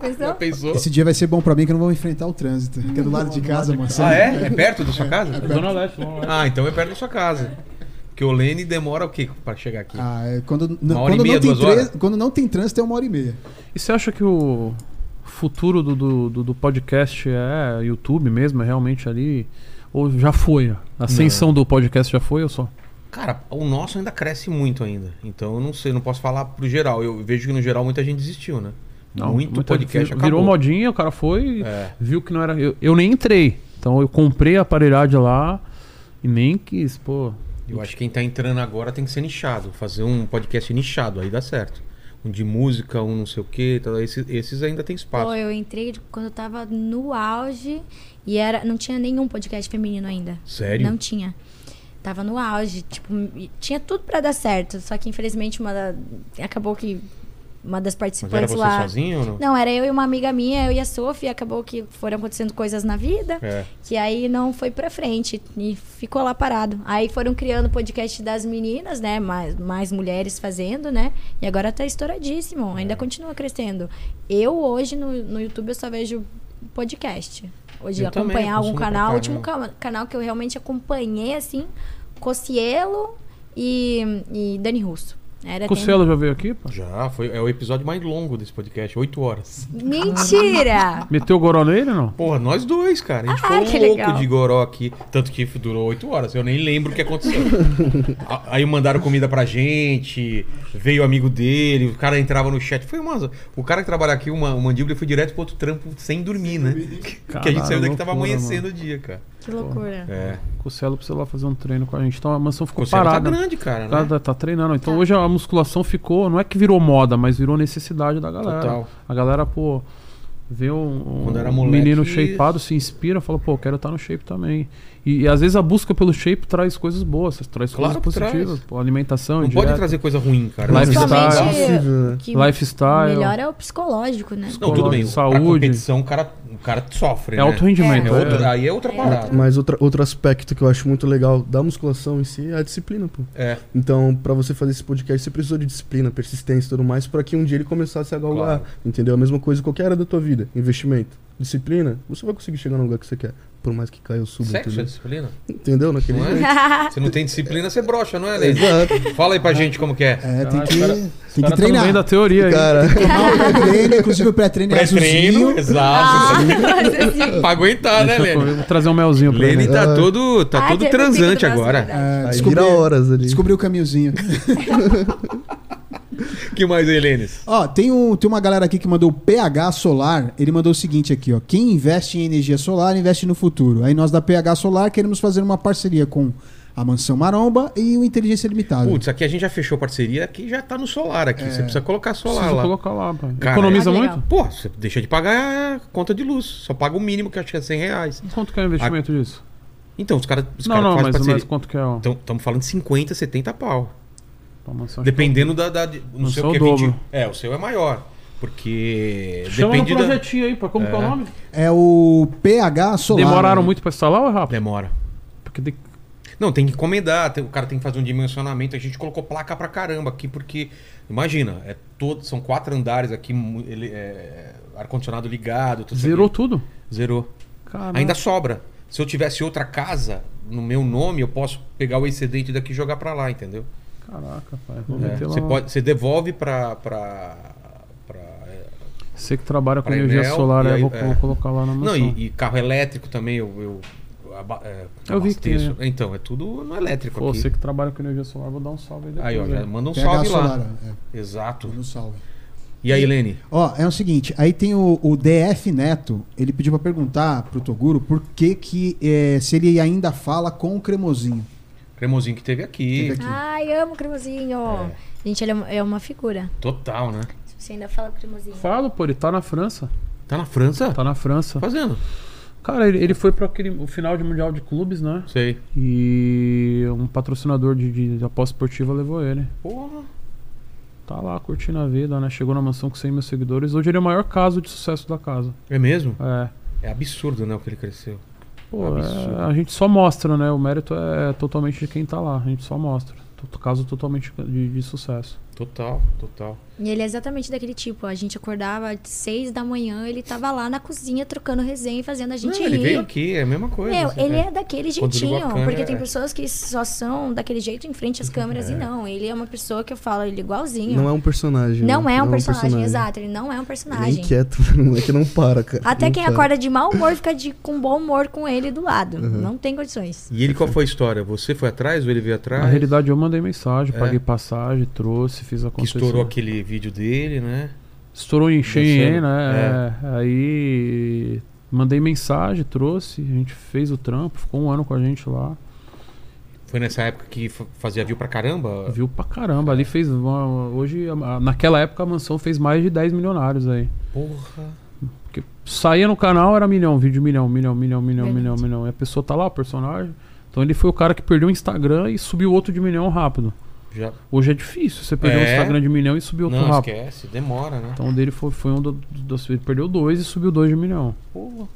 S5: Pensou?
S1: pensou?
S2: Esse dia vai ser bom pra mim que eu não vou enfrentar o trânsito, que é do lado de casa, a mansão.
S1: Ah, é? É perto da sua casa?
S3: Zona Leste, Zona Leste.
S1: Ah, então é perto da sua casa. Porque o Lene demora o quê pra chegar aqui?
S2: Ah, é quando, n-
S1: Uma hora e
S2: quando,
S1: meia,
S2: não tem
S1: duas
S2: trânsito-
S1: horas?
S2: quando não tem trânsito é uma hora e meia.
S3: E você acha que o futuro do, do, do- do podcast é YouTube mesmo? É realmente ali? Ou já foi? A ascensão do podcast já foi ou só?
S1: Cara, o nosso ainda cresce muito ainda. Então eu não sei, não posso falar pro geral. Eu vejo que no geral muita gente desistiu, né? muito
S3: muita-
S1: podcast
S3: vir-
S1: acabou.
S3: Virou modinha, o cara foi,
S1: É.
S3: viu que não era. Eu, eu nem entrei. Então eu comprei a aparelhagem lá e nem quis, pô.
S1: Eu acho que quem tá entrando agora tem que ser nichado. Fazer um podcast nichado, aí dá certo. Um de música, um não sei o quê. tal, Esses, esses ainda tem espaço.
S6: Pô, eu entrei quando eu tava no auge e era, não tinha nenhum podcast feminino ainda.
S1: Sério?
S6: Não tinha. Tava no auge, tipo, e tinha tudo pra dar certo, só que infelizmente uma da, acabou que uma
S1: Mas
S6: das
S1: era
S6: participantes
S1: você
S6: lá
S1: sozinho ou não?
S6: Não, era eu e uma amiga minha, eu e a Sophie, acabou que foram acontecendo coisas na vida.
S1: É.
S6: Que aí não foi pra frente e ficou lá parado. Aí foram criando podcast das meninas, né? Mais, mais mulheres fazendo, né? E agora tá estouradíssimo,
S1: É.
S6: ainda continua crescendo. Eu hoje no, no YouTube eu só vejo podcast. Hoje
S1: Eu também
S6: acompanhar algum
S1: consumo pra
S6: canal, o
S1: caramba.
S6: último ca- canal que eu realmente acompanhei assim, Cocielo e, e Dani Russo. Era
S3: O Celo já veio aqui, pô.
S1: Já, foi, é o episódio mais longo desse podcast, 8 horas.
S6: tem- Mentira!
S3: Meteu o goró nele ou não?
S1: Porra, nós dois, cara. A gente
S6: Ah,
S1: foi um
S6: que
S1: louco
S6: legal.
S1: de goró aqui. Tanto que durou 8 horas, eu nem lembro o que aconteceu. A- Aí mandaram comida pra gente, veio o amigo dele, o cara entrava no chat. Foi uma. O cara que trabalha aqui, uma, o mandíbula, ele foi direto pro outro trampo sem dormir, né? Porque a gente
S3: Caralho,
S1: saiu daqui tava
S3: loucura,
S1: amanhecendo o dia, cara.
S6: que loucura.
S1: É.
S3: O Celo precisa lá fazer um treino com a gente. Então a mansão ficou
S1: O Celo tá
S3: parada.
S1: grande, cara,
S3: Tá,
S1: né?
S3: tá, tá treinando. Então hoje a musculação ficou, não é que virou moda, mas virou necessidade da galera.
S1: Total.
S3: A galera, pô, vê um,
S1: Quando era
S3: um
S1: moleque-
S3: menino shapeado, se inspira, fala, pô, quero estar no shape também. E, e às vezes a busca pelo shape traz coisas boas, traz
S1: Claro
S3: coisas
S1: que traz.
S3: positivas, pô, alimentação,
S1: Não
S3: dieta,
S1: pode trazer coisa ruim, cara.
S3: Lifestyle.
S7: É
S6: Principalmente
S7: possível, né?
S6: que
S3: lifestyle.
S6: melhor é o psicológico, né?
S1: Não, tudo bem. Saúde. Pra
S3: Saúde.
S1: competição, o cara, o cara sofre.
S3: É
S1: né?
S3: alto rendimento.
S1: É
S3: é.
S1: outra- aí é outra parada.
S7: Mas outra, outro aspecto que eu acho muito legal da musculação em si é a disciplina, pô.
S1: É.
S7: Então, pra você fazer esse podcast, você precisou de disciplina, persistência e tudo mais, pra que um dia ele começasse a galgar,
S1: Claro.
S7: entendeu? A mesma coisa em qualquer área da tua vida, investimento, disciplina, você vai conseguir chegar no lugar que você quer, por mais que caia ou suba,
S1: Sexo é
S7: entendeu?
S1: disciplina?
S7: Entendeu? Naquele
S1: Não é?
S7: jeito.
S1: Se não tem disciplina, você brocha, não é, Leide?
S7: Exato.
S1: Fala aí pra gente como que é.
S2: É, tem que, tem
S3: O
S2: que
S3: cara tá no meio
S2: treinar.
S3: da teoria aí.
S7: Cara,
S2: Tomar o pré-treino, inclusive o pré-treino é
S1: Pré-treino,
S2: azulzinho.
S1: exato. pra aguentar, né,
S3: Deixa eu comer,
S1: Lene?
S3: vou trazer um melzinho pra
S1: Lene
S3: ele.
S1: tá todo, tá
S6: Ah,
S1: todo
S6: teve o
S1: transante
S6: pico da
S1: agora.
S6: masculinidade.
S2: É,
S7: aí
S2: descobri-
S7: vira horas ali.
S2: Descobri o caminhozinho.
S1: que mais aí, Lene?
S2: Ó, tem, um, tem uma galera aqui que mandou o PH Solar. Ele mandou o seguinte aqui, ó. Quem investe em energia solar, investe no futuro. Aí nós da PH Solar queremos fazer uma parceria com a Mansão Maromba e o Inteligência Limitada.
S1: Putz, aqui a gente já fechou parceria, aqui já tá no solar aqui. Você precisa colocar solar
S3: Preciso
S1: lá.
S3: colocar lá, pô.
S1: Cara,
S3: É. Economiza
S6: é-
S3: muito?
S1: Pô, você deixa de pagar a conta de luz. Só paga o mínimo, que eu acho que é 100 reais.
S3: Quanto que é o investimento disso?
S1: Então, os caras os
S3: Não,
S1: cara
S3: não,
S1: fazem
S3: mas, mas
S1: parceria.
S3: quanto que é o...
S1: Então, estamos falando de 50, 70 pau.
S3: a mansão?
S1: Dependendo da. da de- no
S3: Não
S1: seu
S3: sou
S1: que é
S3: o dobro.
S1: 20. É, o seu é maior. Porque.
S3: Chama no
S1: depende da.
S3: projetinho aí, pô. Como que é o nome?
S2: É o PH Solar.
S3: Demoraram muito pra instalar ou é rápido?
S1: Demora.
S3: Porque de-
S1: né? Não, tem que encomendar, tem- o cara tem que fazer um dimensionamento. A gente colocou placa pra caramba aqui, porque, imagina, é todo, são quatro andares aqui, mu- ele- é, ar-condicionado ligado. tudo isso
S3: zerou
S1: aqui.
S3: tudo. Ah,
S1: Zerou.
S3: Caramba.
S1: Ainda sobra. Se eu tivesse outra casa no meu nome, eu posso pegar o excedente daqui e jogar pra lá, entendeu?
S3: Caraca, pai. Vou
S1: É,
S3: meter lá. um
S1: você, pode, você devolve pra. pra, pra é,
S3: Você que trabalha com
S1: Painel,
S3: energia solar,
S1: e
S3: eu
S1: aí-
S3: vou
S1: é.
S3: colocar lá na
S1: não,
S3: mansão.
S1: e, e carro elétrico também, eu. eu aba- é,
S3: Eu vi que tem, né?
S1: abasteço. Então, é tudo no elétrico
S3: Pô,
S1: aqui.
S3: você que trabalha com energia solar, vou dar um salve aí depois.
S1: Aí, ó, já manda um
S2: PH
S1: salve
S2: Solar.
S1: lá.
S2: é,
S1: Exato.
S2: manda um salve.
S1: E aí, Lene?
S2: Ó, é o seguinte, aí tem o, o DF Neto, ele pediu pra perguntar pro Toguro por que que, é, se ele ainda fala com o cremosinho.
S1: Cremosinho que teve aqui.
S2: Teve aqui.
S6: Ai, amo o cremosinho. Gente, ele é uma- é uma figura.
S1: Total, né?
S5: Você ainda fala com o cremosinho.
S3: Falo, pô, ele tá na França.
S1: Tá na França?
S3: Tá na França.
S1: Fazendo.
S3: Cara, ele, ele foi pra aquele, o final de Mundial de Clubes, né?
S1: Sei.
S3: E um patrocinador de, de, de aposta esportiva levou ele.
S1: Porra.
S3: Tá lá curtindo a vida, né? Chegou na mansão com 100 mil seguidores. Hoje ele é o maior caso de sucesso da casa.
S1: É mesmo?
S3: É.
S1: É absurdo, né, o que ele cresceu.
S3: Pô,
S1: Absurdo.
S3: é- a gente só mostra, né? O mérito é totalmente de quem tá lá. A gente só mostra. T- Caso totalmente de, de sucesso.
S1: Total, total.
S6: E ele é exatamente daquele tipo. A gente acordava às seis da manhã, ele tava lá na cozinha trocando resenha e fazendo a gente
S1: Não, ele
S6: rir.
S1: veio aqui, é a mesma coisa.
S6: Meu,
S1: assim,
S6: ele
S1: né?
S6: é daquele
S1: Quando ligou a
S6: jeitinho.
S1: câmera,
S6: porque tem
S1: é.
S6: pessoas que só são daquele jeito em frente às câmeras e não. Ele é uma pessoa que eu falo, ele é igualzinho.
S7: Não é um personagem.
S6: Não
S7: né?
S6: é um, personagem, exato. Ele não é um personagem.
S7: Ele é inquieto, o moleque não para, cara.
S6: Até
S7: Não
S6: quem
S7: para.
S6: acorda de mau humor fica de, com bom humor com ele do lado. Não tem condições.
S1: E ele qual foi a história? Você foi atrás ou ele veio atrás?
S3: Na realidade, eu mandei mensagem,
S1: É.
S3: paguei passagem, trouxe, fiz
S1: que
S3: acontecer.
S1: estourou aquele vídeo dele, né?
S3: Estourou em Cheyenne,
S1: Dançando.
S3: né? É, né? Aí Mandei mensagem, trouxe, a gente fez o trampo, ficou um ano com a gente lá.
S1: Foi nessa época que fa- fazia view pra caramba?
S3: Viu pra caramba. Ali fez. uma- Hoje, a- a- naquela época, a mansão fez mais de 10 milionários aí.
S1: Porra.
S3: Porque saía no canal, era milhão, vídeo milhão, milhão, milhão, milhão,
S6: Verdade.
S3: milhão, milhão. E a pessoa tá lá, o personagem. Então ele foi o cara que perdeu o Instagram e subiu outro de milhão rápido.
S1: Já...
S3: Hoje é difícil você perder um
S1: É.
S3: Instagram de milhão e subir outro
S1: Não,
S3: rápido.
S1: esquece. Demora, né?
S3: Então o dele foi, foi um do- dos. Ele perdeu dois e subiu dois de milhão.
S1: Porra.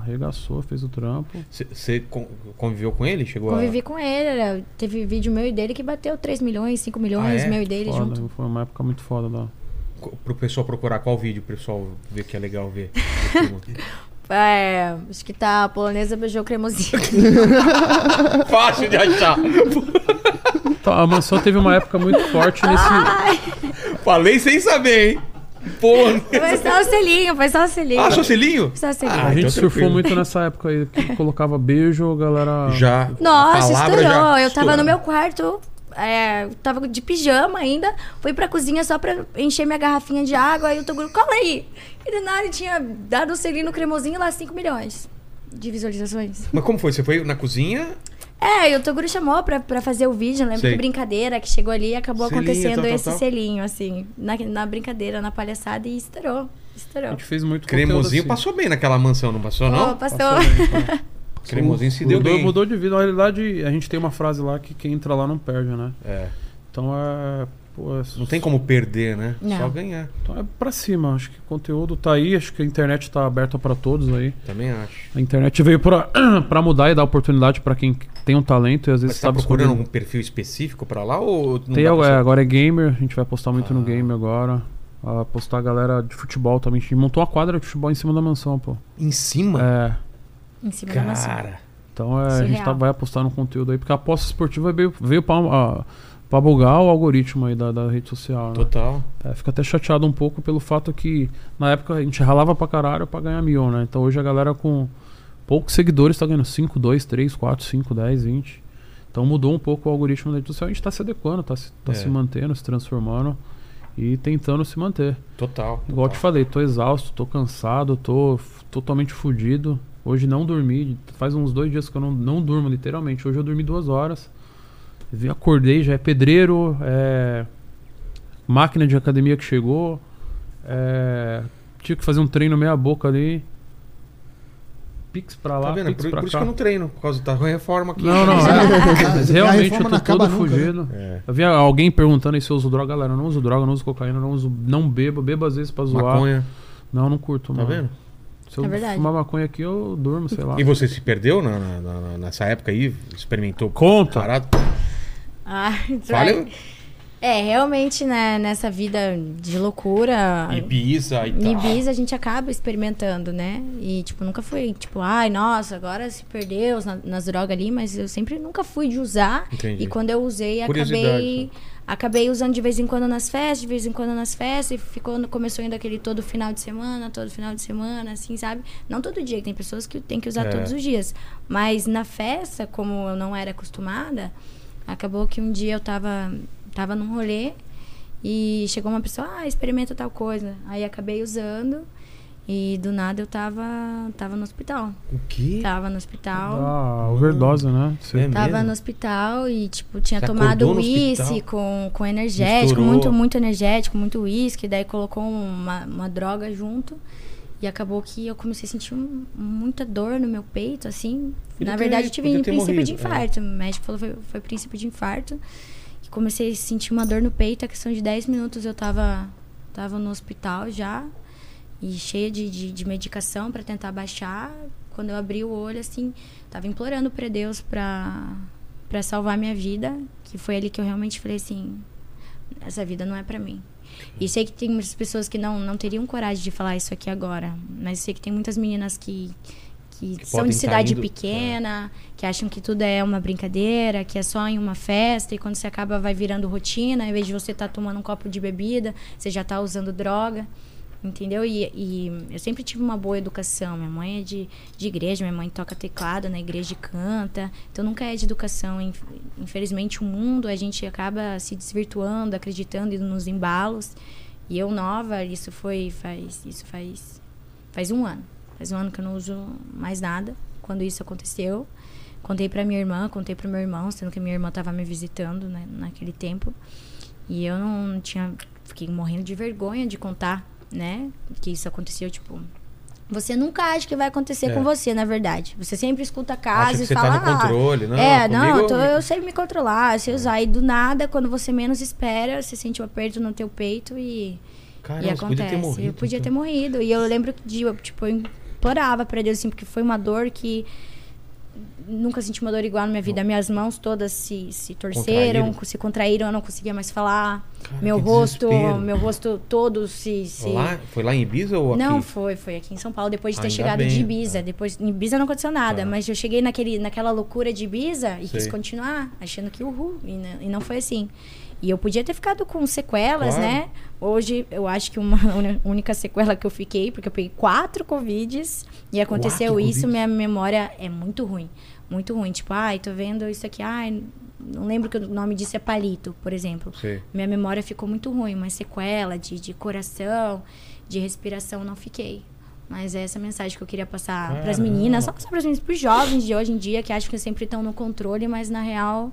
S3: Arregaçou, fez o trampo.
S1: Você con- conviveu com ele? Chegou
S6: Convivi com ele, era- teve vídeo meu e dele que bateu 3 milhões, 5 milhões,
S1: Ah, é?
S6: meu e dele
S3: Foda,
S6: junto.
S3: foi uma época muito foda lá.
S1: a... co- Pro pessoal procurar qual vídeo, pro pessoal ver que é legal ver.
S6: É, acho que tá a polonesa beijou cremosinho.
S1: Fácil de achar.
S3: Então, a mansão teve uma época muito forte
S6: Ah,
S3: nesse.
S1: Falei sem saber, hein? Porra.
S6: foi só o selinho, foi só o selinho.
S1: Ah, seu selinho?
S6: Só o selinho.
S1: Ah,
S3: A gente
S1: então
S3: surfou
S1: tranquilo.
S3: muito nessa época aí, que colocava beijo, a galera.
S1: Já. a
S6: Nossa,
S1: palavra
S6: estourou.
S1: já
S6: eu tava
S1: estourou.
S6: no meu quarto, é, tava de pijama ainda, fui pra cozinha só pra encher minha garrafinha de água, aí o Toguro, cola aí! E do nada ele tinha dado um selinho no cremosinho lá 5 milhões de visualizações.
S1: Mas como foi? Você foi na cozinha?
S6: É, e o Toguro chamou pra, pra fazer o vídeo, eu lembro
S1: Sei.
S6: que brincadeira que chegou ali e acabou
S1: Selinho,
S6: acontecendo
S1: tal, tal,
S6: esse
S1: tal.
S6: selinho, assim, na, na brincadeira, na palhaçada, e estourou. Estourou.
S3: A gente fez muito
S1: Cremosinho
S3: conteúdo assim.
S1: passou bem naquela mansão, não passou, né? Então.
S6: Ó,
S1: não?
S6: passou.
S1: Cremosinho se deu
S3: mudou,
S1: bem.
S3: mudou de vida. Na realidade, a gente tem uma frase lá que quem entra lá não perde, né?
S1: É.
S3: Então é. Pô, é
S1: Não tem como perder, né?
S6: Não.
S1: Só ganhar.
S3: Então é pra cima. Acho que o conteúdo tá aí, acho que a internet tá aberta pra todos aí.
S1: Também acho.
S3: A internet veio pra, pra mudar e dar oportunidade pra quem tem um talento e às vezes
S1: Mas você tá
S3: sabe
S1: procurando
S3: escolher.
S1: algum perfil específico pra lá ou não
S3: Tem,
S1: dá pra
S3: é,
S1: saber?
S3: agora é gamer, a gente vai postar muito
S1: Ah.
S3: no game agora. Ah, postar a galera de futebol também. A gente montou uma quadra de futebol em cima da mansão, pô.
S1: Em cima?
S3: É.
S6: Em cima da maçã.
S1: Cara.
S3: Então é, a
S6: Surreal.
S3: gente tá- vai apostar no conteúdo aí, porque a aposta esportiva veio, veio pra, a- pra bugar o algoritmo aí da, da rede social, né?
S1: Total.
S3: É, fico até chateado um pouco pelo fato que na época a gente ralava pra caralho pra ganhar mil, né? Então hoje a galera com poucos seguidores tá ganhando 5, 2, 3, 4, 5, 10, 20. Então mudou um pouco o algoritmo da rede social. A gente tá se adequando, tá, se, tá
S1: É.
S3: se mantendo, se transformando e tentando se manter.
S1: Total.
S3: Igual eu te
S1: total.
S3: falei, tô exausto, tô cansado, tô f- totalmente fudido. Hoje não dormi, faz uns dois dias que eu não, não durmo, literalmente. Hoje eu dormi duas horas. Vi- Acordei, já é pedreiro, é. Máquina de academia que chegou. É. Tinha que fazer um treino meia boca ali. Pix pra lá,
S1: Tá vendo?
S3: pix
S1: Por,
S3: pra
S1: por isso
S3: cá.
S1: que eu não treino, por causa da reforma aqui.
S3: Não, não, é. Mas
S2: A
S3: Realmente
S2: reforma
S3: eu
S2: não
S3: tô
S2: acaba
S3: todo
S2: nunca, né?
S3: fugido.
S1: É.
S3: Eu vi alguém perguntando aí se eu uso droga. Galera, eu não uso droga, não uso cocaína, não uso. Não bebo, bebo às vezes pra zoar.
S1: Maconha,
S3: Não, não curto,
S1: tá
S3: mano.
S1: vendo?
S3: Se eu
S6: É verdade.
S3: fumar maconha aqui, eu durmo, sei lá.
S1: E você se perdeu na- na- na- nessa época aí? Experimentou?
S3: Conta.
S1: Parado?
S6: Ah,
S1: Fala.
S6: É, realmente, né, nessa vida de loucura.
S1: "Ah, Ibiza e
S6: Em
S1: tal.
S6: Ibiza a gente acaba experimentando, né? E, tipo, nunca fui, tipo, ai, nossa, agora se perdeu na- nas drogas ali, mas eu sempre nunca fui de usar.
S1: Entendi.
S6: E quando eu usei,
S1: Curiosidade,
S6: acabei acabei usando de vez em quando nas festas, de vez em quando nas festas, e ficou, no- começou indo aquele todo final de semana, todo final de semana, assim, sabe? Não todo dia, que tem pessoas que tem que usar
S1: É.
S6: todos os dias. Mas na festa, como eu não era acostumada, acabou que um dia eu tava, tava num rolê e chegou uma pessoa, ah, experimenta tal coisa. Aí acabei usando e do nada eu tava, tava no hospital.
S1: O quê?
S6: Tava no hospital.
S3: Ah, overdose, né? Você-
S1: É
S6: Tá. Tava
S1: mesmo?
S6: no hospital e, tipo, tinha
S1: Você
S6: tomado
S1: acordou no hospital?
S6: uísque com, com energético,
S1: Misturou.
S6: muito, muito energético, muito uísque. Daí colocou uma, uma droga junto. E acabou que eu comecei a sentir um- muita dor no meu peito, assim.
S1: Podia
S6: Na
S1: ter-
S6: verdade, eu tive
S1: podia
S6: um
S1: ter
S6: princípio de
S1: morrido, é.
S6: infarto. O médico falou que foi, foi princípio de infarto. E comecei a sentir uma dor no peito. A questão de 10 minutos eu tava, tava no hospital já. E cheia de, de, de medicação pra tentar baixar. Quando eu abri o olho, assim, tava implorando pra Deus pra, pra salvar minha vida. Que foi ali que eu realmente falei assim: essa vida não é pra mim. E sei que tem muitas pessoas que não, não teriam coragem de falar isso aqui agora. Mas sei que tem muitas meninas que, que, são
S1: podem
S6: de
S1: tá
S6: cidade
S1: indo-
S6: pequena, que acham que tudo é uma brincadeira, que é só em uma festa. E quando você acaba, vai virando rotina. Em vez de você estar tomando um copo de bebida, você já tá usando droga. Entendeu? E, e eu sempre tive uma boa educação. Minha mãe é de, de igreja, minha mãe toca teclado na igreja e canta. Então nunca é de educação. Inf- Infelizmente, o mundo, a gente acaba se desvirtuando, acreditando nos embalos. E eu nova, isso foi faz. Isso faz. Faz um ano. Faz Faz um ano que eu não uso mais nada. Quando isso aconteceu, contei pra minha irmã, contei pro meu irmão, sendo que minha irmã tava me visitando né, naquele tempo. E eu não tinha. Fiquei morrendo de vergonha de contar, né? Que isso aconteceu, tipo. Você nunca acha que vai acontecer
S1: É.
S6: com você, na verdade. Você sempre escuta
S1: Acha
S6: casos
S1: que você
S6: e fala.
S1: tá no
S6: "Ah,
S1: controle, não?
S6: é, não,
S1: comigo
S6: eu, tô- eu sei me controlar, eu sei usar. E do nada, quando você menos espera, você sente um aperto no teu peito e,
S1: Caramba,
S6: e
S1: você podia ter
S6: acontece. eu
S1: morrido,
S6: podia
S1: então.
S6: ter morrido. E eu lembro de, eu, tipo, eu implorava pra Deus, assim, porque foi uma dor que nunca senti uma dor igual na minha vida. Minhas mãos todas se, se torceram,
S1: Contraíram.
S6: se contraíram, eu não conseguia mais falar.
S1: Cara,
S6: meu
S1: que
S6: rosto,
S1: desespero.
S6: meu rosto todo se. se-
S1: Lá, foi lá em Ibiza ou aqui?
S6: não, foi, foi aqui em São Paulo, depois de ter
S1: Ainda
S6: chegado
S1: bem,
S6: de Ibiza.
S1: tá.
S6: Depois, em Ibiza não aconteceu nada,
S1: Tá.
S6: mas eu cheguei naquele, naquela loucura de Ibiza e quis
S1: Sei.
S6: continuar, achando que uhul, e não, e não foi assim. E eu podia ter ficado com sequelas,
S1: Claro.
S6: né? Hoje, eu acho que uma uni- única sequela que eu fiquei, porque eu peguei quatro Covids e aconteceu
S1: Quatro
S6: isso,
S1: Covids?
S6: minha memória é muito ruim. Muito ruim. Tipo, ai, tô vendo isso aqui, ai, não lembro que o nome disso é palito, por exemplo.
S1: Sei.
S6: Minha memória ficou muito ruim, mas sequela de, de coração, de respiração, não fiquei. Mas é essa mensagem que eu queria passar pras
S1: Caramba.
S6: meninas, só para as meninas, pros jovens de hoje em dia que acham que sempre estão no controle, mas na real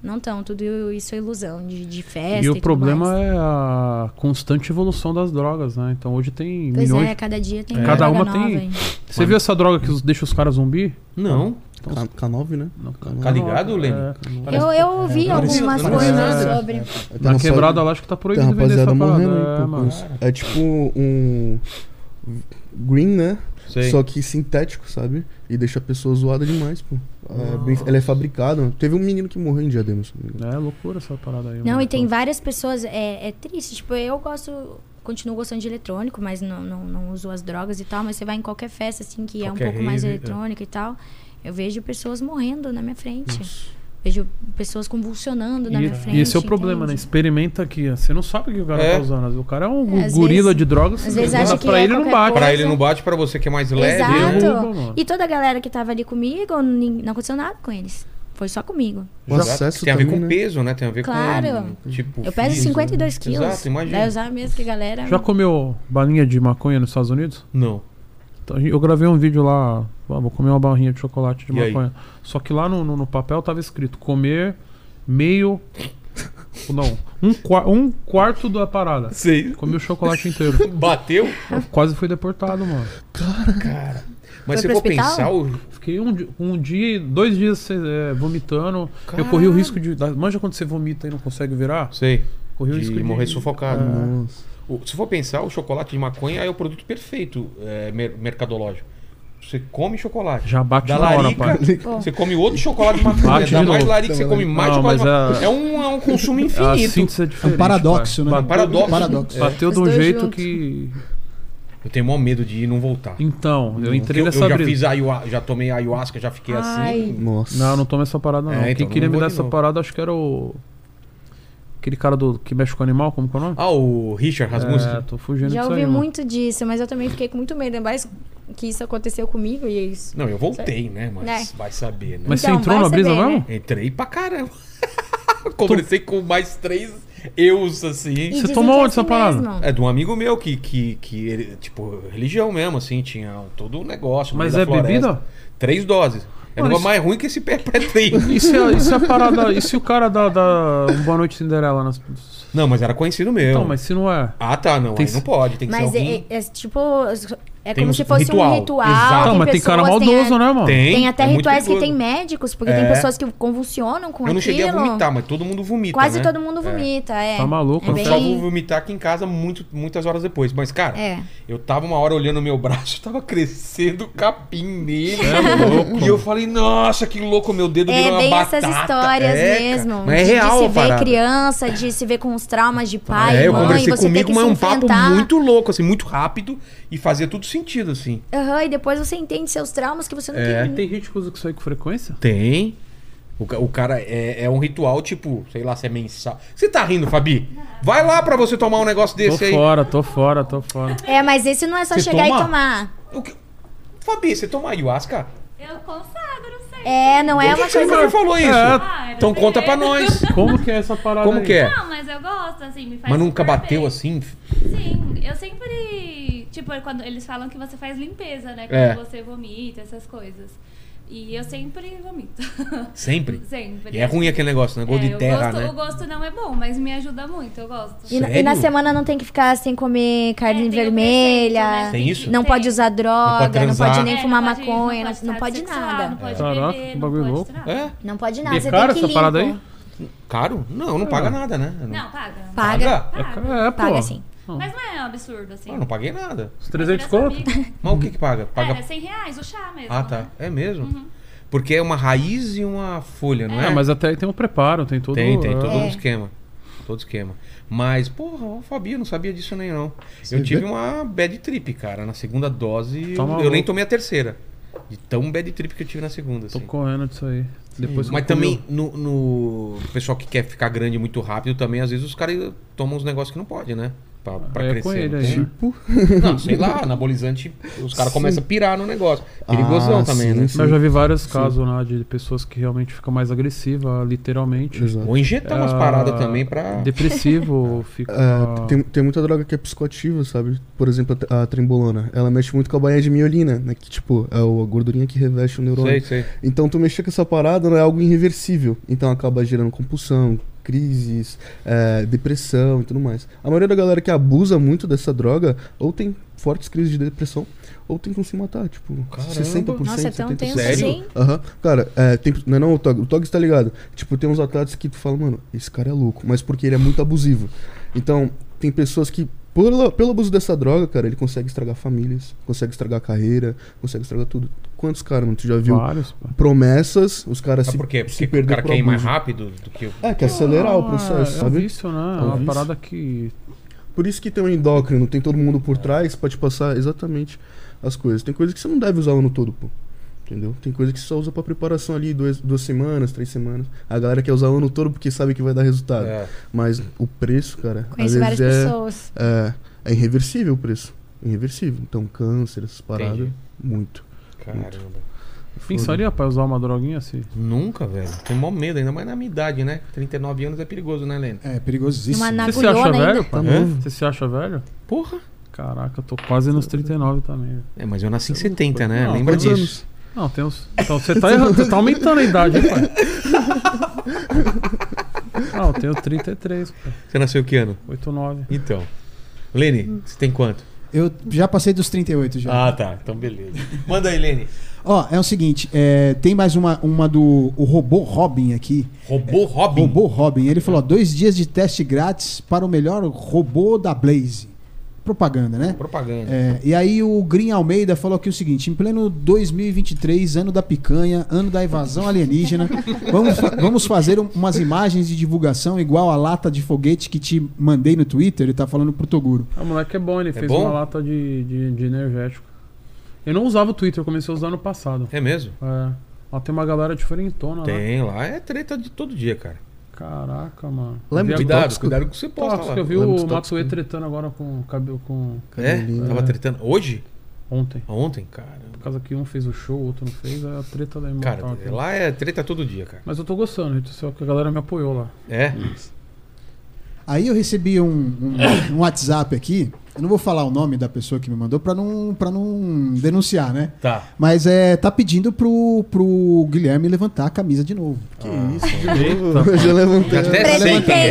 S6: não estão. Tudo isso é ilusão de, de festa.
S3: E o
S6: tudo
S3: problema
S6: mais.
S3: é a constante evolução das drogas, né? Então hoje tem
S6: Pois
S3: milhões.
S6: é, cada dia tem
S1: É.
S6: uma
S1: Cada
S6: droga
S3: uma
S6: nova.
S3: tem-
S6: hein?
S3: Você viu essa droga que os- deixa os caras zumbi?
S1: Não.
S7: K- K9, né?
S3: Não,
S1: Tá ligado, Lene?
S3: É.
S6: Eu, eu ouvi
S1: Parece-
S6: algumas
S1: eu não vi
S6: coisas
S3: né?
S1: nada.
S6: sobre.
S7: Aí tem
S3: Na
S7: uma só-
S3: quebrada lá acho que tá
S7: Tem
S3: proibido vender
S7: rapaziada
S3: essa parada.
S7: morrendo
S3: É,
S7: aí por,
S3: mano.
S7: por isso. É tipo um green, né?
S1: Sei.
S7: Só que sintético, sabe? E deixa a pessoa zoada demais, pô. É bem- ela é fabricada. Teve um menino que morreu em Diadema, se não me engano.
S3: É loucura essa parada aí.
S6: Não,
S3: mano.
S6: e tem várias pessoas. É, é triste. Tipo, eu gosto. Continuo gostando de eletrônico, mas não, não, não uso as drogas e tal. Mas você vai em qualquer festa, assim, que é um
S1: Qualquer
S6: pouco mais
S1: rave, é.
S6: eletrônica e tal. Eu vejo pessoas morrendo na minha frente. Vejo pessoas convulsionando na
S3: E,
S6: minha frente.
S3: e esse é o problema, né?
S6: entende?
S3: Experimenta aqui. ó. Você não sabe o que o cara
S1: É.
S3: tá usando. O cara é um
S6: É, às
S3: gorila
S6: vezes-
S3: de drogas.
S6: às vezes acha que
S3: pra
S6: é
S3: ele não
S6: qualquer
S3: bate.
S6: coisa.
S1: Pra ele não bate, pra você que é mais leve.
S6: Exato.
S1: né?
S3: derruba, mano.
S6: e toda a galera que tava ali comigo, nin- não aconteceu nada com eles. Foi só comigo.
S7: O
S1: Exato,
S7: acesso
S1: que tem a ver
S7: também,
S1: com
S7: né?
S1: peso, né? Tem a ver
S6: Claro.
S1: com. Tipo,
S6: Eu peso
S1: físico.
S6: 52 quilos.
S1: Exato, imagina.
S6: Daí eu usava mesmo que a galera.
S3: né? Já comeu balinha de maconha nos Estados Unidos?
S1: Não.
S3: Então, Eu gravei um vídeo lá, ah, vou comer uma barrinha de chocolate de
S1: E aí?
S3: maconha. Só que lá no, no- no papel tava escrito comer meio. Não, um, qua- um quarto da parada.
S1: Sei.
S3: Comi o chocolate inteiro.
S1: Bateu.
S3: Eu quase fui deportado, mano.
S1: Cara. Mas
S6: Foi
S1: se
S6: pro
S1: for
S6: hospital?
S1: pensar, o...
S3: Fiquei um, di- um dia, dois dias eh, vomitando. Eu corri o risco de. da- Manja quando você vomita e não consegue virar?
S1: sei.
S3: Corri o
S1: De
S3: risco de
S1: morrer sufocado. né?
S3: É.
S7: Nossa.
S1: O- se for pensar, o chocolate de maconha é o produto perfeito é, mer- mercadológico. Você come chocolate.
S3: Já bate
S1: da
S3: na hora,
S1: larica,
S3: pai.
S1: Você come outro chocolate de maconha.
S3: Bate
S1: dá
S3: de
S1: mais
S3: novo.
S1: larica, você come mais
S3: Não,
S1: chocolate.
S3: mas
S1: de maconha.
S3: é-
S1: É um, é um consumo
S3: A
S1: infinito.
S3: síntese é
S2: É um
S3: diferente,
S2: paradoxo,
S3: pai.
S2: né?
S1: Um paradoxo.
S2: Paradoxo.
S3: Bateu
S6: Os
S3: de um
S6: dois
S3: jeito
S6: juntos.
S3: que.
S1: Eu tenho maior medo de ir e não voltar.
S3: Então, eu entrei
S1: eu,
S3: nessa
S1: eu já
S3: brisa.
S1: fiz ayahuasca, já tomei ayahuasca, já fiquei assim.
S7: Nossa.
S3: Não, não toma essa parada, não.
S1: É, então,
S3: Quem
S1: não
S3: queria me
S1: vou
S3: dar
S1: de
S3: essa
S1: novo.
S3: parada, acho que era o. Aquele cara do que mexe com animal, como que é o nome?
S1: Ah, o Richard Rasmussen.
S3: é, tô fugindo
S6: Já
S3: disso aí,
S6: ouvi
S3: mano.
S6: muito disso, mas eu também fiquei com muito medo. Ainda mais que isso aconteceu comigo e é isso.
S1: Não, eu voltei, né? Mas
S6: Né?
S1: vai saber, né?
S3: Mas
S6: Então,
S3: você entrou
S6: vai
S3: na brisa
S6: saber,
S3: mesmo?
S1: Entrei pra caramba. Conversei com mais três eus, assim.
S6: E
S3: Você
S6: dizem
S3: tomou
S6: que
S3: onde essa parada?
S6: mesmo.
S1: É de um amigo meu que, que, que ele, tipo, religião mesmo, assim, tinha todo o negócio. no
S3: Mas
S1: meio
S3: é
S1: da floresta.
S3: bebida?
S1: Três doses. É um
S3: Mano,
S1: negócio
S3: isso-
S1: mais ruim que esse perpetrei.
S3: E se, a, e se é, a parada. E se o cara da, da um Boa Noite Cinderela nas.
S1: não, mas era conhecido meu.
S3: Então, mas se não é.
S1: Ah, tá, não.
S3: Tem
S1: aí
S3: se-
S1: não pode, tem que
S6: Mas
S1: ser
S6: é,
S1: alguém...
S6: é tipo. É
S1: Tem
S6: como
S1: um
S6: se fosse
S1: ritual,
S6: um ritual.
S1: exato. Ah,
S3: Então, mas tem cara
S6: pessoas,
S3: maldoso,
S6: tem a-
S3: né, mano?
S1: Tem,
S6: Tem até
S1: é muito
S6: rituais que
S1: perigoso.
S6: tem médicos, porque
S1: É.
S6: tem pessoas que convulsionam com
S1: Eu não
S6: aquilo.
S1: cheguei a vomitar, mas todo mundo vomita,
S6: Quase
S1: né?
S6: todo mundo
S1: É.
S6: vomita, é.
S3: Tá maluco,
S6: é
S3: não
S1: Eu só
S6: bem-
S1: vou vomitar aqui em casa muito, muitas horas depois. Mas, cara,
S6: É.
S1: eu tava uma hora olhando o meu braço, tava crescendo capim nele. e eu falei, nossa, que louco, meu dedo
S6: É
S1: virou uma
S6: bem
S1: batata.
S6: essas histórias
S1: É, cara.
S6: mesmo.
S1: Mas é
S6: de,
S1: real
S6: de
S1: a
S6: se ver
S1: parada.
S6: criança, de se ver com os traumas de pai,
S1: é, eu
S6: mãe,
S1: conversei
S6: você tem
S1: comigo,
S6: que
S1: mas
S6: se
S1: é um papo
S6: enfrentar.
S1: muito louco, assim, muito rápido e fazia tudo sentido, assim.
S6: Aham, e depois você entende seus traumas que você não
S1: É.
S6: tem.
S3: Tem gente que usa isso aí com frequência?
S1: Tem. O, ca- o cara é, é um ritual, tipo, sei lá, se é mensal. Você tá rindo, Fabi? Vai lá pra você tomar um negócio
S3: Tô
S1: desse aí.
S3: fora, tô fora, tô fora.
S6: É, mas esse não é só
S1: Você
S6: chegar
S1: toma?
S6: e tomar.
S1: O que- Fabi, você toma ayahuasca?
S4: Eu consagro, sei.
S6: É, não é
S1: Por
S6: uma
S1: que você nunca
S6: coisa.
S1: me falou isso?
S4: Ah, eu
S1: Então
S4: sei.
S1: conta pra nós.
S3: Como que é essa parada
S1: Como
S3: aí?
S1: que é?
S4: Não, mas eu gosto, assim, me faz
S1: Mas nunca
S4: super
S1: bateu
S4: bem.
S1: assim?
S4: Sim, eu sempre Tipo, quando eles falam que você faz limpeza, né? Quando
S1: É.
S4: você vomita, essas coisas. E eu sempre vomito.
S1: Sempre?
S4: sempre.
S1: E é ruim aquele negócio, né? Gol
S4: É,
S1: de
S4: o
S1: terra,
S4: gosto-
S1: né?
S4: O gosto não é bom, mas me ajuda muito, eu gosto.
S6: E, na- e
S1: Sério?
S6: na semana não tem que ficar sem comer
S4: É,
S6: carne
S4: tem o
S6: vermelha.
S4: preceito, né?
S1: Tem isso?
S6: Não pode usar droga, não pode,
S1: transar.
S6: nem
S4: É,
S6: fumar
S4: não pode-
S6: maconha, não, não
S4: estar
S6: pode
S4: sexual, Não
S6: nada.
S4: pode
S3: Caraca,
S4: beber,
S3: que
S4: não
S3: bagulho
S4: pode
S3: louco.
S4: nada.
S1: É?
S6: Não pode nada.
S3: E
S6: Você
S3: é caro
S6: tem que
S3: essa parada
S6: limpo.
S3: aí?
S1: Caro? Não, não paga nada, né? Eu
S4: Não, paga.
S6: Paga.
S1: Paga?
S4: Paga.
S3: É, pô.
S6: Paga sim.
S4: Mas não é um absurdo, assim.
S1: Ah, não paguei nada.
S3: Os 300
S4: Pra
S3: conto?
S4: saber.
S1: Mas o que que paga? Paga...
S4: Era 100 reais o chá mesmo.
S1: Ah, tá.
S4: é assim né?
S1: É mesmo? Porque é uma raiz e uma folha, não é?
S3: É, mas até aí tem um preparo, tem todo...
S1: Tem, tem,
S3: é,
S1: todo um
S6: É.
S1: esquema. Todo esquema. Mas, porra, eu Fabio, não sabia disso nem não.
S2: Você
S1: eu
S2: vê?
S1: tive uma bad trip, cara. Na segunda dose,
S3: Tá
S1: eu- eu
S3: maluco.
S1: nem tomei a terceira. De tão bad trip que eu tive na segunda,
S3: Tô
S1: assim.
S3: correndo disso aí. Depois que
S1: Mas
S3: eu comi
S1: também, no, no- o pessoal que quer ficar grande muito rápido, também, às vezes, os caras tomam uns negócios que não pode, né? Pra, pra
S3: Aí é
S1: crescer.
S3: com ele
S1: não
S3: aí,
S1: tem?
S3: né?
S1: Não, sei lá, anabolizante, os caras começam a pirar no negócio. Perigosão
S7: Ah,
S1: também,
S7: sim,
S1: né?
S7: sim.
S3: Mas eu já vi vários casos lá de pessoas que realmente ficam mais agressivas, literalmente.
S7: Exato.
S1: Ou injetar umas
S3: Ah,
S1: paradas também pra.
S3: Depressivo, fica.
S7: É, tem, tem muita droga que é psicoativa, sabe? Por exemplo, a tre- a, trembolona. Ela mexe muito com a bainha de miolina, né? Que, tipo, é o- a gordurinha que reveste o neurônio.
S1: Sei, sei.
S7: Então, tu mexer com essa parada é algo irreversível. Então, acaba gerando compulsão, crises, é, depressão e tudo mais. A maioria da galera que abusa muito dessa droga ou tem fortes crises de depressão ou tem que se matar, tipo,
S1: Caramba.
S7: 60%,
S6: Nossa, é tão tenso
S7: 70%.
S1: assim?
S7: Aham. Cara, é, tem, não é não, o Tog, o Tog tá ligado. Tipo, tem uns atletas que tu fala, mano, esse cara é louco, mas porque ele é muito abusivo. Então, tem pessoas que, pelo, pelo abuso dessa droga, cara, ele consegue estragar famílias, consegue estragar carreira, consegue estragar tudo. Quantos caras, mano, tu já viu?
S3: vários. pô.
S7: promessas, os caras
S1: Sabe
S7: se,
S1: por quê?
S7: se
S1: Porque o
S7: perderam
S1: cara
S7: por
S1: quer ir mais
S7: abuso.
S1: rápido do que o.
S7: É, quer acelerar o
S3: Ah,
S7: processo,
S3: É um
S7: sabe?
S3: vício, né? É
S7: um
S3: uma
S7: vício.
S3: parada que.
S7: Por isso que tem um endócrino, tem todo mundo por trás pra te passar exatamente as coisas. Tem coisa que você não deve usar o ano todo, pô. Entendeu? Tem coisa que você só usa pra preparação ali, duas, duas semanas, três semanas. A galera quer usar o ano todo porque sabe que vai dar resultado.
S1: É.
S7: Mas o preço, cara,
S6: Conheço
S7: às
S6: várias
S7: vezes é,
S6: pessoas.
S7: é, é irreversível o preço. Irreversível. Então, câncer, essas paradas,
S1: Entendi.
S7: muito.
S1: Caramba.
S3: Pensaria pra usar uma droguinha assim?
S1: Nunca, velho. Tem mó medo, ainda mais na minha idade, né? 39 anos é perigoso, né, Leno?
S2: É perigosíssimo.
S6: Uma na-
S3: Você se acha
S6: agulhona ainda?
S3: velho, pai?
S7: Tá
S3: Hã?
S7: novo.
S3: Você se acha velho?
S1: Porra!
S3: Caraca, eu tô quase nos 39 também.
S1: É, mas eu nasci em 70, né?
S3: Não,
S1: Lembra
S7: quantos
S1: disso.
S7: anos?
S3: Não, tem uns. Então você tá errando, você tá aumentando a idade, hein, pai. Não, eu tenho 33, cara.
S1: Você nasceu que ano?
S3: 89.
S1: Então. Lene, você tem quanto?
S2: Eu já passei dos 38 já.
S1: Ah, tá. Então beleza. Manda aí, Lene.
S2: Ó, é o seguinte, é, tem mais uma, uma do o robô Robin aqui.
S1: Robô Robin.
S2: Robô Robin, ele falou: ó, dois dias de teste grátis para o melhor robô da Blaze. Propaganda, né?
S1: Propaganda.
S2: É, e aí o Green Almeida falou aqui o seguinte: em pleno 2023, ano da picanha, ano da evasão alienígena, vamos, fa- vamos fazer um- umas imagens de divulgação igual a lata de foguete que te mandei no Twitter, ele tá falando pro Toguro.
S3: Ah, O moleque é bom, ele fez
S1: bom?
S3: uma lata de, de, de energético. Eu não usava o Twitter, eu comecei a usar no passado.
S1: É, mesmo?
S3: É. Lá tem uma galera diferentona lá.
S1: Tem lá. É treta de todo dia, cara.
S3: Caraca, mano.
S7: Lá é
S3: Eu vi
S7: muito
S3: agora-
S1: Cuidado,
S7: tóxico.
S1: cuidado com o que você posta
S3: Tóxico,
S1: lá.
S3: eu vi
S7: Lá é
S3: o
S7: muito
S3: Matsuei
S7: tóxico.
S3: tretando agora com o cabelo com
S1: É? Tava
S7: É.
S1: tretando. Hoje?
S3: ontem.
S1: Ontem? Caramba.
S3: Por causa que um fez o show, o outro não fez, é a treta da
S1: Cara,
S3: imortal. aqui.
S1: lá é treta todo dia, cara.
S3: Mas eu tô gostando, gente, só que a galera me apoiou lá.
S1: É?
S2: Aí eu recebi um, um- um WhatsApp aqui, eu não vou falar o nome da pessoa que me mandou pra não, pra não denunciar, né?
S1: Tá.
S2: Mas é, tá pedindo pro, pro Guilherme levantar a camisa de novo.
S7: Que isso, de
S3: Eita,
S1: Tá
S7: novo. Eu já levantei.
S1: Já até sei quem é.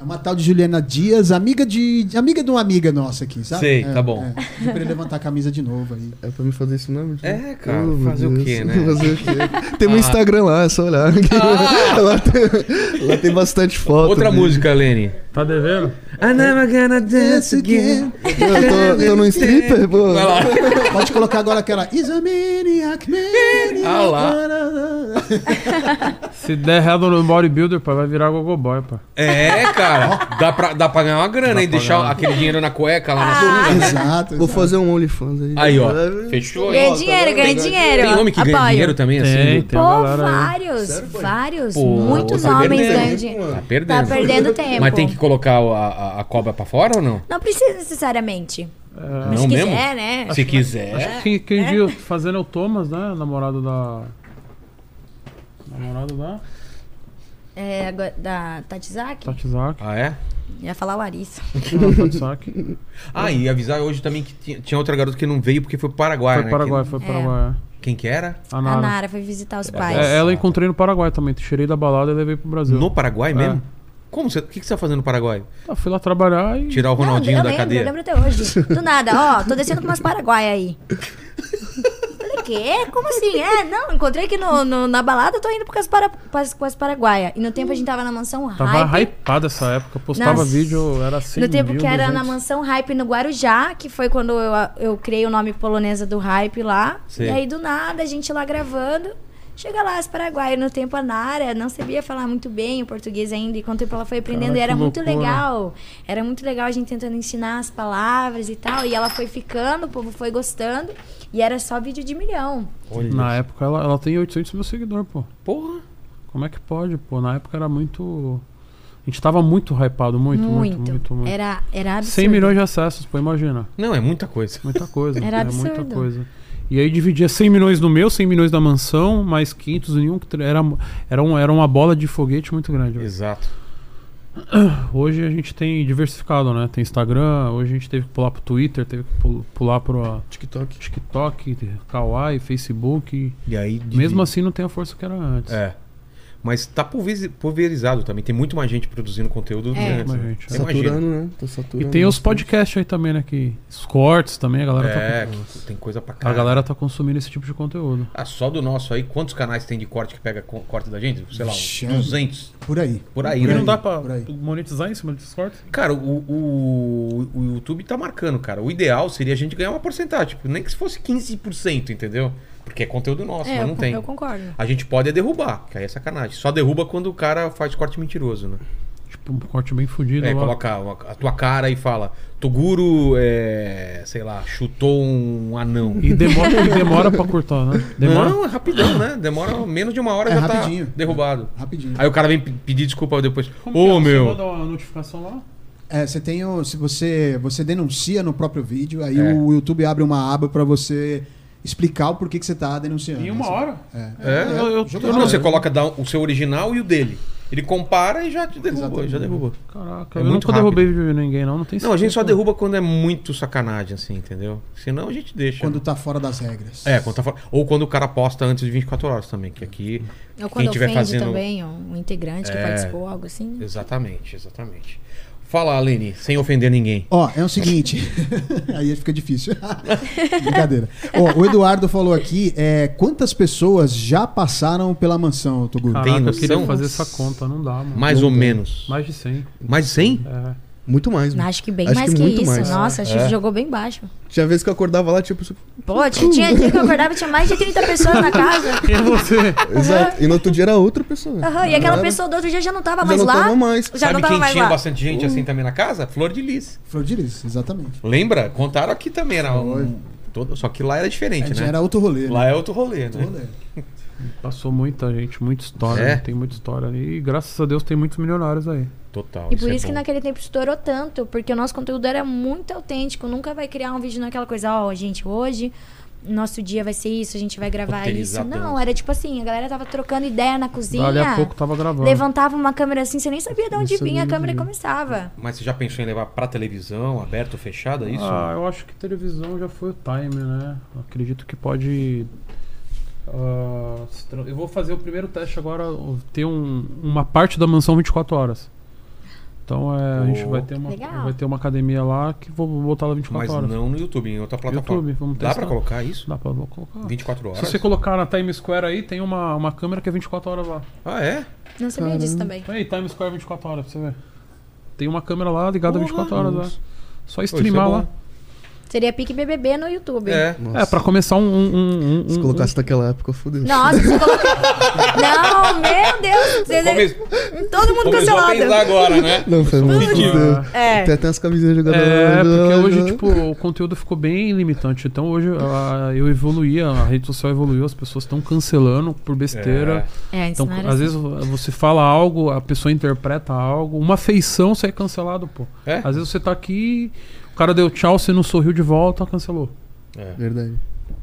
S2: É uma tal de Juliana Dias, amiga de. de- Amiga de uma amiga nossa aqui, sabe?
S1: Sei,
S2: É,
S1: tá bom.
S2: é. Pedi pra ele levantar a camisa de novo aí.
S7: É pra me fazer isso mesmo? Ju?
S1: É, cara,
S7: Oh, meu
S1: fazer o
S7: Deus.
S1: quê, né?
S7: Fazer o quê? Tem
S1: Ah.
S7: um Instagram lá, é só olhar. lá, tem, lá tem bastante foto.
S1: Outra
S7: né?
S1: música, Lene.
S3: Tá devendo?
S1: I'm never gonna dance again.
S7: Eu tô, tô num Um stripper, pô.
S1: Vai lá.
S2: Pode colocar agora aquela. Is a maniac, maniac.
S1: Ah lá.
S3: Se der errado no bodybuilder, pai, vai virar gogoboy, pai.
S1: É, cara. Dá pra, dá pra ganhar uma grana,
S3: Dá
S1: hein?
S3: pra
S1: Deixar
S3: ganhar.
S1: aquele dinheiro na cueca lá
S6: Ah,
S1: na sunga.
S2: Exato.
S7: Vou
S2: exato.
S7: fazer um OnlyFans aí.
S1: Aí, ó. tá Fechou aí.
S6: Ganha dinheiro, ganha dinheiro.
S1: Tem homem que ganha
S6: Apoio.
S1: dinheiro também, assim?
S3: tem
S6: Pô,
S3: a galera aí.
S6: vários, vários.
S1: Pô,
S6: muitos
S1: tá
S6: homens
S1: perdendo,
S6: ganham
S1: hein,
S6: dinheiro.
S1: Tá
S6: Tá
S1: perdendo.
S6: perdendo tempo.
S1: Mas tem que colocar o- a, a- a cobra pra fora ou não?
S6: Não precisa necessariamente.
S3: É,
S6: Mas
S1: não
S6: se
S1: mesmo?
S6: quiser, né?
S1: Se quiser.
S3: Acho que quem viu fazendo é o Thomas, né? Namorado da. Namorado da
S6: É, agora, da Tatizaki.
S3: Tatizaki.
S1: Ah, é?
S6: Ia falar Larissa.
S3: Só que foi
S1: Ah, e avisar hoje também que tinha, tinha outra garota que não veio porque foi pro Paraguai, né?
S3: pro Paraguai,
S1: Que-
S3: foi pro Paraguai.
S6: É.
S1: Quem que era?
S3: A
S6: A
S3: Nara.
S6: Nara foi visitar os pais.
S3: É, ela eu encontrei no Paraguai também. Cheirei da balada e levei pro Brasil.
S1: No Paraguai mesmo? Como você... O que, que você tá fazendo no Paraguai?
S3: Eu fui lá trabalhar e.
S1: Tirar o
S6: Não,
S1: Ronaldinho
S6: eu
S1: da
S6: lembro,
S1: cadeia?
S6: Eu lembro até hoje. Do nada, ó, tô descendo com umas Paraguai aí. Falei, quê? Como assim? É, não, encontrei aqui no, no- na balada, tô indo com as, para, pras- com as Paraguaia. E no tempo a gente tava na mansão
S3: Tava
S6: hype.
S3: hypada essa época. Postava
S6: Nas-
S3: vídeo, era assim.
S6: no tempo que era na mansão hype no Guarujá, que foi quando eu, eu criei o nome polonesa do hype lá.
S1: Sei.
S6: E aí do nada, a gente lá gravando. Chega lá, as paraguaias, no tempo a Nara não sabia falar muito bem o português ainda, e com o tempo ela foi aprendendo,
S3: Cara,
S6: e era
S3: que
S6: muito
S3: loucura.
S6: legal. Era muito legal a gente tentando ensinar as palavras e tal, e ela foi ficando, o povo foi gostando, e era só vídeo de milhão.
S1: Olha.
S3: Na época ela, ela tem 800 mil seguidores, pô.
S1: Porra.
S3: Como é que pode, pô? Na época era muito. A gente tava muito hypado, muito, muito, muito, muito.
S6: Era, era absurdo.
S3: 100 milhões de acessos, pô, imagina.
S1: Não, é muita coisa.
S3: Muita coisa.
S6: Era
S3: é
S6: absurdo.
S3: muita coisa. E aí dividia 100 milhões no meu, 100 milhões da mansão, mais 500 em um. que Era, era, um, era uma bola de foguete muito grande.
S1: Exato.
S3: Hoje a gente tem diversificado, né? Tem Instagram, hoje a gente teve que pular pro Twitter, teve que pul- pular pro
S7: TikTok.
S3: TikTok, Kawaii, Facebook.
S1: E aí... de-
S3: Mesmo assim não tem a força que era antes.
S1: É. Mas tá pulveriz- pulverizado também. Tem muito mais gente produzindo conteúdo. do que
S6: É.
S1: antes,
S3: Muito
S1: né?
S3: mais gente,
S1: Eu imagino.
S7: Saturando, né? Tô
S3: E
S7: saturando.
S3: tem os
S7: bastante.
S3: podcasts aí também, né? Que, os cortes também, a galera tá.
S1: É, que tem coisa pra
S3: A
S1: caralho.
S3: galera tá consumindo esse tipo de conteúdo.
S1: Ah, só do nosso aí, quantos canais tem de corte que pega co- corte da gente? Sei lá, uns
S2: Vixe.
S1: 200.
S2: Por aí.
S1: Por aí,
S3: E
S1: né?
S3: não dá pra
S2: por aí.
S3: monetizar em cima desses cortes?
S1: Cara, o, o, o YouTube tá marcando, cara. O ideal seria a gente ganhar uma porcentagem, tipo, nem que se fosse 15%, entendeu? Porque é conteúdo nosso,
S6: É,
S1: mas
S6: eu,
S1: não
S6: con-
S1: tem.
S6: eu concordo.
S1: A gente pode é derrubar, que aí é sacanagem. Só derruba quando o cara faz corte mentiroso, né?
S3: Tipo, um corte bem fudido.
S1: É,
S3: lá.
S1: coloca uma- a tua cara e fala, Toguro, é, sei lá, chutou um anão.
S3: E demora, e demora pra cortar, né? Demora.
S1: Não, é rapidão, né? Demora menos de uma hora
S2: É
S1: já
S2: rapidinho.
S1: tá derrubado.
S2: Rapidinho.
S1: Aí o cara vem pe- pedir desculpa depois.
S3: Como que é?
S1: Ô,
S3: Você
S1: meu.
S3: manda uma notificação lá?
S2: É, você tem o, se você você denuncia no próprio vídeo, aí
S1: É.
S2: o YouTube abre uma aba pra você explicar o porquê que você tá denunciando.
S3: Em uma
S2: Você-
S3: hora.
S2: É.
S1: É,
S3: um- Eu- eu-
S2: Jogo
S3: eu
S2: na
S1: Não,
S2: hora.
S1: você coloca da- o seu original e o dele. Ele compara e já te derruba,
S2: Exatamente.
S1: já derruba.
S3: Caraca,
S1: É
S3: eu
S1: muito
S3: nunca
S1: rápido.
S3: derrubei vídeo de ninguém, não. Não tem
S1: Não, a gente só
S3: certeza.
S1: derruba quando é muito sacanagem, assim, entendeu? Senão a gente deixa.
S2: Quando tá fora das regras.
S1: É, quando tá fora. Ou quando o cara posta antes de 24 horas também, que aqui.
S6: Ou
S1: quem
S6: quando
S1: estiver
S6: ofende
S1: fazendo.
S6: também, ó, um integrante que
S1: É.
S6: participou, algo assim.
S1: Exatamente, exatamente. Fala, Aline, sem ofender ninguém.
S2: Ó, é o seguinte. aí fica difícil. Brincadeira. Ó, o Eduardo falou aqui é, quantas pessoas já passaram pela mansão, Toguro?
S3: Caraca,
S1: Tem
S3: eu
S1: noção?
S3: queria fazer essa conta, não dá, mano.
S1: Mais ou menos.
S3: Mais de 100.
S1: Mais de 100?
S3: É.
S7: Muito mais, mano.
S6: Acho que bem
S7: Hum. Acho
S6: mais
S7: que
S6: que,
S7: muito
S6: isso.
S7: mais.
S6: Nossa, acho
S1: É.
S6: que jogou bem baixo.
S7: Tinha vezes que eu acordava lá, tipo...
S6: Pô, tinha, tinha dia que eu acordava, tinha mais de 30 pessoas na casa.
S3: Quem é você?
S7: Exato. E no outro dia era outra pessoa.
S6: Aham, e
S7: Não
S6: aquela
S7: era-
S6: pessoa do outro dia já não tava
S7: Já
S6: mais
S7: não
S6: lá.
S7: tava mais.
S6: Já
S1: Sabe
S6: não tava
S1: quem
S6: mais
S1: tinha
S6: lá.
S1: bastante gente assim também na casa? Flor de Lis.
S2: Flor de Lis, exatamente.
S1: Lembra? Contaram aqui também, era um.
S2: Foi.
S1: Todo... Só que lá era diferente,
S2: É, já
S1: né?
S2: era outro rolê. né?
S1: Lá é outro rolê,
S2: Outro
S1: né?
S2: rolê.
S3: Passou muita gente, muita história.
S1: É.
S3: né? Tem muita história. E graças a Deus tem muitos milionários aí.
S1: Total.
S6: E por isso
S1: é
S6: que
S1: bom.
S6: naquele tempo estourou tanto, porque o nosso conteúdo era muito autêntico. Nunca vai criar um vídeo naquela coisa, ó, gente, hoje nosso dia vai ser isso, a gente vai gravar isso.
S1: Roteirizadão.
S6: Não, era tipo assim, a galera tava trocando ideia na cozinha.
S3: Dali a pouco tava gravando.
S6: Levantava uma câmera assim, você nem sabia de onde
S3: Isso eu
S6: vinha a
S3: lembro
S6: câmera e
S3: disso.
S6: começava.
S1: Mas você já pensou em levar pra televisão, aberto ou fechado, é isso?
S3: Ah, eu acho que televisão já foi o time, né? Acredito que pode. ah, se tra- eu vou fazer o primeiro teste agora, o- ter um- uma parte da mansão 24 horas. Então é, a gente
S1: Pô.
S3: vai ter, uma,
S6: Legal.
S3: vai ter uma academia lá que vou botar ela 24
S1: Mas
S3: horas.
S1: não no YouTube, em outra plataforma.
S3: YouTube, vamos
S1: Dá
S3: testar.
S1: pra colocar isso?
S3: Dá pra vou colocar.
S1: 24 horas?
S3: Se você colocar na Times Square aí, tem uma, uma câmera que é 24 horas lá.
S1: Ah, é?
S6: Não sabia disso também.
S3: Aí, Times Square é 24 horas, pra você ver. Tem uma câmera lá ligada
S1: Porra.
S3: 24 horas lá. Só
S1: Pô, isso é
S3: streamar
S1: bom.
S3: lá.
S6: Seria pique BBB no YouTube.
S1: É.
S7: Nossa.
S3: É, pra começar um. um, um, um
S7: Se colocasse naquela época, fudeu.
S6: Nossa, você colocou. Não, meu Deus! você-
S1: Então Come...
S6: Todo mundo
S1: Começou a
S6: é cancelado.
S1: pensar agora, né?
S7: Não, foi muito
S3: Explodiu.
S7: fudeu.
S6: É.
S7: Tem até as camisinhas jogadas
S3: É,
S7: lá, né?
S3: porque
S7: lá,
S3: hoje,
S7: lá.
S3: tipo, o conteúdo ficou bem limitante. Então hoje a- eu evoluí, a rede social evoluiu, as pessoas estão cancelando por besteira.
S6: É, isso
S3: Então,
S6: não era
S3: às
S6: assim.
S3: vezes você fala algo, a pessoa interpreta algo, uma feição você é cancelado, pô.
S1: É.
S3: Às vezes você tá aqui, o cara deu tchau, você não sorriu de volta, cancelou.
S1: É.
S7: Verdade.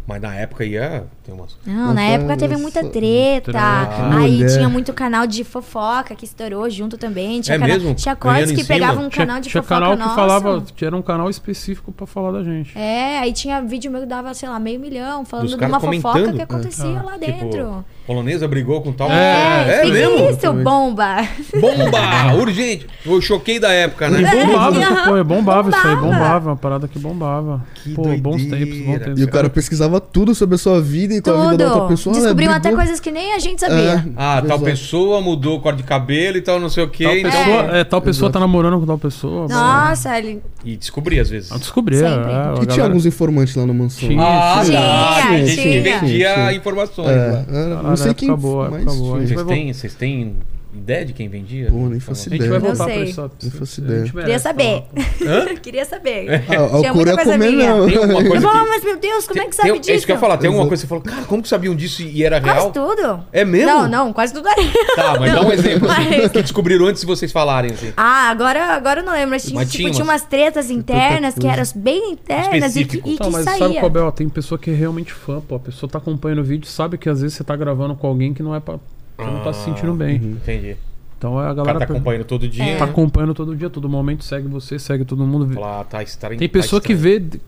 S1: Mas na época ia ter umas. tipo,
S8: Não,
S7: Não
S8: na
S7: tá
S8: época teve
S7: nessa-
S8: muita treta.
S3: Treta.
S8: Aí
S7: Mulher.
S8: tinha muito canal de fofoca que estourou junto também. Tinha
S1: É
S8: cana-
S1: mesmo?
S8: Tinha cortes
S1: Ganhando em
S8: que
S1: cima?
S8: pegavam um
S3: Tinha-
S8: canal de
S3: tinha
S8: fofoca
S3: canal que
S8: nosso.
S3: falava, era um canal específico pra falar da gente.
S8: É, aí tinha vídeo meu que dava, sei lá, meio milhão, falando
S1: Dos
S8: de
S1: caras
S8: uma fofoca
S1: comentando?
S8: que
S3: É.
S8: acontecia lá dentro.
S1: Tipo, polonesa brigou com tal.
S8: É,
S1: é
S8: fica
S1: mesmo?
S8: isso, bomba.
S1: Bomba! Urgente! Eu choquei da época, né?
S3: Bombava,
S8: Aham.
S3: isso, pô, bombava isso aí,
S8: Bombava.
S3: bombava, uma parada que bombava.
S1: Que
S3: pô, bons
S1: doideira.
S3: tempos, bons tempos.
S7: E o cara pesquisava tudo sobre a sua vida e com
S3: Então,
S7: a vida da outra
S8: Tudo.
S3: é
S7: pessoa.
S8: Descobriu
S7: ela
S8: até
S7: brigou.
S8: coisas que nem a gente sabia.
S7: É,
S1: Ah, tal
S7: exato.
S1: pessoa mudou cor de cabelo e tal, não sei o quê.
S3: Tal
S1: então-
S3: pessoa, é, tal pessoa tá namorando com tal pessoa.
S8: né? Nossa, ele
S1: E descobri às vezes.
S3: Eu descobri, é,
S8: Sempre.
S3: a
S8: E
S7: E tinha
S3: galera-
S7: alguns informantes lá no mansão. né?
S3: Tinha.
S1: Ah,
S8: Tinha,
S1: tá. Tem gente que
S8: tinha.
S1: vendia informações.
S7: É,
S1: lá.
S7: era-
S3: Caralho,
S7: não sei
S3: época
S7: quem.
S3: boa, época
S7: mas
S3: boa.
S7: tinha.
S1: Vocês têm, vocês têm ideia de quem vendia?
S7: Pô, nem faço
S3: A gente vai
S7: Não
S3: voltar pra
S8: sei.
S3: isso.
S7: Não faço ideia.
S8: queria saber.
S1: Hã? É,
S8: Queria saber.
S7: Ah,
S8: Tinha
S7: o couro
S8: muita
S7: ia
S8: coisa
S7: comer,
S8: minha.
S7: não.
S1: Tem alguma
S8: Eu
S1: coisa
S8: falava,
S1: que...
S8: mas meu Deus, como é que
S1: Tem-
S8: sabe
S1: É
S8: disso?
S1: isso que eu ia falar. Tem alguma
S7: Exato.
S1: coisa que você falou, cara, como que sabiam disso e era real?
S8: Quase tudo.
S1: É mesmo?
S8: Não, não, quase tudo é era.
S1: Tá, mas dá um exemplo assim,
S8: Mas-
S1: que descobriram antes de vocês falarem. Assim.
S8: Ah, agora, agora eu não lembro. Mas tinha,
S1: Mas
S8: tipo,
S1: tinha
S8: tinha
S1: umas-
S8: umas tretas internas que
S7: coisa.
S8: eram bem internas e que,
S1: Específico.
S8: e
S3: Tá,
S8: que
S3: mas sabe
S8: saía.
S3: qual é? ó, Tem pessoa que é realmente fã, pô. A pessoa tá acompanhando o vídeo sabe que às vezes você tá gravando com alguém que não é pra. que não tá se sentindo bem.
S1: Entendi.
S3: Então a
S1: Uhum. O
S3: galera
S1: cara tá
S3: per-
S1: acompanhando todo dia.
S8: É.
S3: tá
S1: né?
S3: acompanhando todo dia, todo momento, segue você, segue todo mundo. vê-
S1: Fala, ah, tá estranho.
S3: Tem
S1: tá
S3: pessoa que
S1: estranho.
S3: vê d-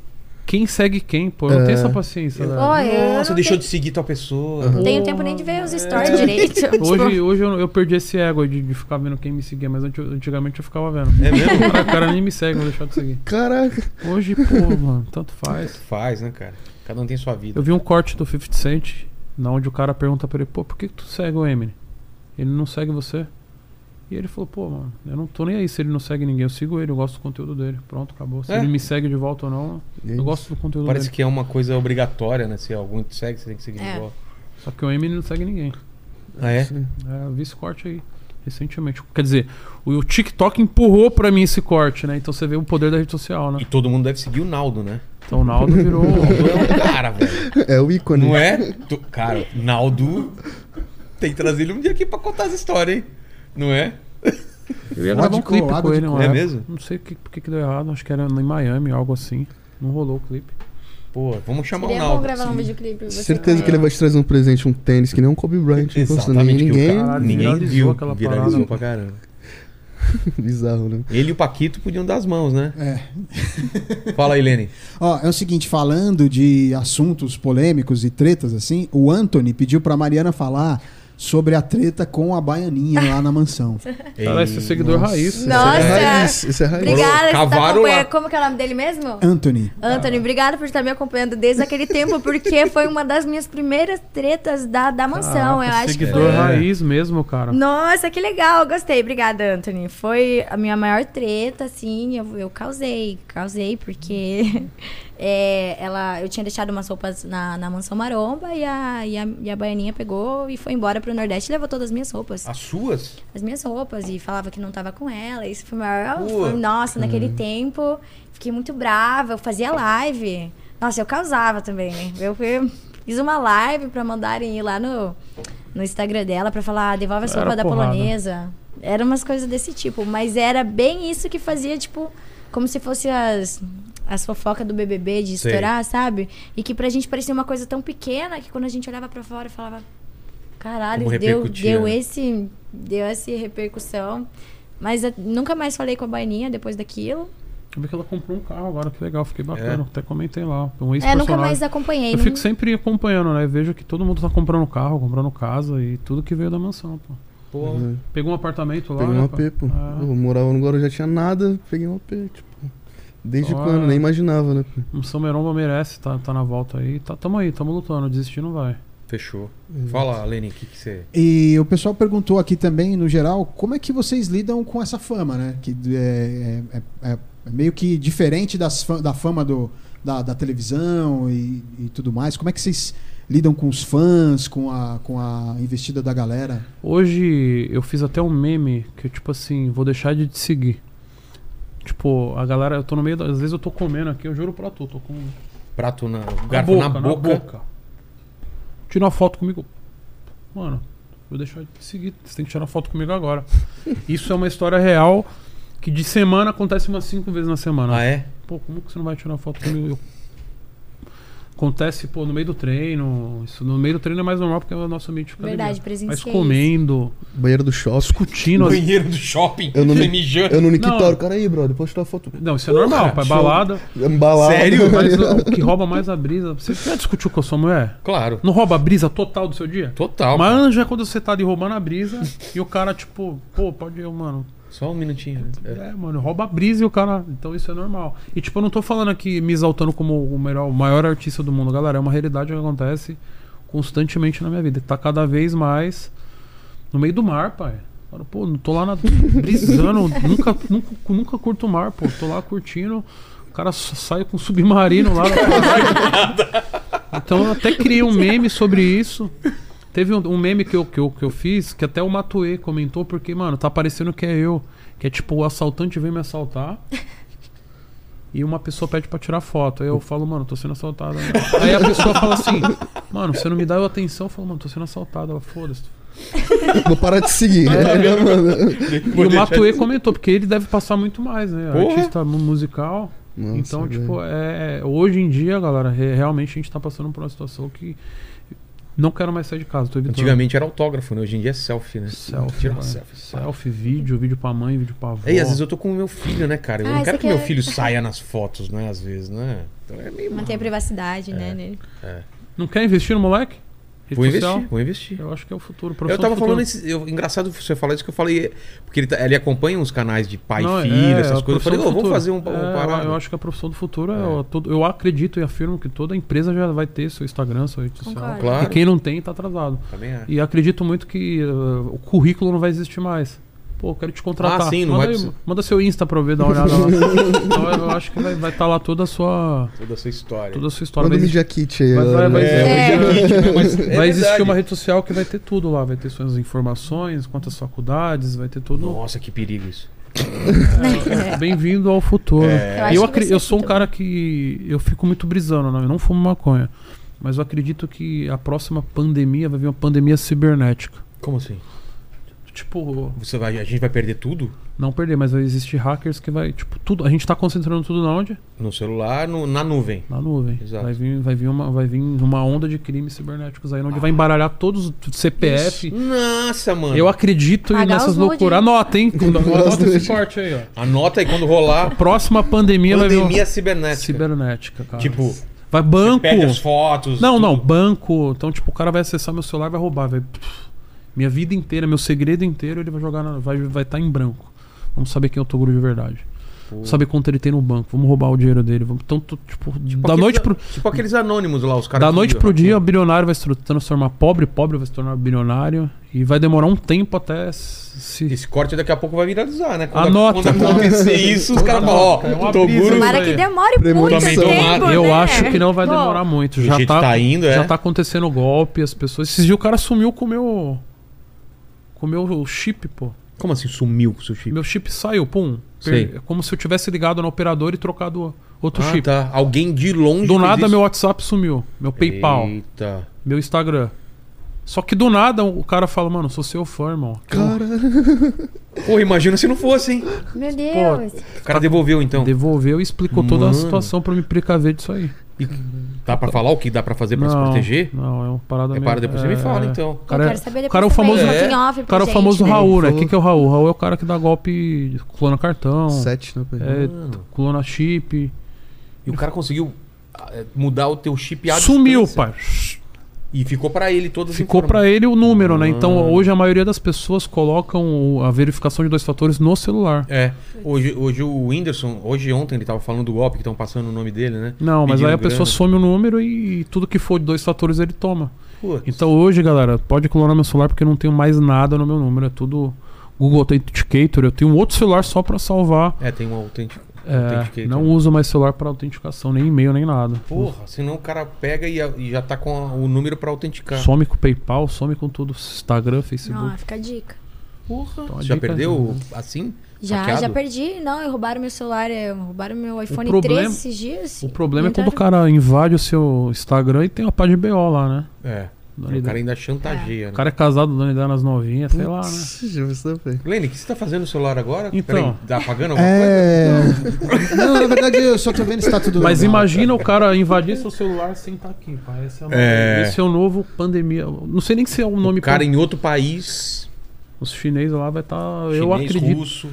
S3: quem segue quem, pô. Eu não
S7: É.
S3: tenho essa paciência, né? velho.
S8: Ó, eu
S1: Nossa,
S8: não
S1: deixou
S8: tenho-
S1: de seguir tua pessoa.
S8: Não tenho tempo nem de ver os stories direito. tipo.
S3: Hoje, hoje eu, eu perdi esse ego de, de ficar vendo quem me seguia, mas anti- antigamente eu ficava vendo.
S1: É mesmo?
S3: O cara- o cara nem me segue, vou deixar de seguir.
S7: Caraca.
S3: Hoje, pô, mano, tanto faz.
S1: Faz, né, cara? Cada um tem sua vida.
S3: Eu vi um corte do 50 Cent, na onde o cara pergunta pra ele, pô, por que que tu segue o Eminem? Ele não segue você? E ele falou, pô, mano, eu não tô nem aí se ele não segue ninguém, eu sigo ele, eu gosto do conteúdo dele. Pronto, acabou. Se
S1: É.
S3: ele me segue de volta ou não, eu gosto do conteúdo
S1: Parece
S3: dele.
S1: que é uma coisa obrigatória, né? Se algum te segue, você tem que seguir
S6: É.
S1: de volta.
S3: Só que o Eminem não segue ninguém.
S1: Ah, é?
S3: É, eu vi esse corte aí, recentemente. Quer dizer, o, o TikTok empurrou pra mim esse corte, né? Então você vê o poder da rede social, né?
S1: E todo mundo deve seguir o Naldo, né?
S3: Então o Naldo virou...
S1: Naldo é um cara, velho.
S7: É o ícone.
S1: Não é? Tu- Cara, Naldo tem que trazer ele um dia aqui pra contar as histórias, hein? Não é?
S3: Eu ia
S2: Água
S3: gravar um
S2: de
S3: clipe
S2: coco,
S3: com
S2: água de
S3: ele,
S1: coco.
S3: uma
S1: É
S3: época.
S1: mesmo?
S3: Não sei o que, porque que deu errado, acho que era em Miami, algo assim. Não rolou o clipe.
S1: Pô, vamos chamar
S6: Seria
S1: o
S6: bom
S1: Naldo.
S6: gravar um videoclipe. você
S7: Certeza
S6: com
S7: que ele vai te trazer um presente, um tênis, que nem um Kobe Bryant. Não custa nem
S1: Exatamente, que
S7: ninguém.
S1: o cara
S3: Caralho,
S1: ninguém
S3: viralizou
S1: viu,
S3: aquela
S1: viralizou
S3: parada.
S1: pra caramba.
S7: Bizarro, né?
S1: Ele e o Paquito podiam dar as mãos, né?
S2: É.
S1: Fala aí, Lene.
S2: Ó, é o seguinte, falando de assuntos polêmicos e tretas assim, o Anthony pediu pra Mariana falar sobre a treta com a baianinha lá na mansão.
S3: Cara, esse é seguidor
S7: nossa.
S3: raiz.
S7: Isso
S6: Nossa.
S7: é raiz. Isso é raiz.
S6: Obrigada, que você tá
S1: Cavaram lá.
S6: acompanhando. Como que é o nome dele mesmo?
S2: Anthony,
S6: Anthony, obrigada por estar me acompanhando desde aquele tempo, porque foi uma das minhas primeiras tretas da, da mansão.
S1: Ah,
S3: Caraca,
S6: eu acho que
S3: Ah, seguidor
S6: foi.
S3: raiz mesmo, cara.
S6: Nossa, que legal, gostei. Obrigada, Anthony. Foi a minha maior treta, assim, eu, eu causei, causei, porque é, ela, eu tinha deixado umas roupas na, na mansão maromba e a, e, a, e a baianinha pegou e foi embora pro Nordeste e levou todas as minhas roupas.
S1: As suas?
S6: As minhas roupas e falava que não tava com ela. Isso foi o maior.
S1: Pô.
S6: foi- nossa, naquele
S3: Uhum.
S6: tempo, fiquei muito brava, eu fazia live. Nossa, eu causava também, né? Eu fui- fiz uma live pra mandarem ir lá no, no Instagram dela pra falar, "Ah, devolve a
S3: Era
S6: roupa da
S3: porrada.
S6: polonesa. Era umas coisas desse tipo, mas era bem isso que fazia, tipo, como se fosse as, as fofocas do BBB de
S1: Sei.
S6: estourar, sabe? E que pra gente parecia uma coisa tão pequena que quando a gente olhava pra fora falava, caralho,
S1: Como
S6: deu,
S1: repercutia,
S6: deu
S1: né?
S6: esse deu essa repercussão. Mas eu nunca mais falei com a Baininha depois daquilo.
S3: Eu vi que ela comprou um carro agora, que legal, fiquei bacana.
S1: É.
S3: Até comentei lá. Um
S6: É, nunca mais
S3: ex-personagem.
S6: acompanhei.
S3: Eu
S6: não-
S3: fico sempre acompanhando, né? Vejo que todo mundo tá comprando carro, comprando casa e tudo que veio da mansão, pô.
S1: Pô,
S3: Pegou um apartamento lá.
S7: Peguei
S3: né,
S7: um
S3: pô?
S7: AP, pô.
S3: Ah,
S7: Eu morava no Guarujá, tinha nada, peguei um AP, tipo. Desde
S3: Ó.
S7: quando? Nem imaginava, né? pô?
S3: o um São Meromba merece, tá, tá na volta aí. Tá, tamo aí, tamo lutando, desistir não vai.
S1: fechou. Fala, Lene, o que que você...
S2: E o pessoal perguntou aqui também, no geral, como é que vocês lidam com essa fama, né? Que é, é- é- é meio que diferente das fa- da fama do, da, da televisão e, e tudo mais. Como é que vocês lidam com os fãs, com a, com a investida da galera?
S3: Hoje eu fiz até um meme que eu, tipo assim, vou deixar de te seguir. Tipo, a galera, eu tô no meio. da- Às vezes eu tô comendo aqui, eu juro pra tu, tô com.
S1: Prato na...
S3: com a
S1: Garfo na boca.
S3: Tira uma foto comigo. Mano, vou deixar de te seguir. Você tem que tirar uma foto comigo agora. Isso é uma história real que de semana acontece umas cinco vezes na semana.
S1: Ah, é?
S3: Pô, como que você não vai tirar foto comigo? Eu... Acontece, pô, no meio do treino. Isso no meio do treino é mais normal porque é o nosso ambiente de academia.
S6: Verdade, presenciei
S3: Mas
S6: isso.
S3: comendo,
S7: Banheiro do shopping.
S3: discutindo. as-
S1: Banheiro do shopping,
S7: Eu não
S1: você
S7: me-
S1: mijando.
S7: Eu não
S3: Não.
S7: Nictório. o Cara aí, brother, pode tirar foto.
S3: Não, isso é normal, pai.
S7: show.
S3: Balada.
S7: Embalado.
S1: Sério?
S3: Mas o o que rouba mais a brisa. Você já discutiu com a sua mulher?
S1: Claro.
S3: Não rouba a brisa total do seu dia?
S1: Total.
S3: Mas anja é quando você tá ali roubando a brisa e o cara, tipo, pô, pode ir, mano.
S1: Só um minutinho.
S3: É, mano, rouba a brisa e o cara. Então isso é normal. E, tipo, eu não tô falando aqui me exaltando como o, melhor, o maior artista do mundo, galera. É uma realidade que acontece constantemente na minha vida. Tá cada vez mais no meio do mar, pai. Mano, Pô, não tô lá na, brisando, nunca, nunca, nunca curto o mar, pô. Tô lá curtindo. O cara só sai com um submarino lá. na Então eu até criei um meme sobre isso. Teve um, um meme que eu, que, eu, que eu fiz que até o Matue comentou, porque, mano, tá parecendo que é eu. Que é tipo, o assaltante vem me assaltar. E uma pessoa pede pra tirar foto. Aí eu falo, mano, tô sendo assaltado. Aí a pessoa fala assim, mano, você não me dá atenção. Eu falo, mano, tô sendo assaltado. Ela, foda-se.
S7: Vou parar de seguir. né, mano?
S3: E o Matue comentou, porque ele deve passar muito mais, né?
S1: Porra.
S3: Artista mu- musical.
S7: Nossa,
S3: então,
S7: velho.
S3: tipo, é, hoje em dia, galera, re- realmente a gente tá passando por uma situação que não quero mais sair de casa. Tô evitando
S1: Antigamente era autógrafo, né? Hoje em dia é selfie, né?
S3: Selfie,
S1: Tira uma
S3: mano.
S1: selfie.
S3: selfie, vídeo, vídeo pra mãe, vídeo pra avó.
S1: É, e às vezes eu tô com o meu filho, né, cara? Eu
S6: Ah,
S1: não
S6: você
S1: quero que meu
S6: quer-
S1: filho saia nas fotos, né? Às vezes, né? Então é meio.
S6: Manter a privacidade,
S3: É.
S6: né? Nele.
S3: Não quer investir no moleque? Rede
S1: Vou
S3: social?
S1: investir, vou investir.
S3: Eu acho que é o futuro.
S1: Eu
S3: profissão
S1: tava
S3: do futuro.
S1: falando esse, eu- engraçado você falar isso que eu falei. Porque ele, tá- ele acompanha uns canais de pai
S3: Não,
S1: e filho,
S3: é,
S1: essas
S3: a
S1: coisas. Eu falei, ô,
S3: profissão do
S1: vamos
S3: futuro.
S1: fazer um, um
S3: É,
S1: parada.
S3: Eu acho que a profissão do futuro é, o- todo- eu acredito e afirmo que toda empresa já vai ter seu Instagram, sua rede social.
S6: Concordo.
S1: Claro.
S3: E quem não tem tá atrasado.
S1: Também é.
S3: E acredito muito que uh, o currículo não vai existir mais. Pô, eu quero te contratar.
S1: Ah, sim, não
S3: manda,
S1: vai
S3: aí-
S1: precisar.
S3: manda seu Insta pra eu ver, dar uma olhada lá. então eu acho que vai estar lá toda a sua,
S1: é, Toda essa história.
S3: toda a sua história.
S7: Manda
S1: um
S3: Vai,
S7: o
S3: existir,
S7: Media Kit eh, aí.
S3: Mas vai-
S7: galera.
S3: vai-
S1: É,
S6: É.
S1: hoje em
S3: né?
S1: dia, mas é
S3: vai existir
S1: verdade.
S3: uma rede social que vai ter tudo lá. Vai ter suas informações, quantas faculdades, vai ter tudo.
S1: Nossa, que perigo isso.
S6: É.
S3: Bem-vindo ao futuro.
S1: É.
S6: Eu
S3: Eu,
S6: acho que vai
S3: acre-
S6: ser
S3: eu sou um
S6: futuro.
S3: cara que. Eu fico muito brisando, não, eu não fumo maconha. Mas eu acredito que a próxima pandemia vai vir uma pandemia cibernética.
S1: Como assim?
S3: Tipo,
S1: Você vai, a gente vai perder tudo?
S3: não perder, mas vai existir hackers que vai. Tipo, tudo. A gente tá concentrando tudo na onde?
S1: No celular, no- na nuvem.
S3: Na nuvem.
S1: Exato.
S3: Vai vir, vai, vir uma, vai vir uma onda de crimes cibernéticos aí, onde vai embaralhar todos os CPF.
S1: Nossa, mano.
S3: Eu acredito em
S8: Pagar
S3: nessas
S8: os nudes.
S3: loucuras. Anota, hein? Anota esse corte aí, ó.
S1: Anota aí quando rolar.
S3: Próxima pandemia, vai vir.
S1: Pandemia
S3: uma-
S1: cibernética.
S3: Cibernética, cara.
S1: Tipo,
S3: vai banco.
S1: pede as fotos.
S3: Não,
S1: tudo.
S3: não, banco. Então, tipo, o cara vai acessar meu celular e vai roubar, vai. pff, Minha vida inteira, meu segredo inteiro, ele vai jogar na, vai vai estar em branco. Vamos saber quem é o Toguro de verdade. Vamos saber quanto ele tem no banco. Vamos roubar o dinheiro dele. Vamos, então, tu- tipo, da
S1: Aqueles
S3: noite
S1: a-
S3: pro
S1: Tipo aqueles anônimos lá, os caras.
S3: da
S1: que-
S3: noite pro dia, o bilionário vai se tru- transformar pobre, pobre vai se tornar bilionário e vai demorar um tempo até se
S1: Esse corte daqui a pouco vai viralizar, né? Quando,
S3: Anota.
S1: quando acontecer isso, os caras falam, ó,
S3: Anota, é uma brisa.
S1: Toguro.
S8: Tomara que demore
S7: Premonição.
S8: muito
S1: Tomara.
S8: tempo,
S1: Pô,
S3: Eu
S8: né?
S3: acho que não vai
S4: Bom,
S3: demorar muito.
S1: do
S3: Já
S1: jeito
S3: tá,
S1: que tá indo, é.
S3: já tá acontecendo golpe, as pessoas. Esses dias o cara sumiu com o meu. Com o meu chip, pô.
S1: Como assim sumiu com o seu chip?
S3: Meu chip saiu, pum.
S1: Sei.
S3: Per- É como se eu tivesse ligado na operadora e trocado outro
S1: Ah,
S3: chip.
S1: tá. Alguém de longe.
S3: Do
S1: fez
S3: nada,
S1: isso.
S3: meu WhatsApp sumiu. Meu PayPal,
S1: Eita.
S3: meu Instagram. Só que do nada o cara fala, mano, sou seu fã, irmão.
S1: Pô, imagina se não fosse, hein?
S8: Meu Deus.
S1: O cara devolveu então.
S3: Devolveu e explicou toda a
S1: Mano.
S3: situação pra eu me precaver disso aí.
S1: Dá pra falar o que dá pra fazer pra se proteger?
S3: Não, é uma parada
S1: É para depois você me fala, então.
S3: O cara,
S8: Eu
S3: é-
S8: quero saber
S3: o cara é o
S8: depois também,
S3: famoso,
S8: no
S1: É.
S8: fim off
S3: o cara é o
S8: pra
S3: famoso
S8: gente, né?
S3: Raul, né?
S7: Por
S3: O que, que é o Raul? O Raul é o cara que dá golpe, clona cartão,
S7: Sete, né, pai?
S3: é, clona chip.
S1: E o cara conseguiu ah, é, mudar o teu chip à
S3: Sumiu,
S1: distância.
S3: pai.
S8: assim.
S1: E ficou pra ele todas as
S3: Ficou
S1: informações.
S3: pra ele o número, né? Então hoje a maioria das pessoas colocam o- a verificação de dois fatores no celular.
S1: É. Hoje, hoje o Whindersson, hoje ontem ele tava falando do golpe que estão passando o nome dele, né?
S3: Não, mas
S1: Pedindo
S3: aí a
S1: grana.
S3: pessoa some o número e tudo que for de dois fatores ele toma.
S1: Putz.
S3: Então hoje, galera, pode clonar meu celular porque eu não tenho mais nada no meu número. É tudo Google Authenticator. Eu tenho um outro celular só pra salvar.
S1: É, tem um autêntico.
S3: É,
S1: authenticator.
S3: não um- uso mais celular pra autenticação, nem e-mail, nem nada.
S1: Porra, senão o cara pega e, e já tá com a- o número pra autenticar.
S3: Some com o PayPal, some com tudo, Instagram, Facebook.
S6: Não, fica a dica.
S3: Então, a
S1: Você já
S3: dica é-
S1: perdeu assim?
S6: Já,
S1: Hackeado?
S6: já perdi. Não, e roubaram meu celular, é, roubaram meu iPhone
S3: problema-
S6: 13 esses dias. Então,
S3: O problema é
S6: Entraram-
S3: quando o cara invade o seu Instagram e tem uma página BO lá, né?
S1: É.
S3: Dona
S1: O cara
S3: Ida.
S1: ainda chantageia,
S3: O
S1: né?
S3: cara é casado, dona Ida nas novinhas, sei lá, né?
S7: Já pensou, velho?
S1: Lene, o que você tá fazendo no celular agora?
S3: Então.
S1: Peraí, tá apagando alguma coisa?
S2: É. Não, na verdade eu só tô vendo se tá tudo
S3: Mas
S2: legal.
S3: imagina o cara invadir seu celular sem estar aqui, pai. Esse é, o nome-
S1: É.
S3: esse é o novo pandemia. Não sei nem se é o nome.
S1: O cara
S3: pra-
S1: em outro país,
S3: Os chineses lá vai estar. eu
S1: chinês,
S3: acredito.
S1: russo.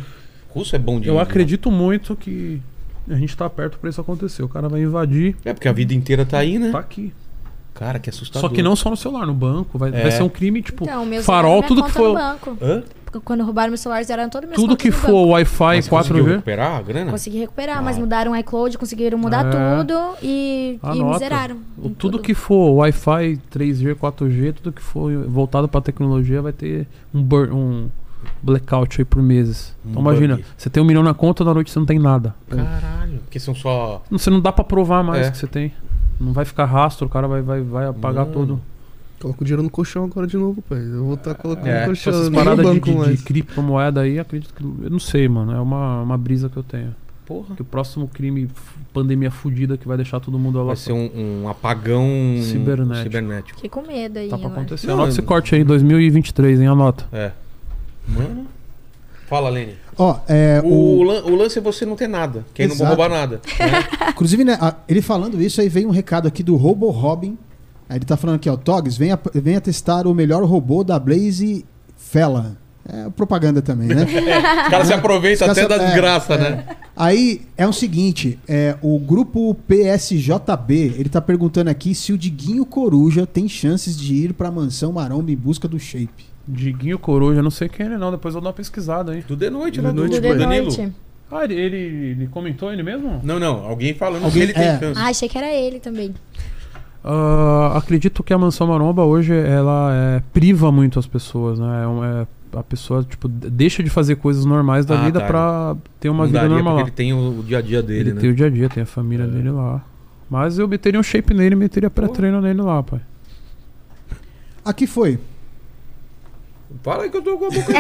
S1: Russo é bom de
S3: Eu acredito muito que a gente tá perto pra isso acontecer. O cara vai invadir,
S1: É porque a vida inteira tá aí, né?
S3: tá aqui.
S1: Cara, que assustador.
S3: Só que não só no celular, no banco. Vai,
S1: Tá É.
S3: vai ser um crime, tipo,
S8: Então, meus zeros
S3: farol,
S8: na
S3: tudo que
S8: conta
S3: for.
S8: no banco.
S1: Hã?
S8: Porque Quando roubaram meu celular, zeraram todo meu
S3: Tudo que for Wi-Fi
S1: Mas você conseguiu
S3: 4G.
S1: recuperar a grana?
S8: Consegui recuperar,
S1: Ah.
S8: mas mudaram o iCloud, conseguiram mudar
S3: É.
S8: tudo e, e me
S3: Anota.
S8: zeraram.
S3: O- Tudo, que for Wi-Fi 3G, 4G, tudo que for voltado pra tecnologia vai ter um, bur- um blackout aí por meses.
S1: Um
S3: então imagina,
S1: bug.
S3: você tem um milhão na conta, na noite você não tem nada.
S1: Caralho. Porque são só.
S3: Não, você não dá pra provar mais
S1: É.
S3: que você tem. Não vai ficar rastro, o cara vai, vai, vai apagar
S1: Mano.
S3: tudo.
S7: Coloca o dinheiro no colchão agora de novo, pai. Eu vou estar colocando
S1: É,
S7: no
S3: Com
S7: colchão,
S3: essas
S7: nem no
S3: paradas de,
S7: banco
S3: de- de
S7: mais.
S3: criptomoeda aí, acredito que. Eu não sei, mano. É uma, uma brisa que eu tenho.
S1: Porra.
S3: Que o próximo crime, f- pandemia fudida que vai deixar todo mundo
S1: Vai
S3: alocado.
S1: ser um, um apagão
S3: Cibernético.
S1: cibernético.
S8: Fiquei com medo aí.
S3: Tá pra
S8: agora.
S3: acontecer.
S1: Não,
S3: Anota
S1: eu-
S3: esse corte aí, 2023, hein? Anota.
S1: É. Mano. Fala, Lene.
S2: Ó, é,
S1: O,
S2: o...
S1: lan- o lance é você não ter nada. Quem não
S2: Exato.
S1: roubar nada. né?
S2: Inclusive, né, a- ele falando isso, aí veio um recado aqui do Robo Robin. Aí ele tá falando aqui, ó, Togs, venha, venha testar o melhor robô da Blaze Fela. É propaganda também, né?
S1: Os caras se aproveitam
S2: Os
S1: até
S2: caras
S1: da
S2: se- é,
S1: desgraça, né?
S2: Aí é o seguinte, é, o grupo PSJB, ele tá perguntando aqui se o Diguinho Coruja tem chances de ir pra mansão Maromba em busca do shape.
S3: Diguinho Coruja, não sei quem é ele não, depois eu dou uma pesquisada
S2: é.
S3: aí.
S1: Do The Noite, né? Do,
S7: Do The
S8: Tudo
S1: do
S8: de
S1: Danilo.
S8: noite.
S3: Ah, ele, ele, ele comentou ele mesmo?
S1: Não, não. Alguém falando se
S2: Alguém-
S1: ele tem
S2: é.
S1: chance.
S8: Ah, achei que era ele também.
S3: Ah, acredito que a mansão maromba hoje ela é, priva muito as pessoas, né? É um- é- a pessoa tipo d- deixa de fazer coisas normais da
S1: Ah,
S3: vida
S1: tá.
S3: pra ter uma
S1: Não
S3: vida
S1: daria,
S3: normal.
S1: porque
S3: lá.
S1: ele tem o, o dia a dia dele,
S3: Ele
S1: né? É.
S3: tem o dia a dia, tem a família dele lá. Mas eu meteria um shape nele, meteria pré-treino nele lá, pai.
S2: Aqui foi.
S1: Fala aí que eu tô com a boca.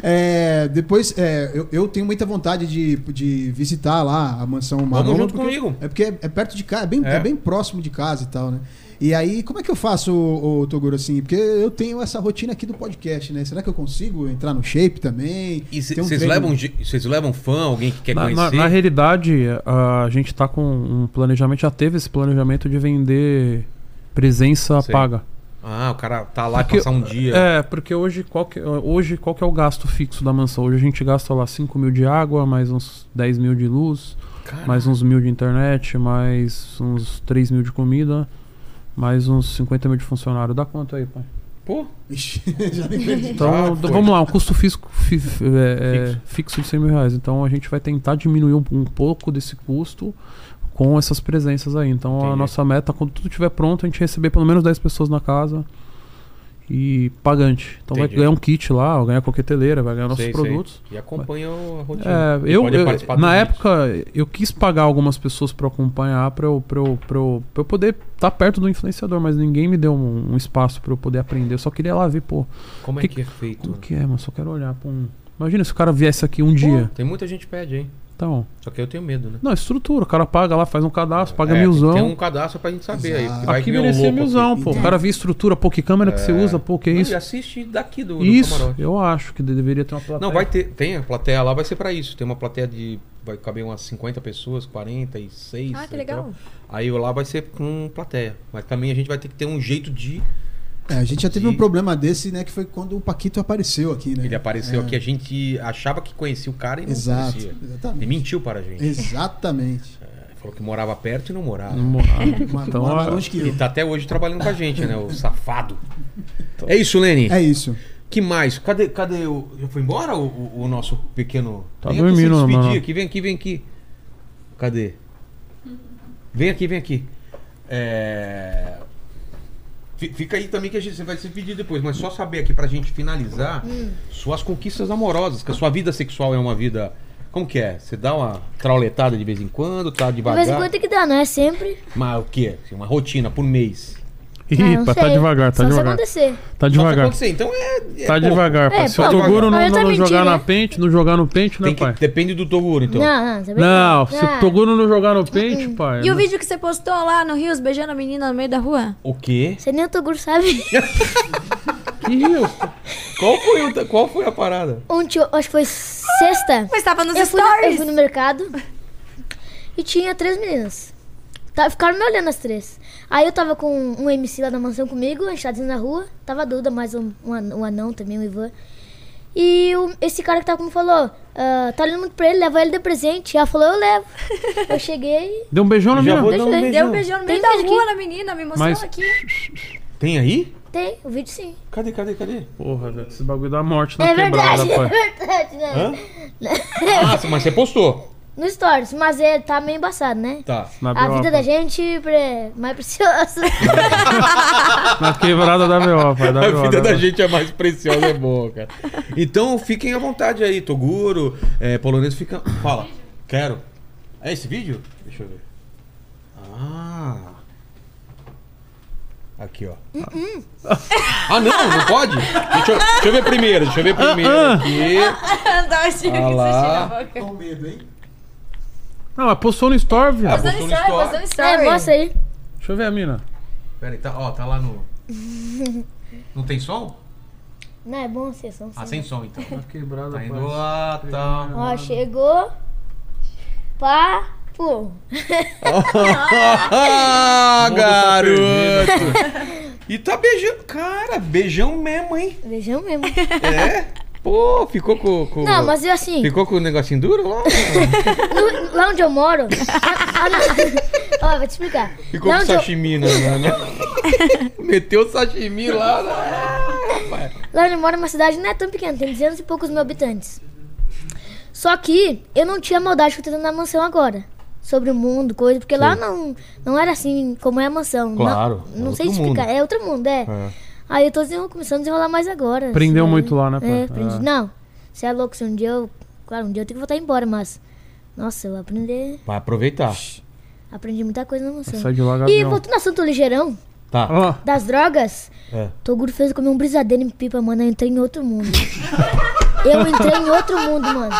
S2: É, depois, é, eu, eu tenho muita vontade de, de visitar lá a mansão Maromba.
S1: junto
S2: porque-
S1: comigo.
S2: É porque é, é perto de casa, é bem,
S1: É.
S2: é bem próximo de casa e tal, né? E aí, como é que eu faço, ô, ô, Toguro, assim? Porque eu tenho essa rotina aqui do podcast, né? Será que eu consigo entrar no shape também?
S1: E
S2: Tem um
S1: vocês
S2: treino-
S1: levam, ge- vocês levam fã, alguém que quer
S3: Na, na-
S1: conhecer?
S3: na realidade, a gente tá com um planejamento, já teve esse planejamento de vender presença
S1: Sei.
S3: paga.
S1: Ah, o cara tá lá e
S3: Porque-
S1: passar um dia.
S3: É, porque hoje qual, que, hoje qual que é o gasto fixo da mansão? Hoje a gente gasta lá 5 mil de água, mais uns 10 mil de luz,
S1: Cara,
S3: mais uns mil de internet, mais uns 3 mil de comida, mais uns 50 mil de funcionário. Dá quanto aí, pai?
S1: Pô,
S2: Ixi, já nem perdi.
S1: Ah,
S3: Então, d-
S1: foi.
S3: vamos lá, um custo físico, fi- fi- é, é, fixo de 100 mil reais. Então, a gente vai tentar diminuir um, um pouco desse custo com essas presenças aí. Então, a
S1: Entendi.
S3: nossa meta, quando tudo estiver pronto, a gente receber pelo menos 10 pessoas na casa e pagante. Então,
S1: Entendi.
S3: vai ganhar um kit lá, vai ganhar coqueteleira, vai ganhar nossos
S1: sei, sei.
S3: produtos.
S1: E acompanha o- a rotina.
S3: É,
S1: E
S3: eu,
S1: pode
S3: eu-
S1: participar dos
S3: na
S1: vídeos.
S3: época, eu quis pagar algumas pessoas pra acompanhar, pra eu, pra eu, pra eu, pra eu poder estar perto do influenciador, mas ninguém me deu um, um espaço pra eu poder aprender. Eu só queria lá ver, pô.
S1: Como é
S3: que-
S1: que é feito?
S3: Como que é, mano? Só quero olhar pra um. Imagina se o cara viesse aqui um dia.
S1: Pô, tem muita gente que pede, hein?
S3: Então.
S1: Só que eu tenho medo, né?
S3: Não, é estrutura. O cara paga lá, faz um cadastro, paga
S1: É,
S3: milzão.
S1: Tem um cadastro pra gente saber aí. porque vai
S3: Aqui
S1: que nem um
S3: merecia
S1: louco
S3: milzão,
S1: aqui. É.
S3: pô. O cara vê estrutura, pô, que câmera que você usa, pô, que
S1: Não,
S3: isso.
S1: E assiste daqui do, do
S3: Isso,
S1: camarote.
S3: eu acho que de- deveria ter uma plateia.
S1: Não, vai ter. Tem a plateia lá, vai ser pra isso. Tem uma plateia de. Vai caber umas 50 pessoas, 46.
S8: Ah, que
S1: sei lá.
S8: legal.
S3: então.
S1: Aí lá vai ser com plateia. Mas também a gente vai ter que ter um jeito de.
S2: É, a gente já teve um
S1: Sim.
S2: problema desse, né? Que foi quando o Paquito apareceu aqui, né?
S1: Ele apareceu
S2: É.
S1: aqui, a gente achava que conhecia o cara e não
S2: Exato.
S1: conhecia. Ele
S2: Exatamente.
S1: mentiu É. para a gente.
S2: Exatamente.
S1: Falou que morava perto e não morava.
S3: Não morar.
S2: Uma,
S3: Então,
S2: uma
S3: a-
S2: longe que
S1: E
S2: eu.
S1: tá até hoje trabalhando com a gente, né? O safado. É isso, Lene.
S2: É isso.
S1: Que mais? Cadê, cadê o. Já foi embora o, o- o nosso pequeno.
S3: Tá
S1: aqui se
S3: dormindo,
S1: despedir
S3: mano.
S1: aqui, vem aqui, vem aqui. Cadê? Vem aqui, vem aqui. É, fi- Fica aí também que a gente, você vai se pedir depois, mas só saber aqui pra gente finalizar suas conquistas amorosas, que a sua vida sexual é uma vida. Como que é? Você dá uma trauletada de vez em quando, tá
S5: De
S1: devagar.
S5: vez em quando tem que dar, não é sempre.
S1: Mas o quê? Assim, Uma rotina por mês.
S5: Ah,
S3: Ih,
S5: não
S3: pá, tá
S5: sei.
S3: devagar,
S5: Só
S3: tá devagar.
S5: Se acontecer.
S3: Tá
S1: Só se
S3: devagar.
S1: acontecer, então é. é
S3: Tá
S1: pouco.
S3: devagar, pai.
S5: É,
S3: Se o
S5: pô,
S3: Toguro não,
S8: mas eu
S3: não
S8: também
S3: jogar
S8: digo,
S3: na
S8: né?
S3: pente, não jogar no pente,
S1: Tem
S3: não,
S1: que-
S3: né, pai.
S1: depende do Toguro, então.
S5: Não, não, também
S3: Não, se o
S5: Ah,
S3: Toguro não jogar no pente, pai.
S8: E o
S3: não-
S8: vídeo que você postou lá no Rios, beijando a menina no meio da rua?
S1: O quê?
S5: Você nem é o Toguro sabe.
S3: Ih, eu-
S1: Qual foi, o- qual foi a parada?
S5: Ontem, eu- Um acho que foi sexta.
S8: Mas tava nos
S5: Eu fui, no, eu
S8: stories.
S5: fui no mercado e tinha três meninas. Tá- Ficaram me olhando as três. Aí eu tava com um MC lá da mansão comigo, a gente tava na rua. Tava a Duda, mais um, um an- um anão também, o Ivan. E o- esse cara que tava comigo falou, "Ah, tá olhando muito pra ele, leva ele de presente. Ela falou, eu levo. eu cheguei.
S3: Deu um beijão na
S1: Já
S3: minha.
S1: vou dar
S5: Deixa
S1: um
S5: eu ver.
S8: Deu um
S1: beijão.
S8: beijão no meio
S5: Tem
S8: da
S5: vídeo aqui?
S8: rua na menina, me mostrou
S3: Mas- Ah.
S8: aqui.
S1: Tem aí?
S5: Tem, o vídeo sim.
S1: Cadê, cadê, cadê?
S3: Porra, velho, esse bagulho da morte na
S5: é
S3: quebrada,
S5: verdade,
S3: pai.
S5: é verdade, né?
S1: Hã? Ah, mas você postou.
S5: No Stories, mas é, tá meio embaçado, né?
S1: Tá.
S3: Na,
S5: A
S3: BO,
S5: vida da
S3: pai.
S5: gente é mais preciosa.
S3: na quebrada da BO, pai. Da
S1: A
S3: BO,
S1: vida da
S3: BO.
S1: gente é mais preciosa, é boa, cara. Então fiquem à vontade aí, Toguro, é, polonês, fica. Fala. Quero. É esse vídeo? Deixa eu ver. Ah. Aqui, ó. Uh-uh. Ah, não, não pode? Deixa eu, deixa eu ver primeiro, deixa eu ver primeiro
S3: ah.
S1: aqui.
S6: Dá um tiro que
S1: Ah
S6: você
S1: lá.
S6: tira a boca.
S3: Não, mas postou no Store,
S1: Ah,
S3: viado.
S1: postou no story.
S5: é, mostra aí.
S3: Deixa eu ver a mina.
S1: Pera aí, tá, ó, tá lá no. Não tem som?
S5: Não, é bom ser som.
S1: Ah,
S5: sim.
S1: sem som então.
S3: Na quebrada,
S1: Tá indo
S3: pai.
S1: lá, tá.
S5: Ó, chegou. Pá, pô.
S1: Ah,
S3: Mundo tá perdido,
S1: garoto! E tá beijando. Cara, beijão mesmo, hein?
S5: Beijão mesmo.
S1: É? Pô, ficou com. com-
S5: Não, mas eu assim,
S1: Ficou com o negocinho duro lá?
S5: no- lá onde eu moro. Ah, ah, não. Ó, vou te explicar.
S1: Ficou
S5: lá,
S1: com
S5: onde eu,
S1: sashimi na. na- na- Meteu o sashimi lá. na- Ah, rapaz.
S5: lá onde eu moro é uma cidade não é tão pequena, tem 200 e poucos mil habitantes. Só que eu não tinha a maldade que eu tô tendo na mansão agora. Sobre o mundo, coisa, porque lá não, não era assim como é a mansão.
S1: Claro, é
S5: Não, não
S1: outro
S5: sei explicar.
S1: mundo.
S5: É outro mundo, é.
S1: Ah,
S5: Aí eu tô desenro- começando a desenrolar mais agora.
S3: Prendeu
S5: assim,
S3: muito lá, né, pô?
S5: É, aprendi.
S3: É.
S5: Não, você é louco, se um dia eu. Claro, um dia eu tenho que voltar embora, mas. Nossa, eu aprendi.
S1: Vai aproveitar.
S5: Aprendi muita coisa na mansão.
S3: Sai de lá,
S5: E
S3: Gabriel.
S5: voltando ao assunto ligeirão,
S1: Tá.
S3: Ó,
S5: das drogas,
S1: É.
S5: Toguro fez eu comer um brisadeiro em pipa, mano. Eu entrei em outro mundo. eu entrei em outro mundo, mano.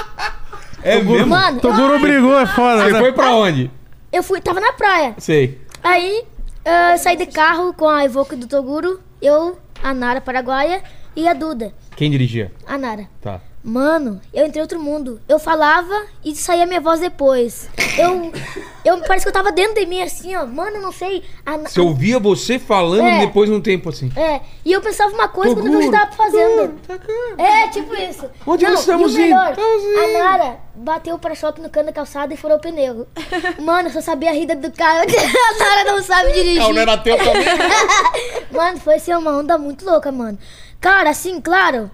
S1: É mesmo?
S5: Mano, eu,
S3: Toguro brigou, é foda.
S1: Você
S3: né?
S1: foi pra onde?
S5: eu fui, tava na praia.
S1: Sei.
S5: Aí, ah, saí de carro com a Evoque do Toguro, eu, a Nara Paraguaia e a Duda,
S1: Quem dirigia?
S5: a Nara.
S1: Tá.
S5: Mano, eu entrei em outro mundo. Eu falava e saía minha voz depois. Eu. Eu parece que eu tava dentro de mim assim, ó. Mano, eu não sei. A, na-
S1: Você ouvia você falando
S5: É.
S1: depois de um tempo assim.
S5: É, e eu pensava uma coisa quando eu
S1: Toguro,
S5: vejo tava fazendo.
S1: Tá cá.
S5: É, tipo isso.
S1: Onde nós estamos
S5: e o melhor,
S1: indo? Tá assim. Estamos
S5: A Nara bateu o para-choque no cano da calçada e furou o pneu. Mano, eu só sabia a rida do carro. A Nara não sabe dirigir.
S1: Não, não era teu também.
S5: Mano, foi ser uma onda muito louca, mano. Cara, assim, claro.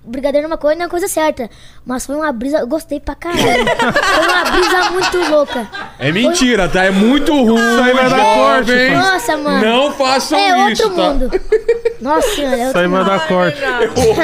S5: Brigadeiro é uma coisa, não é uma coisa certa. Mas foi uma brisa. Eu gostei pra caralho. foi uma brisa muito louca.
S1: É mentira, tá? É muito ruim. Isso
S3: aí vai dar corte, pai.
S5: Nossa, mano.
S1: Não façam
S5: é outro
S1: isso, tá?
S5: mundo. Nossa senhora, é
S3: Isso
S5: outro
S3: aí vai
S5: mundo.
S3: dar corte.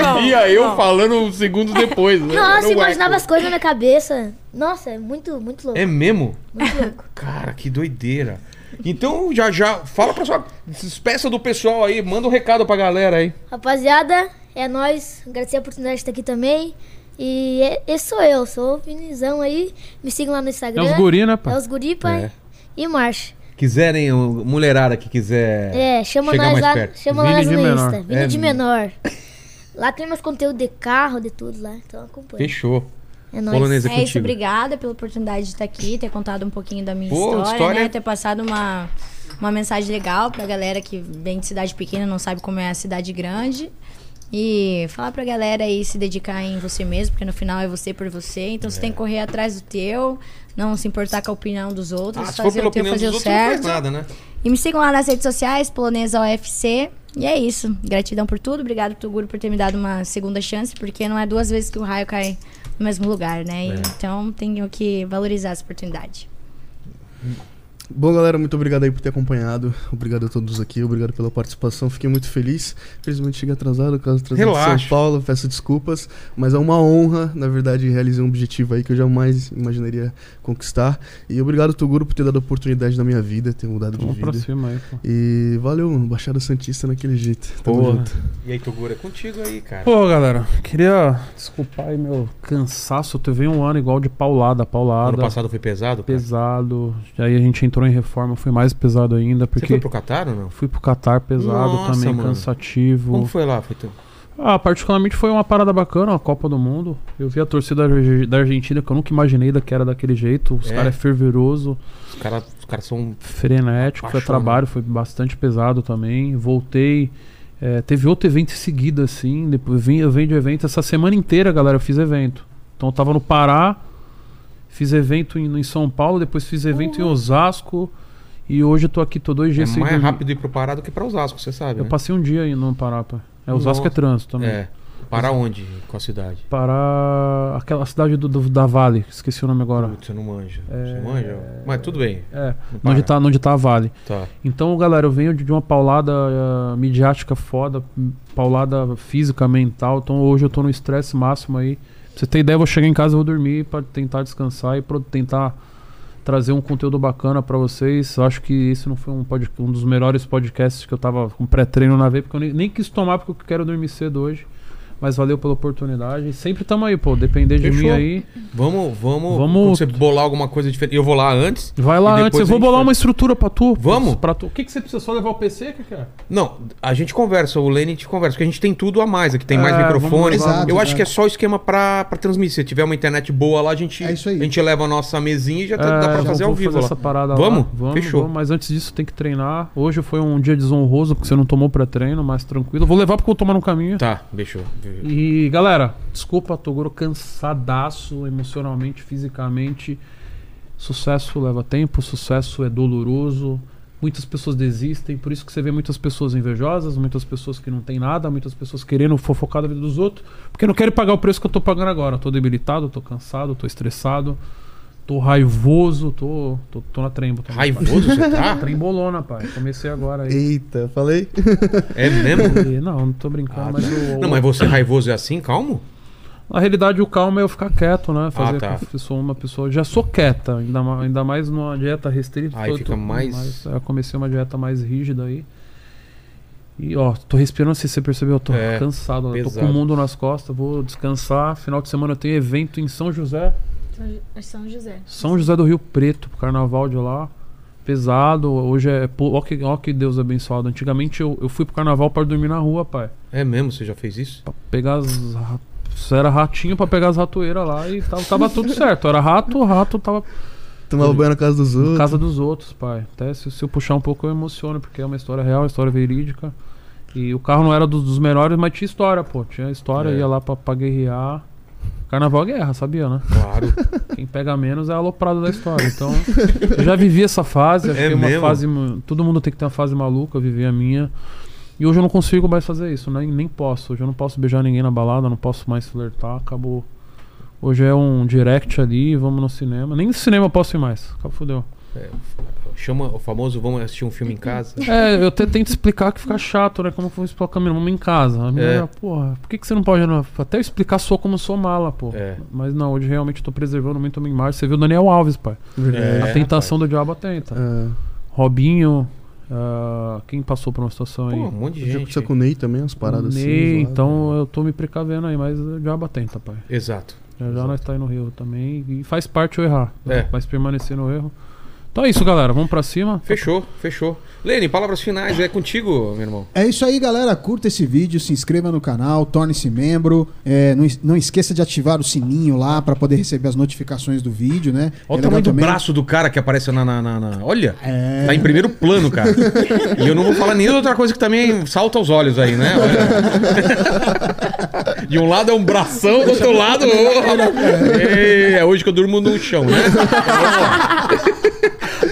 S1: Ouvia eu falando uns segundos depois. né? Era
S5: Nossa,
S1: um
S5: imaginava as
S1: eco.
S5: coisas na minha cabeça. Nossa, é muito, muito louco.
S1: É mesmo?
S5: Muito louco.
S1: Cara, que doideira. Então, já já, fala pra sua. Se despeça do pessoal aí, manda um recado pra galera aí.
S5: Rapaziada, é nóis. Agradecer a oportunidade de estar aqui também. E é- esse sou eu, sou o Vinizão aí. Me sigam lá no
S3: É
S5: Instagram.
S3: os guri, né,
S5: É
S3: pai?
S5: os guri, pai.
S1: É.
S5: E marcha.
S1: Quiserem, o- mulherada que quiser.
S5: É, chama
S1: chegar
S5: nós
S1: mais
S5: lá,
S1: perto.
S5: chama
S3: Vini
S5: nós
S3: de
S5: no
S3: menor.
S5: Insta. Vini
S1: É,
S5: de
S1: menino.
S5: menor. Lá tem mais conteúdo de carro, de tudo lá. Então acompanha.
S1: Fechou.
S5: É nóis.
S1: Polonesa
S6: É isso,
S1: contigo.
S6: obrigada pela oportunidade de estar aqui, ter contado um pouquinho da minha
S1: Pô,
S6: história,
S1: história- é-
S6: né? Ter passado uma, uma mensagem legal pra galera que vem de cidade pequena, não sabe como é a cidade grande. E falar pra galera aí se dedicar em você mesmo, porque no final é você por você. Então você tem que correr atrás do teu, não se importar com a opinião dos outros,
S1: Ah, se for
S6: fazer
S1: pela
S6: o teu,
S1: opinião dos
S6: fazer o
S1: outros, não faz
S6: certo.
S1: nada, né?
S6: E me sigam lá nas redes sociais, Polonesa UFC. E é isso. Gratidão por tudo. Obrigado, Toguro, por ter me dado uma segunda chance, porque não é duas vezes que o raio cai no mesmo lugar, né? Então tenho que valorizar essa oportunidade.
S7: Bom, galera, muito obrigado aí por ter acompanhado. Obrigado a todos aqui, obrigado pela participação. Fiquei muito feliz. Felizmente cheguei atrasado, caso atrasado de
S1: Relaxa.
S7: São Paulo, peço desculpas. Mas é uma honra, na verdade, realizar um objetivo aí que eu jamais imaginaria conquistar. E obrigado, Toguro, por ter dado a oportunidade na minha vida, ter mudado de
S3: Vamos pra
S7: vida.
S3: cima aí, pô.
S7: E valeu, mano. Baixada Santista naquele jeito. Tamo
S3: Porra.
S7: junto.
S1: E aí, Toguro, é contigo aí, cara.
S3: Pô, galera, queria desculpar aí meu cansaço. Eu teve um ano igual de paulada, paulada.
S1: ano passado foi pesado? cara?
S3: Pesado. Aí a gente entrou em reforma, foi mais pesado ainda,
S1: Você
S3: porque
S1: foi pro Catar ou não?
S3: fui pro Catar pesado
S1: Nossa,
S3: também,
S1: mano.
S3: cansativo.
S1: Como foi lá? Foi tu-
S3: Ah, particularmente foi uma parada bacana, a Copa do Mundo. Eu vi a torcida da- da Argentina, que eu nunca imaginei da- que era daquele jeito. Os
S1: É?
S3: caras é fervoroso,
S1: Os caras os caras são.
S3: frenético, foi a
S1: Apaixonado.
S3: trabalho, foi bastante pesado também. Voltei. é, teve outro evento em seguida, assim. Depois vim, eu venho de evento. Essa semana inteira, galera, eu fiz evento. Então eu tava no Pará, fiz evento em, em São Paulo, depois fiz evento em Osasco. E hoje eu tô aqui, tô dois
S1: É
S3: dias sem
S1: mais
S3: dormir.
S1: rápido ir pro Pará do que pra Osasco, você sabe.
S3: Eu
S1: né?
S3: passei um dia aí no Pará, pá. É, Osasco
S1: Nossa.
S3: é trânsito também.
S1: É. Para onde? Qual cidade?
S3: para aquela cidade do, do- da Vale, esqueci o nome agora.
S1: Putz, você não manja. Você manja? Mas tudo bem.
S3: É,
S1: Não para.
S3: onde É. tá, onde tá a Vale.
S1: Tá.
S3: Então, galera, eu venho de de uma paulada eh, midiática foda, m- paulada física, mental. Então, hoje eu tô no estresse máximo aí. Pra você ter ideia, eu vou chegar em casa, eu vou dormir pra tentar descansar e pro- tentar trazer um conteúdo bacana pra vocês. Eu Acho que esse não foi um, pod- um dos melhores podcasts que eu tava com pré-treino na veia, porque eu nem, nem quis tomar porque eu quero dormir cedo hoje. Mas valeu pela oportunidade. Sempre tamo aí, pô. Depender de mim
S1: Fechou.
S3: aí.
S1: Vamos, vamos.
S3: Vamos-
S1: quando Você bolar alguma coisa diferente. Eu vou lá antes.
S3: Vai lá
S1: E depois
S3: antes, eu
S1: a
S3: vou
S1: gente
S3: bolar
S1: faz.
S3: uma estrutura pra tu.
S1: Vamos?
S3: Pra tu. O que, que você precisa? Só levar o PC? O que, que é?
S1: Não, a gente conversa, o Lenny te conversa, porque a gente tem tudo a mais aqui, tem mais
S3: É,
S1: microfone.
S3: vamos-
S2: Exato,
S1: eu acho
S2: exato.
S1: que é só o esquema pra, pra transmitir. Se tiver uma internet boa lá, a gente,
S2: É isso aí.
S1: A gente leva a nossa mesinha e já tá- dá
S3: É,
S1: pra
S3: já
S1: fazer
S3: vou
S1: ao vivo lá.
S3: essa parada
S1: Vamos?
S3: lá. Vamos,
S1: Fechou.
S3: vamos, mas antes disso tem que treinar. Hoje foi um dia desonroso porque você não tomou pré-treino, mas tranquilo. Vou levar porque eu vou tomar no caminho.
S1: Tá, deixa eu.
S3: E galera, desculpa, Toguro cansadaço emocionalmente, fisicamente. Sucesso leva tempo, sucesso é doloroso. Muitas pessoas desistem, por isso que você vê muitas pessoas invejosas, muitas pessoas que não têm nada, muitas pessoas querendo fofocar da vida dos outros, porque não querem pagar o preço que eu tô pagando agora. Eu tô debilitado, tô cansado, tô estressado, tô raivoso, tô, tô, tô na trembo. Tô
S1: Raivoso você tá?
S3: Trembolona, pai. Comecei agora aí.
S7: Eita, falei?
S1: É mesmo?
S3: E- Não, não tô brincando, mas o-
S1: Ah, tá. Não, mas você raivoso é assim, calmo?
S3: Na realidade, o calmo é eu ficar quieto, né? Fazer
S1: tá.
S3: com que eu sou uma pessoa. Já sou quieta, ainda, ma- ainda mais numa dieta restrita.
S1: Aí
S3: tô-
S1: fica
S3: tô-
S1: mais-
S3: eu comecei uma dieta mais rígida aí. E ó, tô respirando assim, você percebeu? Eu tô
S1: É,
S3: cansado, né? tô com
S1: pesado.
S3: o mundo nas costas, vou descansar. Final de semana eu tenho evento em São José,
S8: São José.
S3: São José do Rio Preto, pro carnaval de lá. Pesado, hoje é. pô, Ó que, ó que Deus abençoado. Antigamente eu, eu fui pro carnaval para dormir na rua, pai
S1: É mesmo, você já fez isso?
S3: pegar as. ra- Isso era ratinho pra pegar as ratoeiras lá e tava, tava tudo certo. Era rato, o rato tava
S7: Tomava banho na casa dos
S3: na
S7: outros.
S3: casa dos outros, pai. Até se, se eu puxar um pouco eu emociono, porque é uma história real, uma história verídica. E o carro não era dos, dos melhores, mas tinha história, pô. Tinha história,
S1: É.
S3: ia lá pra, pra guerrear. Carnaval é guerra, sabia, né?
S1: Claro.
S3: Quem pega menos é a aloprada da história. Então, eu já vivi essa fase. Acho
S1: É
S3: que é uma
S1: mesmo?
S3: fase. mu- Todo mundo tem que ter uma fase maluca, eu vivi a minha. E hoje eu não consigo mais fazer isso, nem, nem posso. Hoje eu não posso beijar ninguém na balada, não posso mais flertar, acabou. Hoje é um direct ali, vamos no cinema. Nem no cinema eu posso ir mais. Acabou, fudeu.
S1: Chama o famoso, vamos assistir um filme em casa.
S3: É, eu até tento explicar que fica chato, né? Como que eu vou explicar pra minha irmã? Vamos em casa. A minha
S1: É.
S3: irmã, porra, por que, que você não pode. ir na- Até eu explicar sou como eu sou mala, pô.
S1: É.
S3: Mas não, hoje realmente eu tô preservando muito a minha imagem. Você viu o Daniel Alves, pai.
S1: É,
S3: a tentação do diabo atenta.
S7: Ah,
S3: Robinho. ah, quem passou por uma situação
S1: Pô, um
S3: aí?
S1: monte de
S7: já
S1: gente.
S7: aconteceu com o Ney também, umas paradas
S3: Ney,
S7: assim. zoado.
S3: então eu tô me precavendo aí, mas o diabo atenta, pai.
S1: Exato.
S3: Já, já nós tá aí no erro também. E faz parte eu errar.
S1: É.
S3: Mas permanecer no erro. Então é isso, galera. Vamos pra cima.
S1: Fechou, fechou. Lene, palavras finais, é contigo, meu irmão.
S2: É isso aí, galera. Curta esse vídeo, se inscreva no canal, torne-se membro. É, não, es- não esqueça de ativar o sininho lá pra poder receber as notificações do vídeo, né?
S1: Olha
S2: É
S1: o tamanho
S2: legal
S1: do
S2: também- É.
S1: braço do cara que aparece na. na- na- na- Olha! Tá em primeiro plano, cara. e eu não vou falar nenhuma outra coisa que também salta aos olhos aí, né? Olha. De um lado é um bração, do outro lado. ô. Ei, é hoje que eu durmo no chão, né?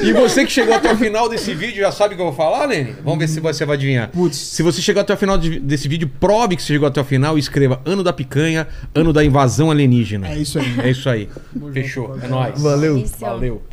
S1: E você que chegou até o final desse vídeo já sabe o que eu vou falar, Lene? Vamos ver se você vai adivinhar.
S2: Putz.
S1: Se você chegou até o final de- desse vídeo, prove que você chegou até o final e escreva ano da picanha, ano da invasão alienígena.
S2: É isso aí.
S1: É isso aí. Fechou. É nóis.
S7: Valeu.
S6: Esse é o-
S1: Valeu.